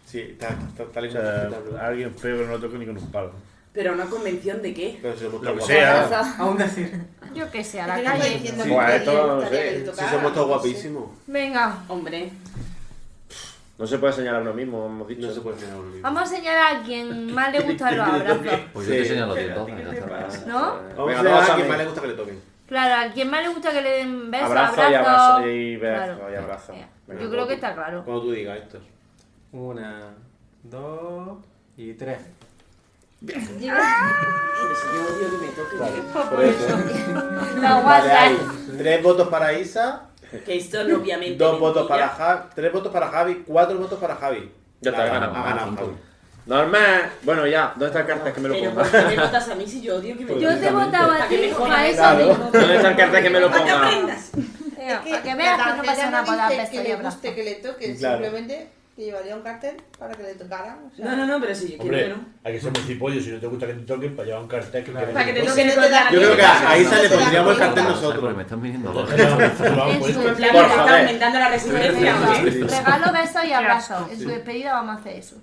[SPEAKER 6] Sí, está, está, está
[SPEAKER 2] O
[SPEAKER 6] lindo.
[SPEAKER 2] sea, alguien feo que no lo toque ni con un palo.
[SPEAKER 5] Pero una convención de qué?
[SPEAKER 6] Pero si somos
[SPEAKER 2] Lo que
[SPEAKER 6] todos
[SPEAKER 2] sea.
[SPEAKER 9] Aún decir,
[SPEAKER 3] Yo qué sé, a la
[SPEAKER 8] Yo estoy
[SPEAKER 3] calle.
[SPEAKER 8] diciendo
[SPEAKER 1] Sí.
[SPEAKER 8] que
[SPEAKER 1] Bueno,
[SPEAKER 8] estaría-
[SPEAKER 1] esto no lo
[SPEAKER 8] estaría
[SPEAKER 1] sé.
[SPEAKER 8] que le
[SPEAKER 6] Si
[SPEAKER 8] tocara,
[SPEAKER 6] somos todos
[SPEAKER 8] no sé.
[SPEAKER 6] guavísimos.
[SPEAKER 3] Venga,
[SPEAKER 5] Hombre,
[SPEAKER 1] No se puede señalar uno mismo, hemos dicho.
[SPEAKER 6] No se puede tener un libro.
[SPEAKER 3] vamos a señalar a quien más le gustan los abrazos.
[SPEAKER 7] Pues yo te
[SPEAKER 6] Sí.
[SPEAKER 7] señalo a ti entonces. ya está.
[SPEAKER 3] ¿No?
[SPEAKER 6] Vamos
[SPEAKER 1] Venga,
[SPEAKER 6] a ver
[SPEAKER 1] vamos
[SPEAKER 6] a
[SPEAKER 1] a
[SPEAKER 6] quien
[SPEAKER 1] mí.
[SPEAKER 6] más le gusta que le toquen.
[SPEAKER 3] Claro, a quien más le gusta que le den besos, abrazos.
[SPEAKER 1] Abrazo y abrazo y beso
[SPEAKER 3] Claro. Eh,
[SPEAKER 1] y abrazo. Venga,
[SPEAKER 3] Yo creo que está claro.
[SPEAKER 6] Cuando tú digas esto.
[SPEAKER 9] una, dos y tres.
[SPEAKER 5] pero si yo odio que me toque.
[SPEAKER 6] Por eso.
[SPEAKER 3] La
[SPEAKER 6] Vale,
[SPEAKER 3] guasa.
[SPEAKER 6] hay tres votos para Isa,
[SPEAKER 5] Que esto no, obviamente.
[SPEAKER 6] dos votos
[SPEAKER 5] mentira.
[SPEAKER 6] para Javi, tres votos para Javi, cuatro votos para Javi.
[SPEAKER 1] Ya está,
[SPEAKER 6] Ha
[SPEAKER 1] ganamos,
[SPEAKER 6] Ha ganado
[SPEAKER 7] punto.
[SPEAKER 6] Javi.
[SPEAKER 1] Normal. Bueno, ya. ¿Dónde está el cartel que me lo
[SPEAKER 5] Pero
[SPEAKER 1] ponga?
[SPEAKER 5] ¿por qué me votas a mí si yo odio que me toque?
[SPEAKER 3] Pues Yo te votaba a
[SPEAKER 5] Para que
[SPEAKER 3] ti
[SPEAKER 5] me jodan.
[SPEAKER 3] para eso
[SPEAKER 6] Claro.
[SPEAKER 3] mismo.
[SPEAKER 1] ¿Dónde está el cartel que me lo ponga?
[SPEAKER 3] Venga,
[SPEAKER 8] Es que
[SPEAKER 3] Para que veas que no
[SPEAKER 8] la
[SPEAKER 3] pasa
[SPEAKER 8] cartera
[SPEAKER 3] nada para dar
[SPEAKER 8] dice
[SPEAKER 3] besos
[SPEAKER 8] que
[SPEAKER 3] y
[SPEAKER 8] le
[SPEAKER 3] abrazos.
[SPEAKER 8] guste que le toque,
[SPEAKER 6] Claro.
[SPEAKER 8] simplemente que llevaría un cartel para que le tocaran. O sea,
[SPEAKER 5] No, no, no, pero si yo quiero que
[SPEAKER 2] Hombre,
[SPEAKER 5] no.
[SPEAKER 2] hay que ser muy cipollo. Si no te gusta que te toquen, para llevar un cartel que
[SPEAKER 9] Claro.
[SPEAKER 5] Para que te
[SPEAKER 8] Pues
[SPEAKER 5] toquen
[SPEAKER 8] si no
[SPEAKER 5] con
[SPEAKER 8] te da
[SPEAKER 5] la
[SPEAKER 6] Yo creo que a a
[SPEAKER 8] Ahí
[SPEAKER 6] Isa
[SPEAKER 8] sale
[SPEAKER 6] le pondríamos el cartel
[SPEAKER 7] ¿Sabes por qué me
[SPEAKER 6] nosotros.
[SPEAKER 7] están viniendo
[SPEAKER 2] Nosotros
[SPEAKER 7] dólares?
[SPEAKER 2] lo vamos
[SPEAKER 3] En su
[SPEAKER 2] puesto.
[SPEAKER 5] plan,
[SPEAKER 1] Por
[SPEAKER 5] que está
[SPEAKER 1] favor.
[SPEAKER 5] aumentando la resistencia. ¿no?
[SPEAKER 3] Regalo, besos y abrazos.
[SPEAKER 4] asco.
[SPEAKER 3] En su despedida vamos a hacer eso.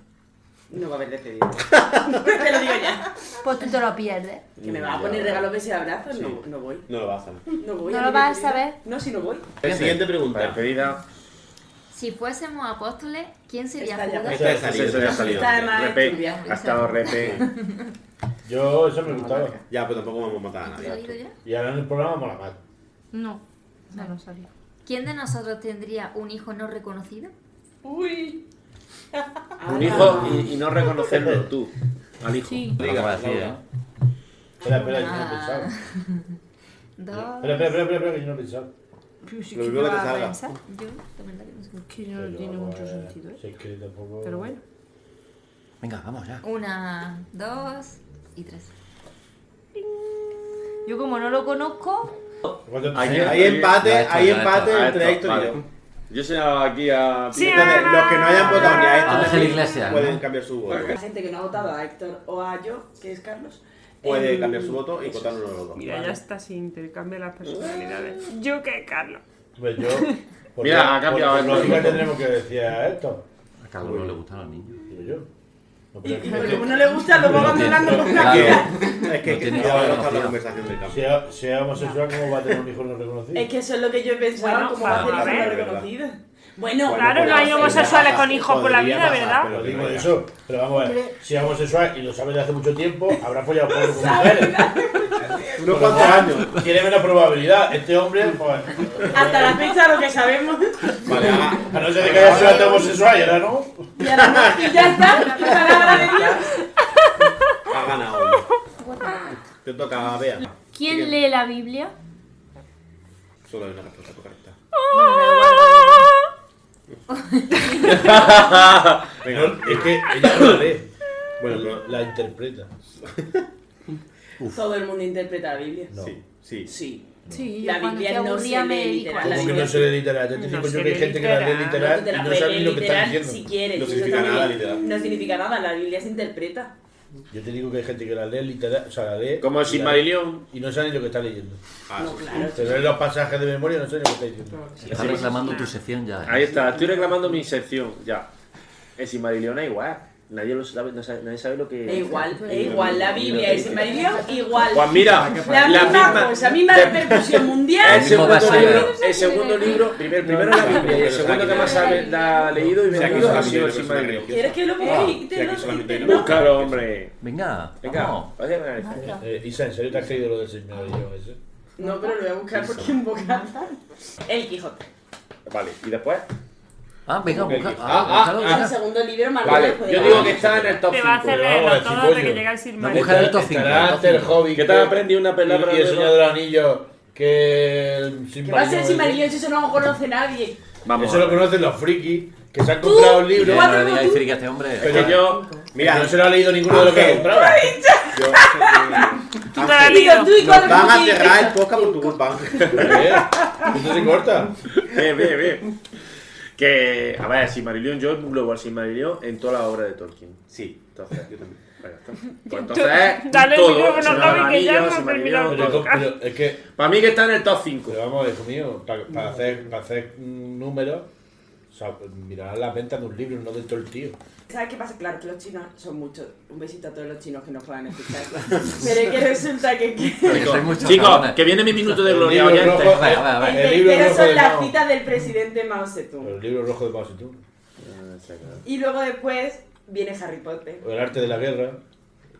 [SPEAKER 5] No va a haber despedido. te lo digo ya.
[SPEAKER 3] Pues tú te lo pierdes.
[SPEAKER 5] Que me vas a poner regalos, besos y abrazos. No, no voy.
[SPEAKER 6] No lo vas a saber.
[SPEAKER 5] No voy.
[SPEAKER 3] ¿No
[SPEAKER 5] a
[SPEAKER 3] lo
[SPEAKER 5] mi
[SPEAKER 3] vas a
[SPEAKER 5] despedida.
[SPEAKER 3] saber?
[SPEAKER 5] No, si no voy.
[SPEAKER 6] La siguiente
[SPEAKER 1] Para
[SPEAKER 6] pregunta.
[SPEAKER 1] despedida.
[SPEAKER 10] Si fuésemos apóstoles, ¿quién sería
[SPEAKER 5] Está ya
[SPEAKER 10] Judas?
[SPEAKER 6] Esta es
[SPEAKER 1] Ese- ese
[SPEAKER 6] salida.
[SPEAKER 1] ya ha salido.
[SPEAKER 5] Está de más
[SPEAKER 1] Repe.
[SPEAKER 5] estudiar.
[SPEAKER 1] Ha estado repe.
[SPEAKER 2] Yo, eso me gustaba.
[SPEAKER 6] Ya, pero tampoco vamos a matar a nadie.
[SPEAKER 10] ¿Salido ya?
[SPEAKER 2] Y ahora en el programa mola más.
[SPEAKER 3] No, no, no sabía.
[SPEAKER 10] ¿Quién de nosotros tendría un hijo no reconocido?
[SPEAKER 5] Uy.
[SPEAKER 1] Un hijo y, y no reconocerlo tú. Al hijo.
[SPEAKER 3] Sí.
[SPEAKER 7] Lo acabo de decir, ¿eh?
[SPEAKER 2] Espera, espera, yo no he pensado.
[SPEAKER 3] Ah.
[SPEAKER 10] Dos.
[SPEAKER 2] Espera, espera, espera, espera, espera, que yo no he pensado.
[SPEAKER 3] Pero si
[SPEAKER 6] Lo
[SPEAKER 3] que
[SPEAKER 6] primero que
[SPEAKER 3] va
[SPEAKER 6] te
[SPEAKER 3] a
[SPEAKER 6] salga.
[SPEAKER 3] pensar,
[SPEAKER 10] Yo, de verdad que no sé.
[SPEAKER 3] que no tiene mucho sentido, ¿eh?
[SPEAKER 2] Si es que tampoco-
[SPEAKER 4] Pero bueno.
[SPEAKER 7] Venga, vamos ya.
[SPEAKER 10] Una, dos y tres.
[SPEAKER 3] Yo como no lo conozco,
[SPEAKER 2] ¿Cuánto-
[SPEAKER 1] Aquí-
[SPEAKER 6] Hay empate,
[SPEAKER 7] Ya he hecho,
[SPEAKER 6] hay
[SPEAKER 7] ya he hecho.
[SPEAKER 6] empate
[SPEAKER 1] Ah,
[SPEAKER 6] entre
[SPEAKER 1] esto,
[SPEAKER 6] Héctor y
[SPEAKER 1] vale.
[SPEAKER 6] yo.
[SPEAKER 1] Yo señalaba aquí a.
[SPEAKER 4] Sí,
[SPEAKER 6] Entonces, los que no hayan votado ni a Héctor
[SPEAKER 7] Ángel
[SPEAKER 6] ni a mí,
[SPEAKER 7] Iglesias, ¿no?
[SPEAKER 6] pueden cambiar su voto.
[SPEAKER 5] La gente que no ha votado a Héctor o a yo, que es Carlos.
[SPEAKER 6] Puede
[SPEAKER 5] em,
[SPEAKER 6] cambiar su voto y votar uno de los dos.
[SPEAKER 4] Mira, ya está sin intercambio las personalidades. Yo que Carlos.
[SPEAKER 2] Pues yo. por
[SPEAKER 1] Mira,
[SPEAKER 2] lo-
[SPEAKER 1] ha cambiado
[SPEAKER 2] Por, por
[SPEAKER 1] el
[SPEAKER 2] lógica
[SPEAKER 1] voto.
[SPEAKER 2] tendremos que decir a Héctor.
[SPEAKER 7] ¿eh? A cada uno le gustan los niños.
[SPEAKER 2] Digo yo. No, pero es
[SPEAKER 5] Pero
[SPEAKER 2] que-
[SPEAKER 5] como no le gusta, lo va abandonando por la
[SPEAKER 7] Claro.
[SPEAKER 5] vida.
[SPEAKER 6] Es que
[SPEAKER 7] No tiene
[SPEAKER 6] ya
[SPEAKER 7] nada
[SPEAKER 6] vamos a la
[SPEAKER 7] de noción.
[SPEAKER 6] conversación del campo.
[SPEAKER 2] Si es- si es homosexual, ¿cómo va a tener un hijo no reconocido?
[SPEAKER 3] Eh,
[SPEAKER 5] Es que eso es lo que yo he pensado,
[SPEAKER 4] Bueno,
[SPEAKER 5] como va a
[SPEAKER 4] vamos a
[SPEAKER 5] hacer eso
[SPEAKER 6] ver.
[SPEAKER 5] no reconocido. Bueno,
[SPEAKER 4] Claro, no hay homosexuales con hijos por la vida,
[SPEAKER 6] pues Podría
[SPEAKER 4] ¿verdad?
[SPEAKER 2] Pero
[SPEAKER 6] que
[SPEAKER 2] digo
[SPEAKER 6] no era.
[SPEAKER 2] eso, pero vamos a ver, si es homosexual y lo sabes de hace mucho tiempo, habrá follado con mujeres.
[SPEAKER 6] Unos cuantos
[SPEAKER 2] Este
[SPEAKER 6] años.
[SPEAKER 2] Tiene menos probabilidad. Este hombre, pues,
[SPEAKER 5] hasta la fecha lo que sabemos.
[SPEAKER 6] Vale, ah,
[SPEAKER 2] a no ser de que haya sido hasta homosexual, y ahora no.
[SPEAKER 5] Y ahora no, y ya está. Palabra de Dios.
[SPEAKER 6] ha ganado. Te toca, Bea.
[SPEAKER 3] ¿quién lee la Biblia?
[SPEAKER 6] Solo hay una respuesta correcta.
[SPEAKER 2] Venga, es que ella no la lee. Bueno, pero la interpreta.
[SPEAKER 5] Todo el mundo interpreta la Biblia.
[SPEAKER 2] No.
[SPEAKER 6] Sí, sí.
[SPEAKER 5] Sí.
[SPEAKER 3] Sí,
[SPEAKER 5] La Biblia no se lee literal.
[SPEAKER 2] Como que no se lee literal. Ya te digo
[SPEAKER 4] No
[SPEAKER 2] yo
[SPEAKER 4] se
[SPEAKER 2] que hay
[SPEAKER 4] lee
[SPEAKER 2] gente que la lee literal
[SPEAKER 4] literal.
[SPEAKER 5] No te
[SPEAKER 2] y
[SPEAKER 5] la
[SPEAKER 2] no
[SPEAKER 5] puedes
[SPEAKER 2] sabe ni
[SPEAKER 5] leer
[SPEAKER 2] lo que está
[SPEAKER 5] literal si
[SPEAKER 2] diciendo.
[SPEAKER 5] quieres.
[SPEAKER 6] No
[SPEAKER 5] Eso
[SPEAKER 6] significa
[SPEAKER 5] también
[SPEAKER 6] nada, literal.
[SPEAKER 5] No significa nada, la Biblia se interpreta.
[SPEAKER 2] Yo te digo que hay gente que la lee literal, o sea, la lee.
[SPEAKER 1] Como
[SPEAKER 2] y
[SPEAKER 1] sin
[SPEAKER 2] la-
[SPEAKER 1] Marilión.
[SPEAKER 2] Y no sabe ni lo que está leyendo.
[SPEAKER 6] Ah,
[SPEAKER 5] No,
[SPEAKER 6] sí, sí.
[SPEAKER 5] claro.
[SPEAKER 2] Te leen los pasajes de memoria y no sabe ni lo que está diciendo.
[SPEAKER 7] Se está reclamando tu sección ya. ¿eh?
[SPEAKER 1] Ahí está, estoy reclamando mi sección. Ya. El sin Marilión es igual. Nadie lo sabe, no sabe, nadie sabe lo que.
[SPEAKER 5] Es igual, es igual. La Biblia es María igual.
[SPEAKER 1] Pues mira,
[SPEAKER 5] La misma
[SPEAKER 1] la misma-
[SPEAKER 5] cosa, misma
[SPEAKER 1] de-
[SPEAKER 5] repercusión mundial.
[SPEAKER 1] El
[SPEAKER 7] mismo
[SPEAKER 1] segundo,
[SPEAKER 7] vaso.
[SPEAKER 1] libro, el segundo libro, primer, primero la Biblia y el segundo que más sabe, la ha leído y
[SPEAKER 6] O sea, aquí
[SPEAKER 1] vendido ha
[SPEAKER 6] solamente hay
[SPEAKER 1] sido
[SPEAKER 6] una
[SPEAKER 1] el sin
[SPEAKER 6] persona
[SPEAKER 1] Marilión.
[SPEAKER 6] religiosa.
[SPEAKER 5] ¿Quieres que lo
[SPEAKER 6] Ah,
[SPEAKER 5] ponga y
[SPEAKER 6] sí,
[SPEAKER 5] te
[SPEAKER 6] aquí
[SPEAKER 5] lo
[SPEAKER 6] solamente hay
[SPEAKER 5] te-
[SPEAKER 6] una
[SPEAKER 5] no?
[SPEAKER 6] persona
[SPEAKER 1] Búscalo,
[SPEAKER 6] religiosa.
[SPEAKER 1] hombre.
[SPEAKER 7] Venga,
[SPEAKER 1] Venga,
[SPEAKER 7] vamos.
[SPEAKER 1] oye, venga.
[SPEAKER 2] Eh, Isa, ¿en serio te has creído lo del señor de ese?
[SPEAKER 5] No, pero lo voy a buscar porque en bocata. El Quijote.
[SPEAKER 1] Vale, y después.
[SPEAKER 7] Ah, venga,
[SPEAKER 6] Ok,
[SPEAKER 7] busca.
[SPEAKER 6] ah,
[SPEAKER 1] ah,
[SPEAKER 7] búscalo,
[SPEAKER 5] Es el
[SPEAKER 7] búscalo.
[SPEAKER 5] segundo libro más
[SPEAKER 1] Vale,
[SPEAKER 5] largo de
[SPEAKER 1] yo
[SPEAKER 5] la
[SPEAKER 1] digo
[SPEAKER 5] Biblia.
[SPEAKER 1] que está en el top
[SPEAKER 4] Te va a
[SPEAKER 1] 5.
[SPEAKER 4] hacer
[SPEAKER 2] Pero vamos,
[SPEAKER 4] leerlo todo hasta que
[SPEAKER 2] cipollo.
[SPEAKER 4] llega el Sir
[SPEAKER 7] No,
[SPEAKER 4] Mario.
[SPEAKER 7] busca el top cinco,
[SPEAKER 2] Estará
[SPEAKER 7] el top
[SPEAKER 2] ante el
[SPEAKER 7] cinco.
[SPEAKER 2] hobby.
[SPEAKER 1] ¿Qué tal aprendí una palabra
[SPEAKER 2] Y el
[SPEAKER 1] nueva?
[SPEAKER 2] señor del anillo. Que. el sin
[SPEAKER 5] Que va a ser
[SPEAKER 2] marido,
[SPEAKER 5] sin
[SPEAKER 2] ¿eh?
[SPEAKER 5] marido, eso no lo conoce nadie.
[SPEAKER 1] Vamos.
[SPEAKER 2] Eso lo conocen los frikis. Que se han comprado el
[SPEAKER 7] Oye,
[SPEAKER 2] libro.
[SPEAKER 7] No le digáis friki a este hombre.
[SPEAKER 2] Pero yo, Mira, no se lo ha leído ninguno de los que ha comprado.
[SPEAKER 6] Tú
[SPEAKER 2] te la has leído. Tú y
[SPEAKER 6] Nos
[SPEAKER 2] con
[SPEAKER 6] van a
[SPEAKER 2] mi-
[SPEAKER 6] cerrar el podcast por tu culpa.
[SPEAKER 2] Esto se corta.
[SPEAKER 1] Ve, ve, ve. Que, a ver, Silmarillion, yo englobo al Silmarillion en toda la obra de Tolkien. Sí. Entonces, yo también. Pues entonces,
[SPEAKER 4] Dale el
[SPEAKER 1] todo,
[SPEAKER 4] micrófono,
[SPEAKER 1] Señor
[SPEAKER 4] Javi, que ya
[SPEAKER 1] Anillo,
[SPEAKER 4] hemos
[SPEAKER 1] Silmarillion,
[SPEAKER 4] terminado el
[SPEAKER 1] todo.
[SPEAKER 4] podcast.
[SPEAKER 2] Pero es que.
[SPEAKER 1] Para mí que está en el top 5.
[SPEAKER 2] Pero vamos, hijo mío, para, para hacer, para hacer mm, números, o sea, mirar las ventas de un libro, no de todo el tío.
[SPEAKER 5] ¿Sabes qué pasa? Claro que los chinos son muchos. Un besito a todos los chinos que nos puedan escuchar. Pero es que resulta que. que...
[SPEAKER 1] Chicos, que viene mi minuto de
[SPEAKER 2] El
[SPEAKER 1] gloria
[SPEAKER 2] libro
[SPEAKER 1] oyente.
[SPEAKER 2] rojo- A ver, a ver, a ver. El libro
[SPEAKER 5] Pero
[SPEAKER 2] rojo de
[SPEAKER 5] son las
[SPEAKER 2] Mao.
[SPEAKER 5] citas del presidente Mao Zedong.
[SPEAKER 2] El libro rojo de Mao Zedong.
[SPEAKER 5] Y luego después viene Harry Potter.
[SPEAKER 2] O el arte de la guerra.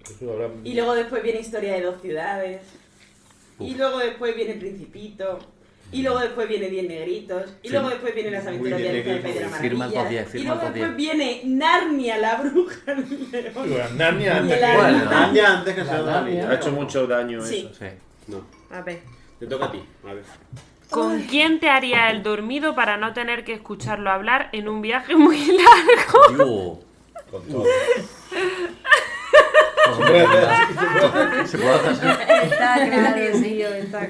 [SPEAKER 2] Eso habrá-
[SPEAKER 5] Y luego después viene Historia de dos ciudades. Y luego después viene Principito. Y luego después viene Diez Negritos. Y
[SPEAKER 7] Sí.
[SPEAKER 5] luego después viene Las aventuras
[SPEAKER 7] Uy,
[SPEAKER 5] de
[SPEAKER 7] Diez
[SPEAKER 5] Alicia en el País de la
[SPEAKER 7] Negritos. Firma el top
[SPEAKER 5] Maravilla.
[SPEAKER 7] 10,
[SPEAKER 5] Y
[SPEAKER 7] firma el
[SPEAKER 5] luego
[SPEAKER 7] top
[SPEAKER 5] después
[SPEAKER 7] 10.
[SPEAKER 5] viene Narnia, la bruja del león.
[SPEAKER 2] Bueno, Narnia antes
[SPEAKER 5] Y la-
[SPEAKER 2] Bueno,
[SPEAKER 6] Narnia antes que sea
[SPEAKER 1] Ha hecho mucho daño
[SPEAKER 5] Sí.
[SPEAKER 1] eso.
[SPEAKER 6] No.
[SPEAKER 4] A ver.
[SPEAKER 6] Te toca a ti. A ver.
[SPEAKER 4] ¿Con quién te haría el dormido para no tener que escucharlo hablar en un viaje muy largo?
[SPEAKER 2] Con todo. Se puede hacer.
[SPEAKER 7] Se puede hacer.
[SPEAKER 3] Está claro, sí, está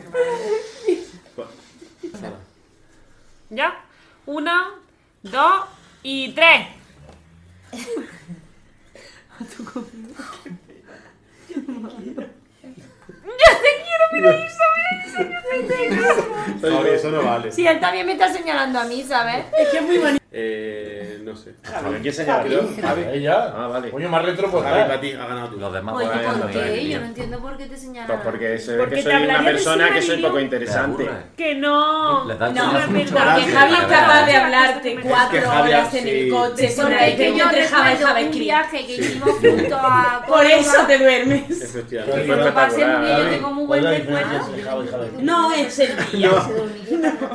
[SPEAKER 4] ¿Ya? Una, dos y tres.
[SPEAKER 6] Javi, eso no vale.
[SPEAKER 10] Sí, él también me está señalando a mí, ¿sabes?
[SPEAKER 5] Es que es muy bonito.
[SPEAKER 6] Eh, no sé.
[SPEAKER 1] Javi, ¿quién señala?
[SPEAKER 6] Creo- Javi.
[SPEAKER 2] Ella.
[SPEAKER 1] Ah, vale.
[SPEAKER 2] Coño, más retro pues,
[SPEAKER 6] Javi,
[SPEAKER 2] tal.
[SPEAKER 6] para ti, ha ganado tú.
[SPEAKER 7] Los demás
[SPEAKER 1] Oye,
[SPEAKER 7] pues,
[SPEAKER 1] ¿por
[SPEAKER 7] no
[SPEAKER 1] qué?
[SPEAKER 3] Yo
[SPEAKER 7] hay lío.
[SPEAKER 3] no entiendo por qué te
[SPEAKER 1] Pues
[SPEAKER 3] señalan.
[SPEAKER 1] porque se ve
[SPEAKER 4] Porque
[SPEAKER 1] que
[SPEAKER 4] te
[SPEAKER 1] soy una
[SPEAKER 4] hablaría de
[SPEAKER 1] persona que soy
[SPEAKER 4] Silmarillion.
[SPEAKER 1] poco interesante.
[SPEAKER 7] Te aburre.
[SPEAKER 4] Que no.
[SPEAKER 7] Les da
[SPEAKER 4] No,
[SPEAKER 7] el coñazo
[SPEAKER 4] es
[SPEAKER 7] mucho
[SPEAKER 4] verdad.
[SPEAKER 7] más.
[SPEAKER 5] Que Javi es
[SPEAKER 7] Claro.
[SPEAKER 5] capaz de hablarte
[SPEAKER 6] Es que
[SPEAKER 5] cuatro
[SPEAKER 6] Javi,
[SPEAKER 5] horas en
[SPEAKER 6] sí.
[SPEAKER 5] el coche. sin
[SPEAKER 3] Porque
[SPEAKER 5] nadie,
[SPEAKER 3] es que yo
[SPEAKER 5] entre Java y
[SPEAKER 3] recuerdo
[SPEAKER 5] Java
[SPEAKER 3] un
[SPEAKER 5] Creek.
[SPEAKER 3] viaje que hicimos junto a...
[SPEAKER 5] Por eso
[SPEAKER 3] Córdoba.
[SPEAKER 5] te duermes.
[SPEAKER 6] Efectivamente.
[SPEAKER 2] Pero
[SPEAKER 3] Lo pasé
[SPEAKER 1] espectacular,
[SPEAKER 3] muy bien, yo
[SPEAKER 1] Javi.
[SPEAKER 3] tengo muy
[SPEAKER 2] ¿Cuál es
[SPEAKER 3] buen
[SPEAKER 2] la
[SPEAKER 3] recuerdo.
[SPEAKER 2] diferencia entre Java y Java?
[SPEAKER 5] No es el día.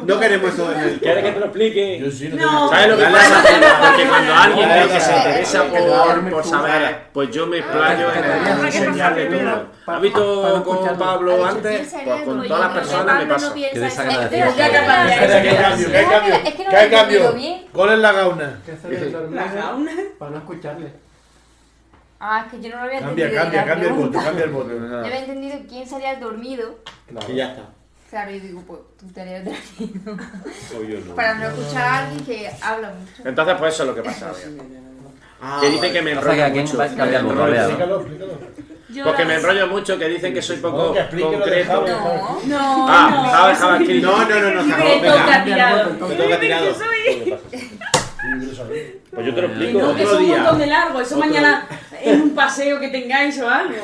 [SPEAKER 6] No queremos eso en el.
[SPEAKER 1] ¿Quieres que te lo explique?
[SPEAKER 2] Yo sí, no
[SPEAKER 5] No.
[SPEAKER 1] ¿Sabes lo que
[SPEAKER 6] Dale,
[SPEAKER 1] pasa?
[SPEAKER 6] dale, dale.
[SPEAKER 1] Porque cuando alguien
[SPEAKER 6] Dale,
[SPEAKER 1] cree que se
[SPEAKER 6] dale,
[SPEAKER 1] interesa
[SPEAKER 6] dale,
[SPEAKER 1] por,
[SPEAKER 6] dale.
[SPEAKER 1] por saber, pues yo me explayo
[SPEAKER 4] Dale,
[SPEAKER 1] en el
[SPEAKER 4] dale.
[SPEAKER 1] señal de todo. ¿Has visto con Pablo antes? Pues con todas las personas me pasa.
[SPEAKER 7] Qué desagradecido.
[SPEAKER 3] Espera,
[SPEAKER 7] Qué
[SPEAKER 3] espera,
[SPEAKER 2] tengo- Espera, que hay cambio, que hay cambio.
[SPEAKER 10] Es que no
[SPEAKER 2] Que hay
[SPEAKER 10] lo he entendido
[SPEAKER 2] cambio.
[SPEAKER 10] bien.
[SPEAKER 2] ¿Cuál es la gauna?
[SPEAKER 9] ¿Qué hacer el dormido?
[SPEAKER 5] La gauna.
[SPEAKER 9] Para no escucharle.
[SPEAKER 10] Ah, es que yo no lo había
[SPEAKER 2] Cambia,
[SPEAKER 10] entendido.
[SPEAKER 2] cambia,
[SPEAKER 10] la
[SPEAKER 2] cambia el voto,
[SPEAKER 10] pregunta.
[SPEAKER 2] cambia el voto.
[SPEAKER 6] Ah.
[SPEAKER 10] Yo había entendido quién se había dormido.
[SPEAKER 6] Y ya está.
[SPEAKER 10] Claro, yo digo, pues tú te habías dormido.
[SPEAKER 6] O yo no.
[SPEAKER 10] Para no escuchar a alguien que habla mucho.
[SPEAKER 1] Entonces, pues eso es lo que pasa. Bea.
[SPEAKER 6] Ah,
[SPEAKER 1] Que dicen que
[SPEAKER 6] vale.
[SPEAKER 1] me
[SPEAKER 7] Pasa que
[SPEAKER 1] enrollo
[SPEAKER 7] aquí
[SPEAKER 1] mucho.
[SPEAKER 7] va a cambiar el
[SPEAKER 1] Me
[SPEAKER 7] voto,
[SPEAKER 1] enrollo.
[SPEAKER 7] Bea.
[SPEAKER 2] Explícalo, explícalo.
[SPEAKER 10] Yo
[SPEAKER 1] Porque me
[SPEAKER 10] las-
[SPEAKER 1] enrollo mucho, que dicen que soy poco
[SPEAKER 2] No, que explique lo de
[SPEAKER 1] concreto.
[SPEAKER 2] Java.
[SPEAKER 10] No.
[SPEAKER 5] No,
[SPEAKER 1] Ah, Java, Java, Kiri.
[SPEAKER 6] No, no, no, no,
[SPEAKER 5] no.
[SPEAKER 6] Javi,
[SPEAKER 5] Me toca
[SPEAKER 6] venga.
[SPEAKER 5] tirado.
[SPEAKER 6] Me toca tirado.
[SPEAKER 1] Pues yo te
[SPEAKER 5] Que
[SPEAKER 1] lo
[SPEAKER 5] no,
[SPEAKER 1] explico.
[SPEAKER 5] que es
[SPEAKER 6] Otro
[SPEAKER 5] un
[SPEAKER 6] día.
[SPEAKER 5] montón de largo. Eso mañana en un paseo que tengáis o algo.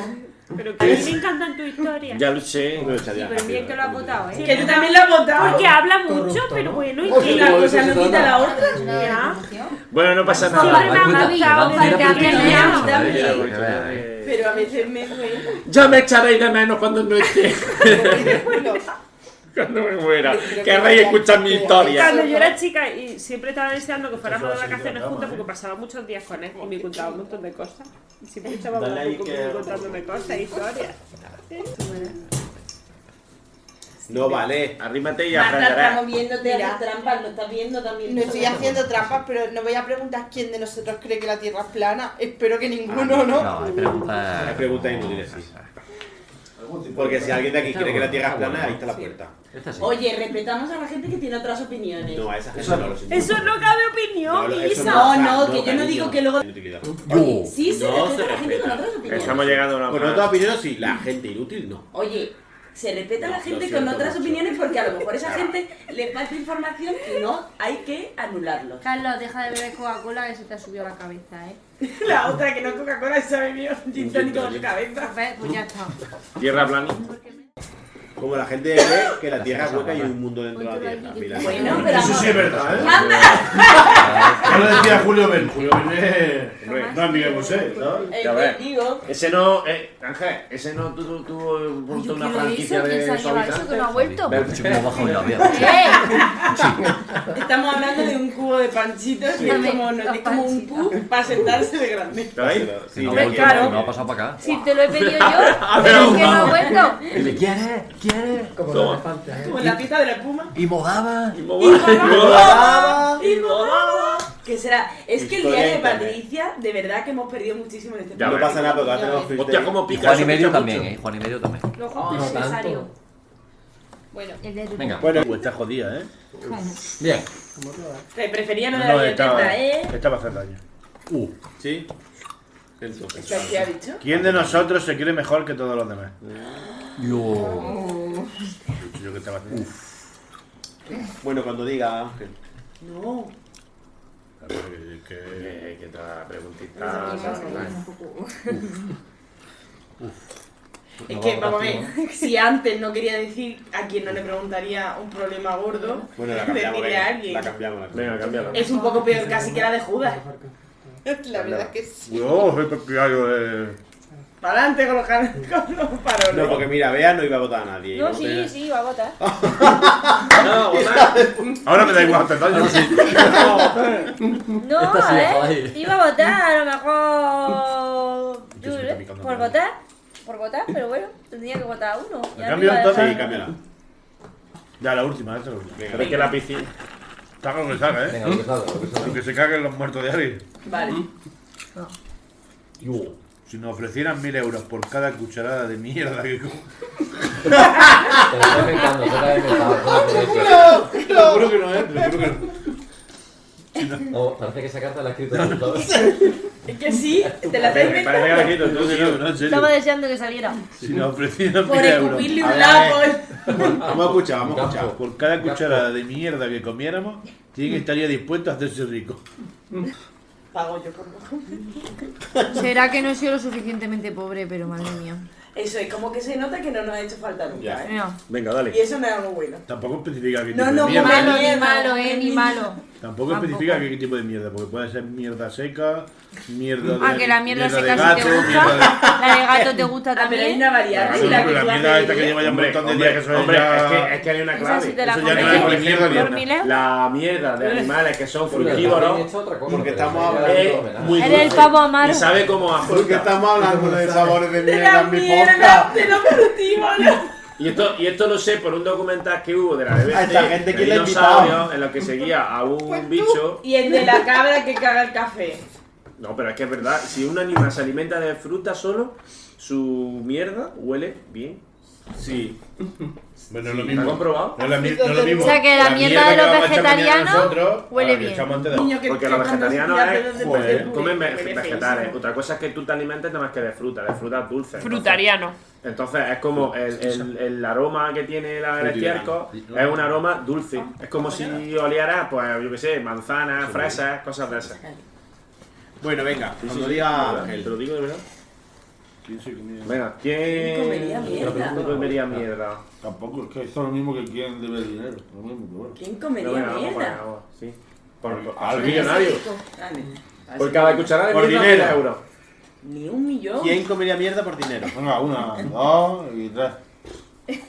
[SPEAKER 4] Pero que a mí me encantan tu historia.
[SPEAKER 1] Ya lo sé.
[SPEAKER 3] Pero bien que lo has votado, ¿eh?
[SPEAKER 5] Que tú también lo has votado.
[SPEAKER 4] Porque habla mucho,
[SPEAKER 9] Corrupto,
[SPEAKER 4] pero
[SPEAKER 9] ¿no?
[SPEAKER 4] bueno, y
[SPEAKER 5] Y
[SPEAKER 4] que la
[SPEAKER 5] una cosa no quita la otra.
[SPEAKER 1] Bueno, no pasa
[SPEAKER 4] Siempre me
[SPEAKER 1] nada.
[SPEAKER 4] ha gustado
[SPEAKER 7] Vamos a ir a
[SPEAKER 4] que hable
[SPEAKER 7] Putin,
[SPEAKER 4] ya.
[SPEAKER 7] vamos a ver,
[SPEAKER 5] también.
[SPEAKER 7] que vea, eh.
[SPEAKER 5] Pero a veces me duele.
[SPEAKER 1] Ya me echaréis de menos cuando no esté.
[SPEAKER 8] Bueno,
[SPEAKER 1] Cuando me muera. Querréis escuchar mi historia.
[SPEAKER 4] Cuando yo era chica y siempre estaba deseando que fuéramos de vacaciones juntas porque pasaba muchos días con él y me contaba un montón de cosas. Y siempre estaba
[SPEAKER 6] Dale ahí
[SPEAKER 4] hablando conmigo
[SPEAKER 6] que-
[SPEAKER 4] contándome cosas, historias.
[SPEAKER 6] No vale.
[SPEAKER 1] Arrímate y
[SPEAKER 5] Marta,
[SPEAKER 1] aprenderás.
[SPEAKER 5] estamos viéndote
[SPEAKER 8] Mira.
[SPEAKER 5] las trampas, lo estás viendo también.
[SPEAKER 8] no estoy haciendo trampas, pero no voy a preguntar quién de nosotros cree que la Tierra es plana. Espero que ninguno,
[SPEAKER 7] No,
[SPEAKER 8] ¿no?
[SPEAKER 7] hay preguntas.
[SPEAKER 6] Hay preguntas inútiles, sí. Porque si alguien de aquí quiere que la tierra es plana, ahí está la puerta.
[SPEAKER 7] Esta sí.
[SPEAKER 5] Oye, respetamos a la gente que tiene otras opiniones.
[SPEAKER 6] No, a esa gente no lo siento.
[SPEAKER 4] Eso no cabe
[SPEAKER 6] No,
[SPEAKER 4] opinión,
[SPEAKER 6] lo- eso
[SPEAKER 4] Isa.
[SPEAKER 5] No,
[SPEAKER 6] no,
[SPEAKER 5] no, que yo no
[SPEAKER 6] cariño.
[SPEAKER 5] digo que luego.
[SPEAKER 6] Inutilidad.
[SPEAKER 5] Oye, sí se
[SPEAKER 6] No
[SPEAKER 5] respeta
[SPEAKER 6] se
[SPEAKER 5] a la gente con
[SPEAKER 6] respeta.
[SPEAKER 5] otras opiniones.
[SPEAKER 1] Estamos llegando a
[SPEAKER 6] Con
[SPEAKER 1] una
[SPEAKER 6] otras
[SPEAKER 1] paz.
[SPEAKER 6] opiniones, sí. La gente inútil, no.
[SPEAKER 5] Oye, se respeta a la
[SPEAKER 6] Lo
[SPEAKER 5] gente con
[SPEAKER 6] siento
[SPEAKER 5] otras
[SPEAKER 6] mucho.
[SPEAKER 5] opiniones porque a lo mejor esa gente le falta información y no hay que anularlo.
[SPEAKER 3] Carlos, deja de beber Coca-Cola que se te ha subido a la cabeza, ¿eh?
[SPEAKER 5] La otra que no Coca-Cola se ha bebido
[SPEAKER 6] gin tónico en su
[SPEAKER 5] cabeza.
[SPEAKER 3] A ver, pues ya está.
[SPEAKER 1] Tierra plana.
[SPEAKER 6] Como la gente ve que la tierra es hueca y hay un mundo dentro de la tierra. Mira.
[SPEAKER 5] Bueno, pero
[SPEAKER 2] Eso
[SPEAKER 5] amor,
[SPEAKER 2] sí es verdad, ¿eh? Ya lo decía Julio Ben. Julio Ben es.
[SPEAKER 1] Hombre,
[SPEAKER 2] No es Miguel Bosé, ¿no?
[SPEAKER 1] Ya
[SPEAKER 5] el
[SPEAKER 1] ves.
[SPEAKER 5] mendigo.
[SPEAKER 1] Ese no, eh, Ángel, ese no tuvo tu, tu, monta una franquicia de
[SPEAKER 10] eso que
[SPEAKER 1] suavizantes.
[SPEAKER 10] no ha vuelto?
[SPEAKER 1] Ven.
[SPEAKER 7] Mucho como bajo en la vía.
[SPEAKER 10] ¡Eh!
[SPEAKER 5] Estamos hablando de un cubo de panchitos que es como, no, es como un pub para sentarse de grande.
[SPEAKER 1] ¿Está ahí?
[SPEAKER 7] Que no ha
[SPEAKER 6] Hombre,
[SPEAKER 7] vuelto,
[SPEAKER 6] claro.
[SPEAKER 7] que no ha pasado para acá.
[SPEAKER 10] Si te lo he pedido yo, ¿es que no ha vuelto?
[SPEAKER 7] Y le quiere, quiere.
[SPEAKER 9] Como
[SPEAKER 1] Toma.
[SPEAKER 9] los elefantes, ¿eh?
[SPEAKER 5] Como la pita de la espuma.
[SPEAKER 7] Y modaba.
[SPEAKER 1] Y mo- y mo-
[SPEAKER 5] Y volaba. Que será. Es que
[SPEAKER 6] Historia
[SPEAKER 5] el día
[SPEAKER 6] de
[SPEAKER 5] de
[SPEAKER 6] Internet.
[SPEAKER 5] Patricia, de verdad que hemos perdido muchísimo en este
[SPEAKER 6] Ya no
[SPEAKER 5] programa.
[SPEAKER 6] pasa nada, porque ahora
[SPEAKER 5] Ya
[SPEAKER 6] tenemos
[SPEAKER 5] ves.
[SPEAKER 6] Fish
[SPEAKER 1] Hostia,
[SPEAKER 6] Day.
[SPEAKER 1] cómo
[SPEAKER 7] Y
[SPEAKER 1] pica.
[SPEAKER 7] Juan y
[SPEAKER 1] eso
[SPEAKER 7] medio
[SPEAKER 1] pica
[SPEAKER 7] también,
[SPEAKER 1] mucho.
[SPEAKER 7] ¿eh? Juan y medio también.
[SPEAKER 3] Los
[SPEAKER 2] Ah,
[SPEAKER 3] ojos
[SPEAKER 2] no tanto.
[SPEAKER 3] necesarios.
[SPEAKER 10] Bueno, el de tu-
[SPEAKER 7] Venga.
[SPEAKER 1] Bueno, está jodida, ¿eh?
[SPEAKER 7] Bien.
[SPEAKER 5] Te prefería no
[SPEAKER 1] No,
[SPEAKER 5] dar la
[SPEAKER 1] estaba,
[SPEAKER 5] intenta, ¿eh?
[SPEAKER 1] estaba haciendo daño. Uh,
[SPEAKER 6] Sí. Entonces.
[SPEAKER 5] ¿Qué ha dicho?
[SPEAKER 2] ¿Quién de nosotros se quiere mejor que todos los demás?
[SPEAKER 7] Yo.
[SPEAKER 2] Yo que estaba haciendo.
[SPEAKER 6] Bueno, cuando diga Ángel.
[SPEAKER 5] No.
[SPEAKER 2] Que- que-
[SPEAKER 1] eh, que otra preguntita.
[SPEAKER 5] Es que, vamos a ver, si antes no quería decir a quien no le preguntaría un problema gordo,
[SPEAKER 6] Bueno, la cambiamos.
[SPEAKER 5] decirle
[SPEAKER 6] venga.
[SPEAKER 5] a alguien.
[SPEAKER 6] La cambiamos. La
[SPEAKER 1] Venga,
[SPEAKER 6] cambiamos.
[SPEAKER 1] cámbiala.
[SPEAKER 5] Es un poco peor casi que la de Judas.
[SPEAKER 8] La verdad que sí.
[SPEAKER 2] Oh, soy pepillo de.
[SPEAKER 5] Para adelante con los, cal- con los paroles.
[SPEAKER 6] No, porque mira, Bea no iba a votar a nadie.
[SPEAKER 11] No,
[SPEAKER 6] Iba a votar-
[SPEAKER 11] sí, sí, va a votar.
[SPEAKER 1] No, bueno.
[SPEAKER 2] Ahora me da igual hacer daño.
[SPEAKER 11] No,
[SPEAKER 7] Esta sí,
[SPEAKER 11] a ver,
[SPEAKER 7] joder.
[SPEAKER 11] iba a votar, a lo mejor.
[SPEAKER 2] Yo
[SPEAKER 11] Jules,
[SPEAKER 2] siempre picando
[SPEAKER 11] por
[SPEAKER 2] la mano.
[SPEAKER 11] votar, por votar, pero bueno, tendría que votar a uno.
[SPEAKER 2] ¿La
[SPEAKER 11] Ya
[SPEAKER 2] cambio
[SPEAKER 11] no iba a
[SPEAKER 2] entonces?
[SPEAKER 6] Sí,
[SPEAKER 11] dejar-
[SPEAKER 6] cámbiala.
[SPEAKER 2] Ya, la última, esta es la última.
[SPEAKER 6] Venga,
[SPEAKER 1] Pero es que la piscina.
[SPEAKER 2] Está con que salga, ¿eh?
[SPEAKER 7] Venga, lo que salga, lo que salga.
[SPEAKER 2] Aunque se caguen los muertos de Ari.
[SPEAKER 5] Vale.
[SPEAKER 7] Yo.
[SPEAKER 2] Si nos ofrecieran mil euros por cada cucharada de mierda que como.
[SPEAKER 7] Te lo estás inventando, te lo estás inventando.
[SPEAKER 2] Seguro que no
[SPEAKER 6] ¿eh?
[SPEAKER 2] entra, seguro que no.
[SPEAKER 7] Oh, parece que esa carta la ha escrito tú, ¿sabes?
[SPEAKER 5] Es que sí, te la
[SPEAKER 1] Me
[SPEAKER 5] tengo
[SPEAKER 1] parece que la quito, entonces
[SPEAKER 2] Tío,
[SPEAKER 1] yo.
[SPEAKER 2] no, en serio.
[SPEAKER 11] Estaba deseando que saliera.
[SPEAKER 2] Si nos ofrecieran
[SPEAKER 5] por
[SPEAKER 2] mil euros
[SPEAKER 5] escupirle
[SPEAKER 6] A
[SPEAKER 5] un
[SPEAKER 6] ver,
[SPEAKER 5] lado.
[SPEAKER 6] a Vamos a escuchar, vamos a escuchar.
[SPEAKER 2] por cada cucharada de mierda que comiéramos, tiene que estaría dispuesto a hacerse rico.
[SPEAKER 5] Pago yo por favor.
[SPEAKER 3] Será que no he sido lo suficientemente pobre, pero madre mía.
[SPEAKER 5] Eso es como que se nota que no nos ha hecho falta nunca,
[SPEAKER 6] Ya.
[SPEAKER 5] ¿eh?
[SPEAKER 3] Mira,
[SPEAKER 1] Venga,
[SPEAKER 5] Y
[SPEAKER 1] dale.
[SPEAKER 5] eso no es algo bueno.
[SPEAKER 2] Tampoco especifica qué
[SPEAKER 5] No,
[SPEAKER 2] tipo
[SPEAKER 5] no,
[SPEAKER 2] de
[SPEAKER 3] ni
[SPEAKER 2] mierda.
[SPEAKER 3] malo, ni
[SPEAKER 5] Mierda.
[SPEAKER 3] malo, eh, ni malo.
[SPEAKER 2] Tampoco
[SPEAKER 3] Tampoco.
[SPEAKER 2] especifica qué tipo de mierda, porque puede ser mierda seca, mierda de.
[SPEAKER 3] Ah, que la mierda
[SPEAKER 2] de
[SPEAKER 3] seca si te
[SPEAKER 2] gato, mierda de-
[SPEAKER 3] gusta, la de gato te gusta
[SPEAKER 5] Ah, pero hay
[SPEAKER 3] también.
[SPEAKER 5] una variable.
[SPEAKER 2] Claro,
[SPEAKER 5] la
[SPEAKER 2] pero
[SPEAKER 5] que
[SPEAKER 2] la
[SPEAKER 5] tú
[SPEAKER 2] mierda
[SPEAKER 5] haces
[SPEAKER 2] esta que
[SPEAKER 5] bien.
[SPEAKER 2] lleva ya un montón de días que eso
[SPEAKER 1] hombre,
[SPEAKER 2] ya-
[SPEAKER 1] es, que, es que hay una
[SPEAKER 3] Esa sí te
[SPEAKER 1] clave.
[SPEAKER 3] la
[SPEAKER 2] Eso ya no
[SPEAKER 3] comes.
[SPEAKER 2] es, por ejemplo,
[SPEAKER 3] ¿Por
[SPEAKER 2] mierda.
[SPEAKER 11] ¿eh?
[SPEAKER 3] miles?
[SPEAKER 1] La mierda de animales que son
[SPEAKER 7] Pero también he
[SPEAKER 1] frugívoros
[SPEAKER 7] hecho otra cosa,
[SPEAKER 6] Porque
[SPEAKER 7] pero
[SPEAKER 6] estamos
[SPEAKER 7] ya
[SPEAKER 6] hablando-
[SPEAKER 7] no
[SPEAKER 1] es
[SPEAKER 7] me da.
[SPEAKER 1] muy
[SPEAKER 11] Era el
[SPEAKER 1] dulce.
[SPEAKER 11] pavo amargo.
[SPEAKER 1] Y sabe como a
[SPEAKER 6] Porque
[SPEAKER 1] fruta.
[SPEAKER 6] estamos hablando de sabores de
[SPEAKER 5] De
[SPEAKER 6] mierda
[SPEAKER 5] la
[SPEAKER 6] en mi
[SPEAKER 5] mierda,
[SPEAKER 6] podcast.
[SPEAKER 5] de los cultivos. ¿no?
[SPEAKER 1] Y esto, y esto lo sé por un documental que hubo de la BBC
[SPEAKER 6] A esta gente,
[SPEAKER 1] de
[SPEAKER 6] ¿quién la ha
[SPEAKER 1] dinosaurios,
[SPEAKER 6] invitado?
[SPEAKER 1] en lo que seguía a un bicho.
[SPEAKER 5] Y el de la cabra que caga el café.
[SPEAKER 1] No, pero es que es verdad, si un animal se alimenta de fruta solo, su mierda huele bien.
[SPEAKER 6] Sí.
[SPEAKER 2] Bueno, es lo
[SPEAKER 1] ¿Está
[SPEAKER 2] mismo.
[SPEAKER 1] comprobado?
[SPEAKER 2] No es, la mi- no es lo mismo.
[SPEAKER 3] O sea, que la mierda de
[SPEAKER 2] que
[SPEAKER 3] los
[SPEAKER 2] vamos a echar mañana
[SPEAKER 3] vegetarianos
[SPEAKER 2] nosotros, a
[SPEAKER 3] huele
[SPEAKER 2] la que
[SPEAKER 3] bien.
[SPEAKER 2] echamos antes de-
[SPEAKER 5] Niño, que
[SPEAKER 1] Porque
[SPEAKER 5] que
[SPEAKER 1] los
[SPEAKER 5] cuando
[SPEAKER 1] vegetarianos
[SPEAKER 5] tira pelos
[SPEAKER 1] es,
[SPEAKER 5] de
[SPEAKER 2] Joder.
[SPEAKER 5] puré,
[SPEAKER 1] comen ve-
[SPEAKER 5] huele
[SPEAKER 1] vegetales.
[SPEAKER 5] feísimo.
[SPEAKER 1] Otra cosa es que tú te alimentes nada más que de fruta, de frutas dulces.
[SPEAKER 4] Frutariano.
[SPEAKER 1] Entonces es como el, el- el aroma que tiene la, el estiércol,
[SPEAKER 7] Frutariano.
[SPEAKER 1] es un aroma dulce. Es como si oliera, pues yo qué sé, manzanas, fresas, cosas de esas.
[SPEAKER 6] Bueno, venga, cuando
[SPEAKER 1] Ah,
[SPEAKER 6] diga
[SPEAKER 1] Ángel, Te lo
[SPEAKER 6] Ángel.
[SPEAKER 1] digo de verdad. Venga, ¿quién
[SPEAKER 5] comería mierda?
[SPEAKER 1] ¿Quién comería mierda?
[SPEAKER 2] Tampoco, es que eso es lo mismo que quieren deber dinero. Lo mismo, pero bueno.
[SPEAKER 5] ¿Quién
[SPEAKER 1] No,
[SPEAKER 5] comería
[SPEAKER 1] venga, vamos a poner
[SPEAKER 5] mierda?
[SPEAKER 1] algo, sí. Por, por-
[SPEAKER 2] Al
[SPEAKER 1] al
[SPEAKER 2] millonario.
[SPEAKER 1] millonario.
[SPEAKER 5] Dale.
[SPEAKER 1] Por cada cucharada de
[SPEAKER 6] Por
[SPEAKER 1] mierda,
[SPEAKER 6] dinero.
[SPEAKER 1] mil euros.
[SPEAKER 5] Ni un millón.
[SPEAKER 6] ¿Quién comería mierda por dinero?
[SPEAKER 2] Venga, una, dos y tres.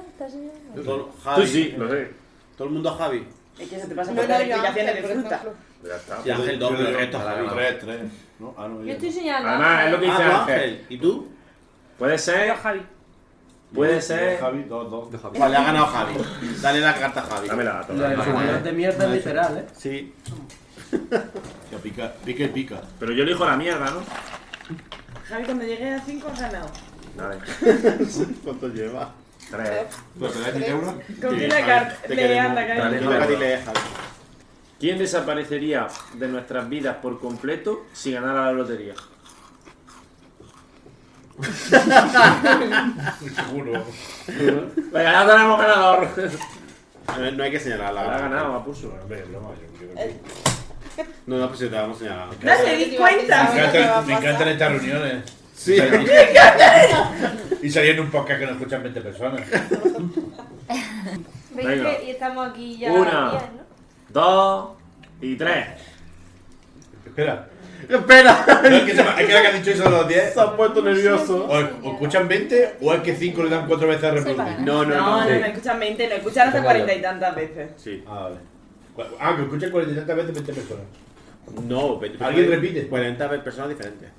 [SPEAKER 6] Todo,
[SPEAKER 1] Tú
[SPEAKER 6] Javi.
[SPEAKER 1] sí, lo sé.
[SPEAKER 6] Todo el mundo Javi.
[SPEAKER 5] Es que se te pasa
[SPEAKER 8] No
[SPEAKER 5] por
[SPEAKER 8] era
[SPEAKER 5] las
[SPEAKER 8] yo
[SPEAKER 5] explicaciones de
[SPEAKER 8] antes, por
[SPEAKER 5] fruta.
[SPEAKER 8] ejemplo.
[SPEAKER 1] Ya está.
[SPEAKER 6] Y
[SPEAKER 2] Yo
[SPEAKER 6] Ángel doble,
[SPEAKER 2] digo,
[SPEAKER 6] esto es Javi.
[SPEAKER 2] Tres, tres. No, ah, no,
[SPEAKER 3] Yo
[SPEAKER 2] ya.
[SPEAKER 3] estoy señalando.
[SPEAKER 1] Además, es lo que
[SPEAKER 6] Ah,
[SPEAKER 1] dice
[SPEAKER 6] tú,
[SPEAKER 1] Ángel.
[SPEAKER 6] Ángel. ¿Y tú?
[SPEAKER 1] Puede ser,
[SPEAKER 4] Yo, Javi.
[SPEAKER 1] puede ser.
[SPEAKER 2] Javi, dos, dos.
[SPEAKER 6] Vale, ha ganado Javi. Dale la carta a Javi.
[SPEAKER 1] Dame la data.
[SPEAKER 9] La
[SPEAKER 1] dame la data.
[SPEAKER 9] enfermedad de mierda es literal, ¿eh?
[SPEAKER 6] Sí.
[SPEAKER 2] Que pica, pica y pica.
[SPEAKER 1] Pero yo elijo la mierda, ¿no?
[SPEAKER 5] Javi, cuando llegué a 5 has ganado.
[SPEAKER 1] Dale.
[SPEAKER 6] ¿Cuánto lleva?
[SPEAKER 1] Tres.
[SPEAKER 2] Pues, ¿Pero te das mil euros?
[SPEAKER 5] ¿Con
[SPEAKER 6] Sí,
[SPEAKER 5] quién la
[SPEAKER 6] Javi,
[SPEAKER 5] carta?
[SPEAKER 6] te
[SPEAKER 5] Le
[SPEAKER 6] queremos.
[SPEAKER 5] anda
[SPEAKER 1] Dale,
[SPEAKER 5] cagando.
[SPEAKER 1] no,
[SPEAKER 6] Toca a ti,
[SPEAKER 1] no.
[SPEAKER 6] lee, Javi.
[SPEAKER 1] ¿Quién desaparecería de nuestras vidas por completo si ganara la lotería?
[SPEAKER 2] Seguro.
[SPEAKER 1] Venga, ya tenemos ganador.
[SPEAKER 6] A ver, No hay que señalarla.
[SPEAKER 1] La ha ganado, a pulso.
[SPEAKER 2] Ah, Hombre, broma, yo creo que-
[SPEAKER 6] No, no, pues sí, te vamos a señalar.
[SPEAKER 5] No te di cuenta.
[SPEAKER 2] Me
[SPEAKER 8] Ahora te va a
[SPEAKER 2] encantan, me
[SPEAKER 8] pasar.
[SPEAKER 2] encantan estas reuniones.
[SPEAKER 6] Sí.
[SPEAKER 2] Y salir en un podcast que no escuchan 20 personas.
[SPEAKER 3] ¿Veis
[SPEAKER 1] Venga.
[SPEAKER 3] que y estamos aquí ya
[SPEAKER 1] Una.
[SPEAKER 3] bien, ¿no?
[SPEAKER 1] Dos y tres.
[SPEAKER 2] Espera.
[SPEAKER 6] Espera.
[SPEAKER 2] No, es que se me- es que la que ha dicho eso de los 10.
[SPEAKER 6] Se ha puesto nervioso.
[SPEAKER 2] O, o escuchan 20 o es que 5 le dan 4 veces a reproducir.
[SPEAKER 6] No, no,
[SPEAKER 5] No, no,
[SPEAKER 6] no.
[SPEAKER 5] no,
[SPEAKER 7] Sí.
[SPEAKER 5] me escuchan 20, no escuchan hasta
[SPEAKER 7] Venga, yo.
[SPEAKER 5] 40 y tantas veces.
[SPEAKER 6] Sí.
[SPEAKER 2] Ah, vale. Cu- Ah, que escuchan 40 y tantas veces 20 personas.
[SPEAKER 6] No, ve- ve-
[SPEAKER 2] ¿Alguien repite?
[SPEAKER 6] 40 personas diferentes.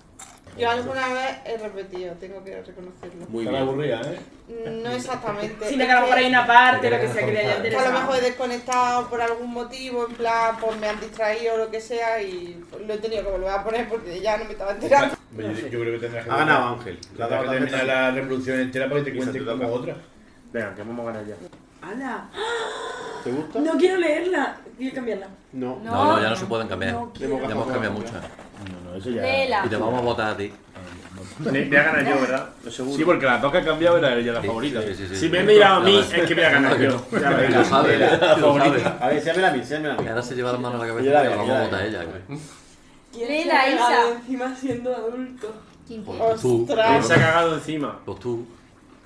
[SPEAKER 8] Yo alguna vez he repetido, tengo que reconocerlo.
[SPEAKER 2] Muy Estaba bien. aburrida, ¿eh?
[SPEAKER 8] No exactamente.
[SPEAKER 5] Sino que a lo mejor hay una parte, lo que sea, que le haya
[SPEAKER 8] Que A
[SPEAKER 5] interesado.
[SPEAKER 8] lo mejor he desconectado por algún motivo, en plan, pues me han distraído o lo que sea y lo he tenido que volver a poner porque ya no me estaba enterando.
[SPEAKER 2] Yo, yo creo que tendrás que.
[SPEAKER 6] Ha ganado Ángel.
[SPEAKER 2] Tendrás que terminar la revolución entera para que te cuente como otra.
[SPEAKER 1] Venga, que vamos a ganar ya.
[SPEAKER 5] ¡Hala!
[SPEAKER 6] ¿Te gusta?
[SPEAKER 5] No quiero leerla. Quiero cambiarla.
[SPEAKER 6] No.
[SPEAKER 12] No, no, ya no se pueden cambiar.
[SPEAKER 5] No
[SPEAKER 12] ya
[SPEAKER 5] quiero.
[SPEAKER 12] hemos cambiado mucho.
[SPEAKER 13] No, no,
[SPEAKER 1] eso ya- Léela.
[SPEAKER 12] Y te vamos a votar a ti.
[SPEAKER 1] Me voy a ganar yo, ¿verdad? Lo seguro.
[SPEAKER 13] Sí, porque la toca ha cambiado era ella la favorita.
[SPEAKER 1] Si me he mirado a mí, es que voy a ganar yo. Ya verás.
[SPEAKER 12] Lo sabe,
[SPEAKER 1] Era la
[SPEAKER 12] lo sabe.
[SPEAKER 1] favorita.
[SPEAKER 6] A ver, séame la mí, séame la mí.
[SPEAKER 12] Ahora se lleva la mano a la cabeza
[SPEAKER 6] Yo la
[SPEAKER 12] y
[SPEAKER 6] veo,
[SPEAKER 12] la vamos
[SPEAKER 6] yo
[SPEAKER 12] a
[SPEAKER 6] la
[SPEAKER 12] votar a ella.
[SPEAKER 5] ¿Quién
[SPEAKER 3] Léela,
[SPEAKER 5] se ha cagado
[SPEAKER 3] Isa.
[SPEAKER 5] encima siendo adulto?
[SPEAKER 3] ¿Quién
[SPEAKER 12] Pues tú.
[SPEAKER 1] Él Ah, se ha cagado encima.
[SPEAKER 12] Pues tú.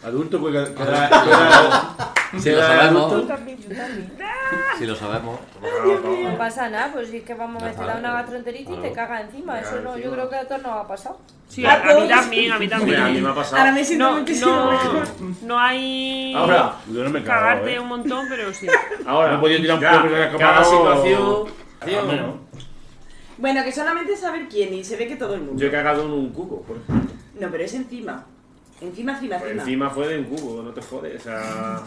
[SPEAKER 2] Adulto, pues que- que
[SPEAKER 12] Adulto.
[SPEAKER 2] que
[SPEAKER 12] Si
[SPEAKER 2] que
[SPEAKER 12] lo
[SPEAKER 2] era
[SPEAKER 12] sabemos.
[SPEAKER 2] adulto.
[SPEAKER 12] Si lo sabemos.
[SPEAKER 11] No pasa nada, pues si es que vamos a
[SPEAKER 12] Ya
[SPEAKER 11] meter
[SPEAKER 12] está.
[SPEAKER 11] una gastroenteritis y te
[SPEAKER 12] Claro.
[SPEAKER 11] caga encima. Eso no, yo creo que a todos nos ha pasado.
[SPEAKER 4] Sí, a, a mí también, a mí también.
[SPEAKER 1] Hombre, a mí me ha pasado.
[SPEAKER 11] Ahora me siento
[SPEAKER 4] no,
[SPEAKER 11] muchísimo
[SPEAKER 4] no,
[SPEAKER 11] mejor.
[SPEAKER 4] No hay.
[SPEAKER 1] Ahora, yo no me he cagado,
[SPEAKER 4] Cagarte
[SPEAKER 1] ¿eh?
[SPEAKER 4] un montón, pero sí.
[SPEAKER 1] Ahora,
[SPEAKER 2] No he podido tirar un
[SPEAKER 1] ya,
[SPEAKER 2] poco, pero se ha escapado.
[SPEAKER 1] Cada situación.
[SPEAKER 2] Ah, bueno.
[SPEAKER 5] Bueno, que solamente saber quién y se ve que todo el mundo.
[SPEAKER 1] Yo he cagado en un cubo. por-
[SPEAKER 5] No, pero es encima. Encima, encima,
[SPEAKER 1] Por
[SPEAKER 5] encima.
[SPEAKER 1] Pues encima fue de un cubo, no te jodes. O sea.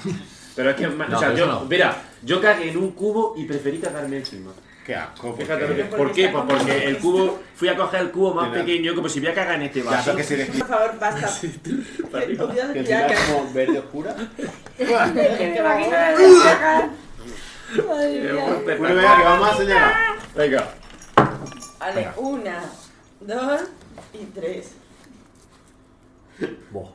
[SPEAKER 1] Pero es que. es más-
[SPEAKER 12] No,
[SPEAKER 1] o sea,
[SPEAKER 12] pero
[SPEAKER 1] yo.
[SPEAKER 12] eso no.
[SPEAKER 1] Mira, yo cagué en un cubo y preferí cagarme encima.
[SPEAKER 6] Qué asco.
[SPEAKER 1] Fíjate
[SPEAKER 6] porque-
[SPEAKER 1] lo que-
[SPEAKER 6] Porque
[SPEAKER 1] ¿Por qué?
[SPEAKER 6] está
[SPEAKER 1] Pues
[SPEAKER 6] como-
[SPEAKER 1] porque el cubo. Fui a coger el cubo más
[SPEAKER 6] Mira.
[SPEAKER 1] pequeño que pues si voy a cagar en este
[SPEAKER 6] Ya,
[SPEAKER 1] vaso.
[SPEAKER 6] pero que se
[SPEAKER 5] Por favor, basta.
[SPEAKER 6] Que
[SPEAKER 5] Olvídate de
[SPEAKER 6] encima
[SPEAKER 5] ya,
[SPEAKER 6] es
[SPEAKER 5] que-
[SPEAKER 6] como verde oscura.
[SPEAKER 5] Que vagina
[SPEAKER 8] Qué
[SPEAKER 5] de
[SPEAKER 8] horror.
[SPEAKER 5] caca. Madre mía.
[SPEAKER 6] Bueno, venga, que vamos a señalar.
[SPEAKER 1] pues, Venga.
[SPEAKER 5] Vale, una, dos y tres.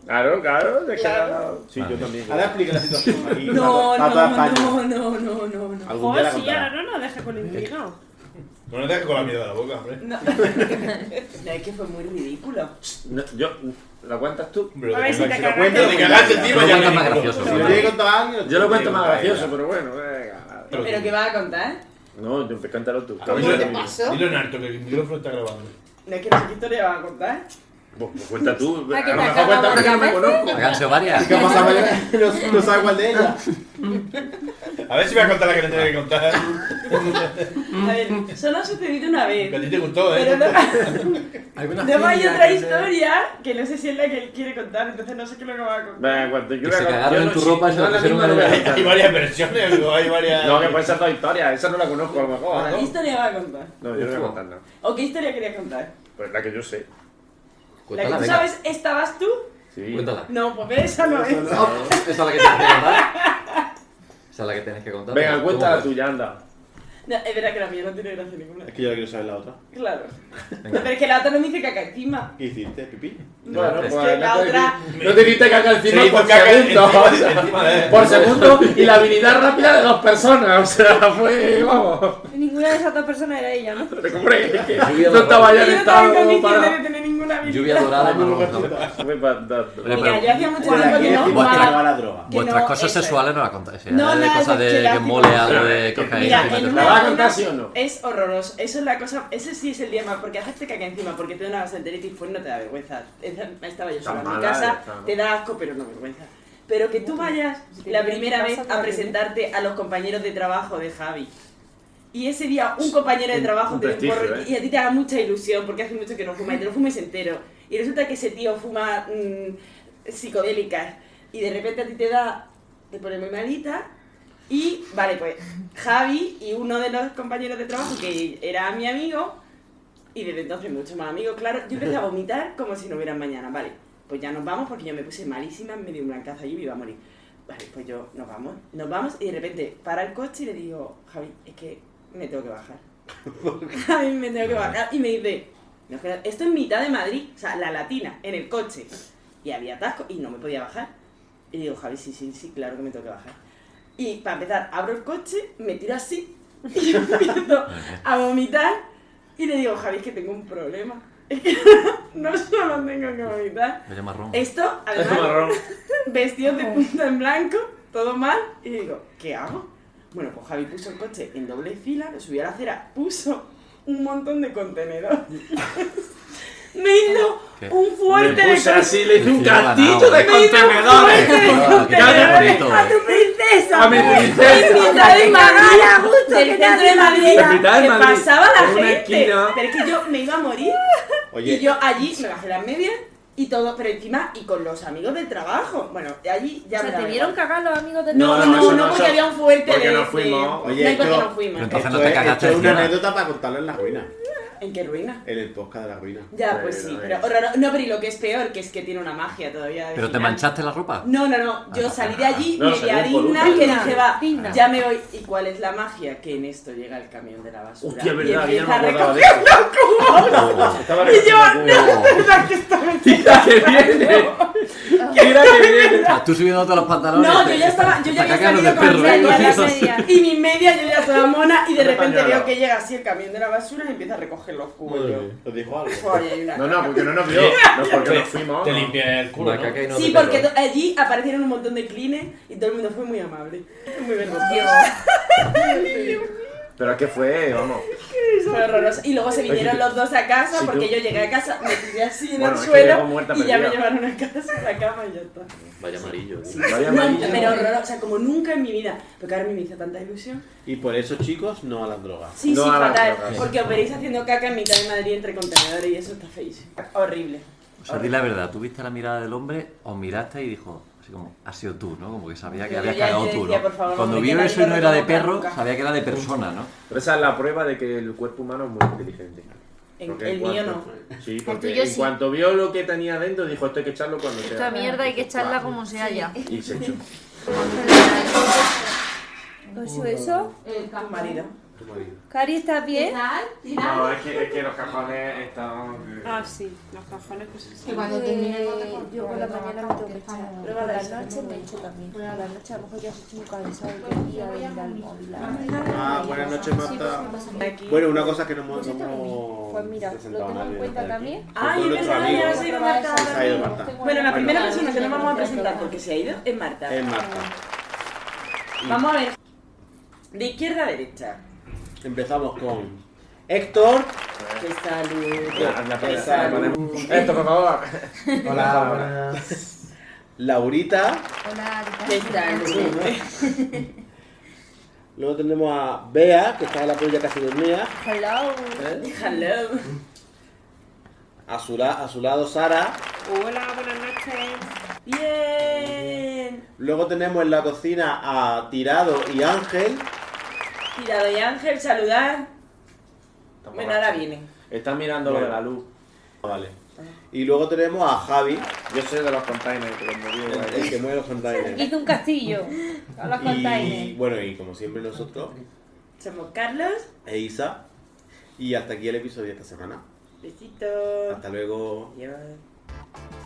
[SPEAKER 1] Claro, claro, de
[SPEAKER 5] Claro.
[SPEAKER 1] cagado. Sí, yo también.
[SPEAKER 6] Ahora explica la situación. aquí,
[SPEAKER 5] No,
[SPEAKER 6] para- para
[SPEAKER 5] no,
[SPEAKER 6] España.
[SPEAKER 5] no, no, no, no, no.
[SPEAKER 6] Algún día la
[SPEAKER 4] Oh, sí,
[SPEAKER 6] contará.
[SPEAKER 4] ahora no nos deja con el intriga.
[SPEAKER 2] Bueno, te dejes con la mierda de la boca, hombre.
[SPEAKER 5] No. No, es que fue muy ridículo.
[SPEAKER 1] No, yo, ¿La cuentas tú?
[SPEAKER 2] Pero
[SPEAKER 5] A ver
[SPEAKER 2] te-
[SPEAKER 5] si te
[SPEAKER 2] si lo
[SPEAKER 5] cagaste.
[SPEAKER 2] cuentas, te cagaste encima,
[SPEAKER 12] Pero
[SPEAKER 2] ya
[SPEAKER 12] cuenta
[SPEAKER 2] me
[SPEAKER 12] más
[SPEAKER 2] digo.
[SPEAKER 12] gracioso.
[SPEAKER 2] Si
[SPEAKER 12] Pero
[SPEAKER 2] lo
[SPEAKER 12] cuenta-
[SPEAKER 2] llegué contando a alguien,
[SPEAKER 1] Yo lo cuento más
[SPEAKER 2] venga,
[SPEAKER 1] gracioso,
[SPEAKER 2] venga.
[SPEAKER 1] pero bueno, venga.
[SPEAKER 5] ¿Pero qué vas a contar?
[SPEAKER 1] No, yo cuéntalo tú.
[SPEAKER 2] Dilo- Dilo en alto, que el micrófono está grabando.
[SPEAKER 5] No es que no sé qué historia vas a contar.
[SPEAKER 1] Pues, pues cuenta tú.
[SPEAKER 5] Ah, que
[SPEAKER 1] A lo
[SPEAKER 5] te
[SPEAKER 1] mejor
[SPEAKER 5] acaba
[SPEAKER 1] cuenta una que no me
[SPEAKER 5] varias
[SPEAKER 1] conozco.
[SPEAKER 12] Han sido varias.
[SPEAKER 6] ¿Qué ha pasado mañana? No, no sabe cuál de ellas.
[SPEAKER 2] A ver si voy a contar la que le tenía que contar.
[SPEAKER 5] A ver, solo ha sucedido una vez.
[SPEAKER 2] Que a ti te gustó, ¿eh?
[SPEAKER 5] Pero no,
[SPEAKER 9] Alguna
[SPEAKER 5] luego hay
[SPEAKER 9] filia
[SPEAKER 5] otra
[SPEAKER 9] que se-
[SPEAKER 5] historia que no sé si es la que él quiere contar, entonces no sé qué es lo que va a contar.
[SPEAKER 1] Venga, cuenta. Yo
[SPEAKER 12] Que
[SPEAKER 1] voy a
[SPEAKER 12] se
[SPEAKER 1] contar-
[SPEAKER 12] cagaron
[SPEAKER 1] yo
[SPEAKER 12] en
[SPEAKER 1] no
[SPEAKER 12] tu
[SPEAKER 1] sé-
[SPEAKER 12] ropa, eso
[SPEAKER 1] no
[SPEAKER 12] es lo
[SPEAKER 1] la
[SPEAKER 12] que
[SPEAKER 1] misma
[SPEAKER 12] hicieron
[SPEAKER 1] no voy a
[SPEAKER 12] una vez.
[SPEAKER 1] contar.
[SPEAKER 2] Hay varias versiones, digo, hay varias.
[SPEAKER 1] No, que pueden ser dos historias. Esa no la conozco a lo mejor.
[SPEAKER 5] ¿Qué
[SPEAKER 1] ¿no?
[SPEAKER 5] historia va a contar?
[SPEAKER 1] No, yo no voy a contar nada.
[SPEAKER 5] ¿O qué historia querías contar?
[SPEAKER 1] Pues la que yo sé. Pues
[SPEAKER 5] ¿La que tú
[SPEAKER 12] venga.
[SPEAKER 5] sabes, estabas tú?
[SPEAKER 1] Sí.
[SPEAKER 12] Cuéntala.
[SPEAKER 5] No, pues esa no es.
[SPEAKER 12] No, Esa es la que tienes que contar. Esa es la que tienes que contar.
[SPEAKER 1] Venga,
[SPEAKER 12] ¿Cómo
[SPEAKER 1] cuenta la
[SPEAKER 12] fue?
[SPEAKER 1] tuya, anda.
[SPEAKER 5] No, es verdad que la mía no tiene gracia ninguna.
[SPEAKER 6] Es que yo la quiero saber la otra.
[SPEAKER 5] Claro. Pero es que la otra no me dice caca encima.
[SPEAKER 6] ¿Qué hiciste, pipí?
[SPEAKER 1] Bueno,
[SPEAKER 5] es
[SPEAKER 1] pues
[SPEAKER 5] que la
[SPEAKER 1] no te-
[SPEAKER 5] otra.
[SPEAKER 1] No te diste caca encima
[SPEAKER 2] Se hizo
[SPEAKER 1] por
[SPEAKER 2] caca
[SPEAKER 1] segundo.
[SPEAKER 2] encima
[SPEAKER 1] o
[SPEAKER 2] de-
[SPEAKER 1] sea,
[SPEAKER 2] encima de-
[SPEAKER 1] Por segundo y la habilidad rápida de dos personas. O sea, fue. Vamos.
[SPEAKER 11] Ninguna de esas dos personas era ella, ¿no?
[SPEAKER 1] Hombre, es que
[SPEAKER 12] Lluvia
[SPEAKER 1] no estaba ya en
[SPEAKER 5] Yo no tengo
[SPEAKER 1] estado
[SPEAKER 5] condiciones
[SPEAKER 1] para.
[SPEAKER 5] de tener ninguna
[SPEAKER 12] Lluvia
[SPEAKER 5] habilidad.
[SPEAKER 12] dorada, no, no, no.
[SPEAKER 5] Mira, yo hacía mucho
[SPEAKER 6] Bueno,
[SPEAKER 5] tiempo
[SPEAKER 6] aquí
[SPEAKER 5] que no
[SPEAKER 6] es
[SPEAKER 12] vuestra-
[SPEAKER 5] fumaba.
[SPEAKER 6] la droga.
[SPEAKER 5] que
[SPEAKER 12] Vuestras
[SPEAKER 5] no,
[SPEAKER 12] cosas
[SPEAKER 5] eso es.
[SPEAKER 12] sexuales no las contáis. ¿eh?
[SPEAKER 5] No, no,
[SPEAKER 12] de cosas
[SPEAKER 5] es que
[SPEAKER 12] de que
[SPEAKER 5] lástima.
[SPEAKER 12] mole algo de cocaína.
[SPEAKER 5] Mira, en
[SPEAKER 12] etcétera.
[SPEAKER 5] una
[SPEAKER 1] ¿La vas a
[SPEAKER 5] vagina
[SPEAKER 1] contar sí o no?
[SPEAKER 5] Es horroroso. Eso es la cosa. Ese sí es el día más. Porque hacerte caca encima, porque te da una gastroenteritis, pues no te da vergüenza. Esa- Estaba yo sola en mi
[SPEAKER 1] mala,
[SPEAKER 5] casa,
[SPEAKER 1] está, ¿no?
[SPEAKER 5] te da asco, pero no vergüenza. Pero que tú vayas la primera vez a presentarte a los compañeros de trabajo de Javi. Y ese día un compañero de
[SPEAKER 1] Un-
[SPEAKER 5] trabajo
[SPEAKER 1] un
[SPEAKER 5] te dio un
[SPEAKER 1] prestigio,
[SPEAKER 5] porro
[SPEAKER 1] ¿eh?
[SPEAKER 5] y a ti te da mucha ilusión porque hace mucho que no fuma y te lo fumes entero. Y resulta que ese tío fuma mm, psicodélicas y de repente a ti te da, te pone muy malita y vale, pues Javi y uno de los compañeros de trabajo que era mi amigo y desde entonces mucho más amigos, claro, yo empecé a vomitar como si no hubiera mañana, vale, pues ya nos vamos porque yo me puse malísima, me dio un blancazo allí y me iba a morir. Vale, pues yo nos vamos, nos vamos y de repente para el coche y le digo, Javi, es que me tengo que bajar. Javi, me tengo que bajar y me dice, "No, espera, esto es mitad de Madrid, o sea, la latina, en el coche. Y había atasco y no me podía bajar. Y digo, Javi, sí, sí, sí, claro que me tengo que bajar. Y para empezar, abro el coche, me tiro así y empiezo a vomitar. Y le digo, Javi, es que tengo un problema. Es que no solo tengo que vomitar.
[SPEAKER 12] Huele marrón.
[SPEAKER 5] Esto, además, vestido de punta en blanco, todo mal. Y digo, ¿qué hago? Bueno, pues Javi puso el coche en doble fila, lo subió a la acera, puso un montón de contenedores. me hizo
[SPEAKER 12] ¿Qué?
[SPEAKER 5] un fuerte
[SPEAKER 1] Me puse
[SPEAKER 5] de
[SPEAKER 1] así, le hice un
[SPEAKER 12] Sí, ganado,
[SPEAKER 1] castillo de
[SPEAKER 12] eh.
[SPEAKER 5] Me hizo un fuerte de
[SPEAKER 1] contenedores.
[SPEAKER 12] Ah, qué
[SPEAKER 5] contenedores.
[SPEAKER 12] bonito,
[SPEAKER 5] ¡A
[SPEAKER 12] eh.
[SPEAKER 5] tu princesa!
[SPEAKER 1] A mi
[SPEAKER 5] En
[SPEAKER 1] princesa.
[SPEAKER 5] mitad de Madrid,
[SPEAKER 11] a gusto,
[SPEAKER 5] del
[SPEAKER 11] que
[SPEAKER 5] centro
[SPEAKER 11] nadie
[SPEAKER 5] de
[SPEAKER 11] me
[SPEAKER 5] Madrid,
[SPEAKER 1] En mitad de
[SPEAKER 5] que
[SPEAKER 1] Madrid,
[SPEAKER 5] pasaba la
[SPEAKER 1] en una
[SPEAKER 5] gente.
[SPEAKER 1] esquina.
[SPEAKER 5] Pero es que yo me iba a morir.
[SPEAKER 6] Oye.
[SPEAKER 5] Y yo allí me bajé las medias y todo, pero encima y con los amigos del trabajo. Bueno, de allí ya
[SPEAKER 3] O sea,
[SPEAKER 5] me daba
[SPEAKER 3] ¿te
[SPEAKER 5] igual.
[SPEAKER 3] vieron cagar los amigos de
[SPEAKER 5] No, no, no,
[SPEAKER 6] eso
[SPEAKER 5] no, porque
[SPEAKER 6] eso-
[SPEAKER 5] había un fuerte
[SPEAKER 6] porque
[SPEAKER 5] de
[SPEAKER 6] no
[SPEAKER 5] este-
[SPEAKER 6] fuimos.
[SPEAKER 5] No,
[SPEAKER 6] Oye,
[SPEAKER 5] porque
[SPEAKER 6] esto,
[SPEAKER 5] no fuimos.
[SPEAKER 6] esto
[SPEAKER 5] Entonces no te
[SPEAKER 6] es-
[SPEAKER 5] cagaste
[SPEAKER 6] esto es una
[SPEAKER 5] encima.
[SPEAKER 6] anécdota para contarla en la ruina.
[SPEAKER 5] ¿En qué ruina?
[SPEAKER 6] En el podcast de la ruina.
[SPEAKER 5] Ya, pues sí, pero horror- No, pero y lo que es peor, que es que tiene una magia todavía. de
[SPEAKER 7] ¿Pero te
[SPEAKER 5] final.
[SPEAKER 7] manchaste Ah, la ropa?
[SPEAKER 5] No, no, no. Yo salí de allí
[SPEAKER 7] No,
[SPEAKER 5] media
[SPEAKER 7] salí por
[SPEAKER 5] digna
[SPEAKER 7] último.
[SPEAKER 5] que dije, va,
[SPEAKER 7] Digna.
[SPEAKER 5] ya me voy. ¿Y cuál es la magia? Que en esto llega el camión de la basura.
[SPEAKER 1] Hostia,
[SPEAKER 5] y
[SPEAKER 1] verdad, que ya no
[SPEAKER 5] empieza
[SPEAKER 1] me
[SPEAKER 5] a
[SPEAKER 1] acordaba de
[SPEAKER 5] recoger
[SPEAKER 1] eso.
[SPEAKER 5] los cubos.
[SPEAKER 1] Estaba
[SPEAKER 5] Y yo,
[SPEAKER 7] no,
[SPEAKER 5] verdad que está mentira.
[SPEAKER 1] que viene. Mira que viene.
[SPEAKER 7] Tú subiendo todos los pantalones.
[SPEAKER 5] No, yo ya estaba, yo ya había
[SPEAKER 7] Para cagar los
[SPEAKER 5] salido con
[SPEAKER 7] del
[SPEAKER 5] mi
[SPEAKER 7] perro, ¿eh?
[SPEAKER 5] media,
[SPEAKER 7] Esos-
[SPEAKER 5] y mi media yo ya estaba mona y de
[SPEAKER 6] Una
[SPEAKER 5] repente
[SPEAKER 6] pañuela.
[SPEAKER 5] veo que llega así el camión de la basura y empieza a recoger los cubos.
[SPEAKER 6] Madre
[SPEAKER 5] yo.
[SPEAKER 6] mía, ¿Os dijo algo?
[SPEAKER 2] Pues,
[SPEAKER 5] Joder, hay una-
[SPEAKER 1] No, no, porque no nos vio. No, porque nos fuimos.
[SPEAKER 14] Te
[SPEAKER 1] no.
[SPEAKER 14] limpia el culo. ¿no?
[SPEAKER 5] sí, porque to- allí aparecieron un montón de clines y todo el mundo fue muy amable. Muy vergonzoso.
[SPEAKER 1] Pero es que fue, vamos.
[SPEAKER 5] Fue horroroso. Y luego se vinieron
[SPEAKER 1] Oye,
[SPEAKER 5] los dos a casa
[SPEAKER 1] si
[SPEAKER 5] porque
[SPEAKER 1] tú-
[SPEAKER 5] yo llegué a casa, me tiré así en
[SPEAKER 1] Bueno,
[SPEAKER 5] el
[SPEAKER 1] es que
[SPEAKER 5] suelo
[SPEAKER 1] llegó muerta
[SPEAKER 5] y ya me
[SPEAKER 1] perdida.
[SPEAKER 5] llevaron a casa, a la cama y ya está.
[SPEAKER 7] Vaya amarillo.
[SPEAKER 6] Sí.
[SPEAKER 1] Vaya
[SPEAKER 5] No,
[SPEAKER 1] amarillo.
[SPEAKER 5] pero horroroso, o sea, como nunca en mi vida. Porque ahora me hizo tanta ilusión.
[SPEAKER 6] Y por eso, chicos, no a las drogas.
[SPEAKER 5] Sí, sí, fatal. Porque os veréis haciendo caca en mitad de Madrid entre contenedores y eso está feísimo. Horrible.
[SPEAKER 7] O sea, di la verdad, ¿tú viste la mirada del hombre, os miraste y dijo, así como, ha sido tú, ¿no? Como que sabía que
[SPEAKER 5] Yo
[SPEAKER 7] habías
[SPEAKER 5] ya- yo
[SPEAKER 7] cagado tú,
[SPEAKER 5] decía,
[SPEAKER 7] ¿no?
[SPEAKER 5] por favor,
[SPEAKER 7] Cuando
[SPEAKER 5] hombre,
[SPEAKER 7] vio
[SPEAKER 5] que
[SPEAKER 7] eso y no
[SPEAKER 5] nadie
[SPEAKER 7] era de
[SPEAKER 5] lo
[SPEAKER 7] perro,
[SPEAKER 5] toca nunca.
[SPEAKER 7] sabía que era de persona, ¿no?
[SPEAKER 1] Pero esa es la prueba de que el cuerpo humano es muy inteligente.
[SPEAKER 5] En-
[SPEAKER 1] Porque
[SPEAKER 5] el
[SPEAKER 1] en cuanto-
[SPEAKER 5] mío no.
[SPEAKER 1] Sí, porque
[SPEAKER 15] tuyo
[SPEAKER 1] en
[SPEAKER 15] sí.
[SPEAKER 1] cuanto vio lo que tenía dentro, dijo, esto hay que echarlo cuando sea.
[SPEAKER 15] Esta mierda hay que echarla como sea ya.
[SPEAKER 1] Y se echó.
[SPEAKER 3] ¿Eso, eso?
[SPEAKER 5] Tu marido.
[SPEAKER 3] Cari, ¿estás bien?
[SPEAKER 1] No, es que, es que los cajones están...
[SPEAKER 4] Ah, sí, los cajones
[SPEAKER 5] pues
[SPEAKER 4] que se
[SPEAKER 3] Que cuando termine el bote, Yo por la mañana me tengo que echar. Pero por la noche me echo también. Por la noche a lo mejor ya estoy muy cansado y voy a venir al móvil.
[SPEAKER 6] Ah, buenas noches, Marta.
[SPEAKER 3] Aquí.
[SPEAKER 6] Bueno, una cosa que no hemos, no
[SPEAKER 3] Pues
[SPEAKER 6] hemos
[SPEAKER 3] mira, lo
[SPEAKER 6] presentado a
[SPEAKER 3] tengo en
[SPEAKER 6] nadie.
[SPEAKER 3] cuenta también.
[SPEAKER 5] Ay,
[SPEAKER 6] Con
[SPEAKER 5] es
[SPEAKER 6] nuestro
[SPEAKER 5] verdad,
[SPEAKER 6] amigo.
[SPEAKER 5] ya se ha ido Marta.
[SPEAKER 6] Se ha ido Marta.
[SPEAKER 5] Bueno, la
[SPEAKER 6] Bueno, Eh,
[SPEAKER 5] primera persona que nos vamos a presentar porque se ha ido es Marta.
[SPEAKER 6] Es Marta.
[SPEAKER 5] Vamos a ver. De izquierda a derecha.
[SPEAKER 6] Empezamos con Héctor.
[SPEAKER 5] Que salud. Que salud.
[SPEAKER 1] Esto, por favor.
[SPEAKER 6] Hola, buenas. Laurita.
[SPEAKER 15] Hola,
[SPEAKER 5] ¿qué tal?
[SPEAKER 6] Luego tenemos a Bea, que está en la polla casi dormida.
[SPEAKER 3] Hello.
[SPEAKER 4] ¿Eh?
[SPEAKER 5] Hello.
[SPEAKER 6] A su, la- a su lado Sara.
[SPEAKER 4] Hola, buenas noches.
[SPEAKER 5] Bien.
[SPEAKER 6] Luego tenemos en la cocina a Tirado y Ángel.
[SPEAKER 5] Tirado y Ángel, saludar. Bueno, ahora viene.
[SPEAKER 1] Están mirando lo de la luz.
[SPEAKER 6] Vale. Y luego tenemos a Javi.
[SPEAKER 1] Yo soy de los containers, que los movió.
[SPEAKER 6] El, el que mueve los containers.
[SPEAKER 3] Hice un castillo. A los
[SPEAKER 6] Y
[SPEAKER 3] containers.
[SPEAKER 6] bueno, y como siempre nosotros,
[SPEAKER 5] Somos Carlos.
[SPEAKER 6] e Isa. Y hasta aquí el episodio de esta semana.
[SPEAKER 5] Besitos.
[SPEAKER 6] Hasta luego.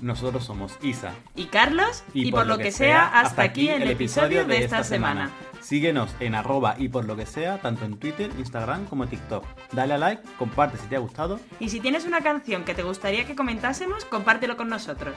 [SPEAKER 16] Nosotros somos Isa.
[SPEAKER 4] Y Carlos, y, por, lo que, sea, hasta, aquí el episodio de esta semana.
[SPEAKER 16] Síguenos en arroba y por lo que sea, tanto en Twitter, Instagram como TikTok. Dale a like, comparte si te ha gustado
[SPEAKER 4] Y si tienes una canción que te gustaría que comentásemos, compártelo con nosotros.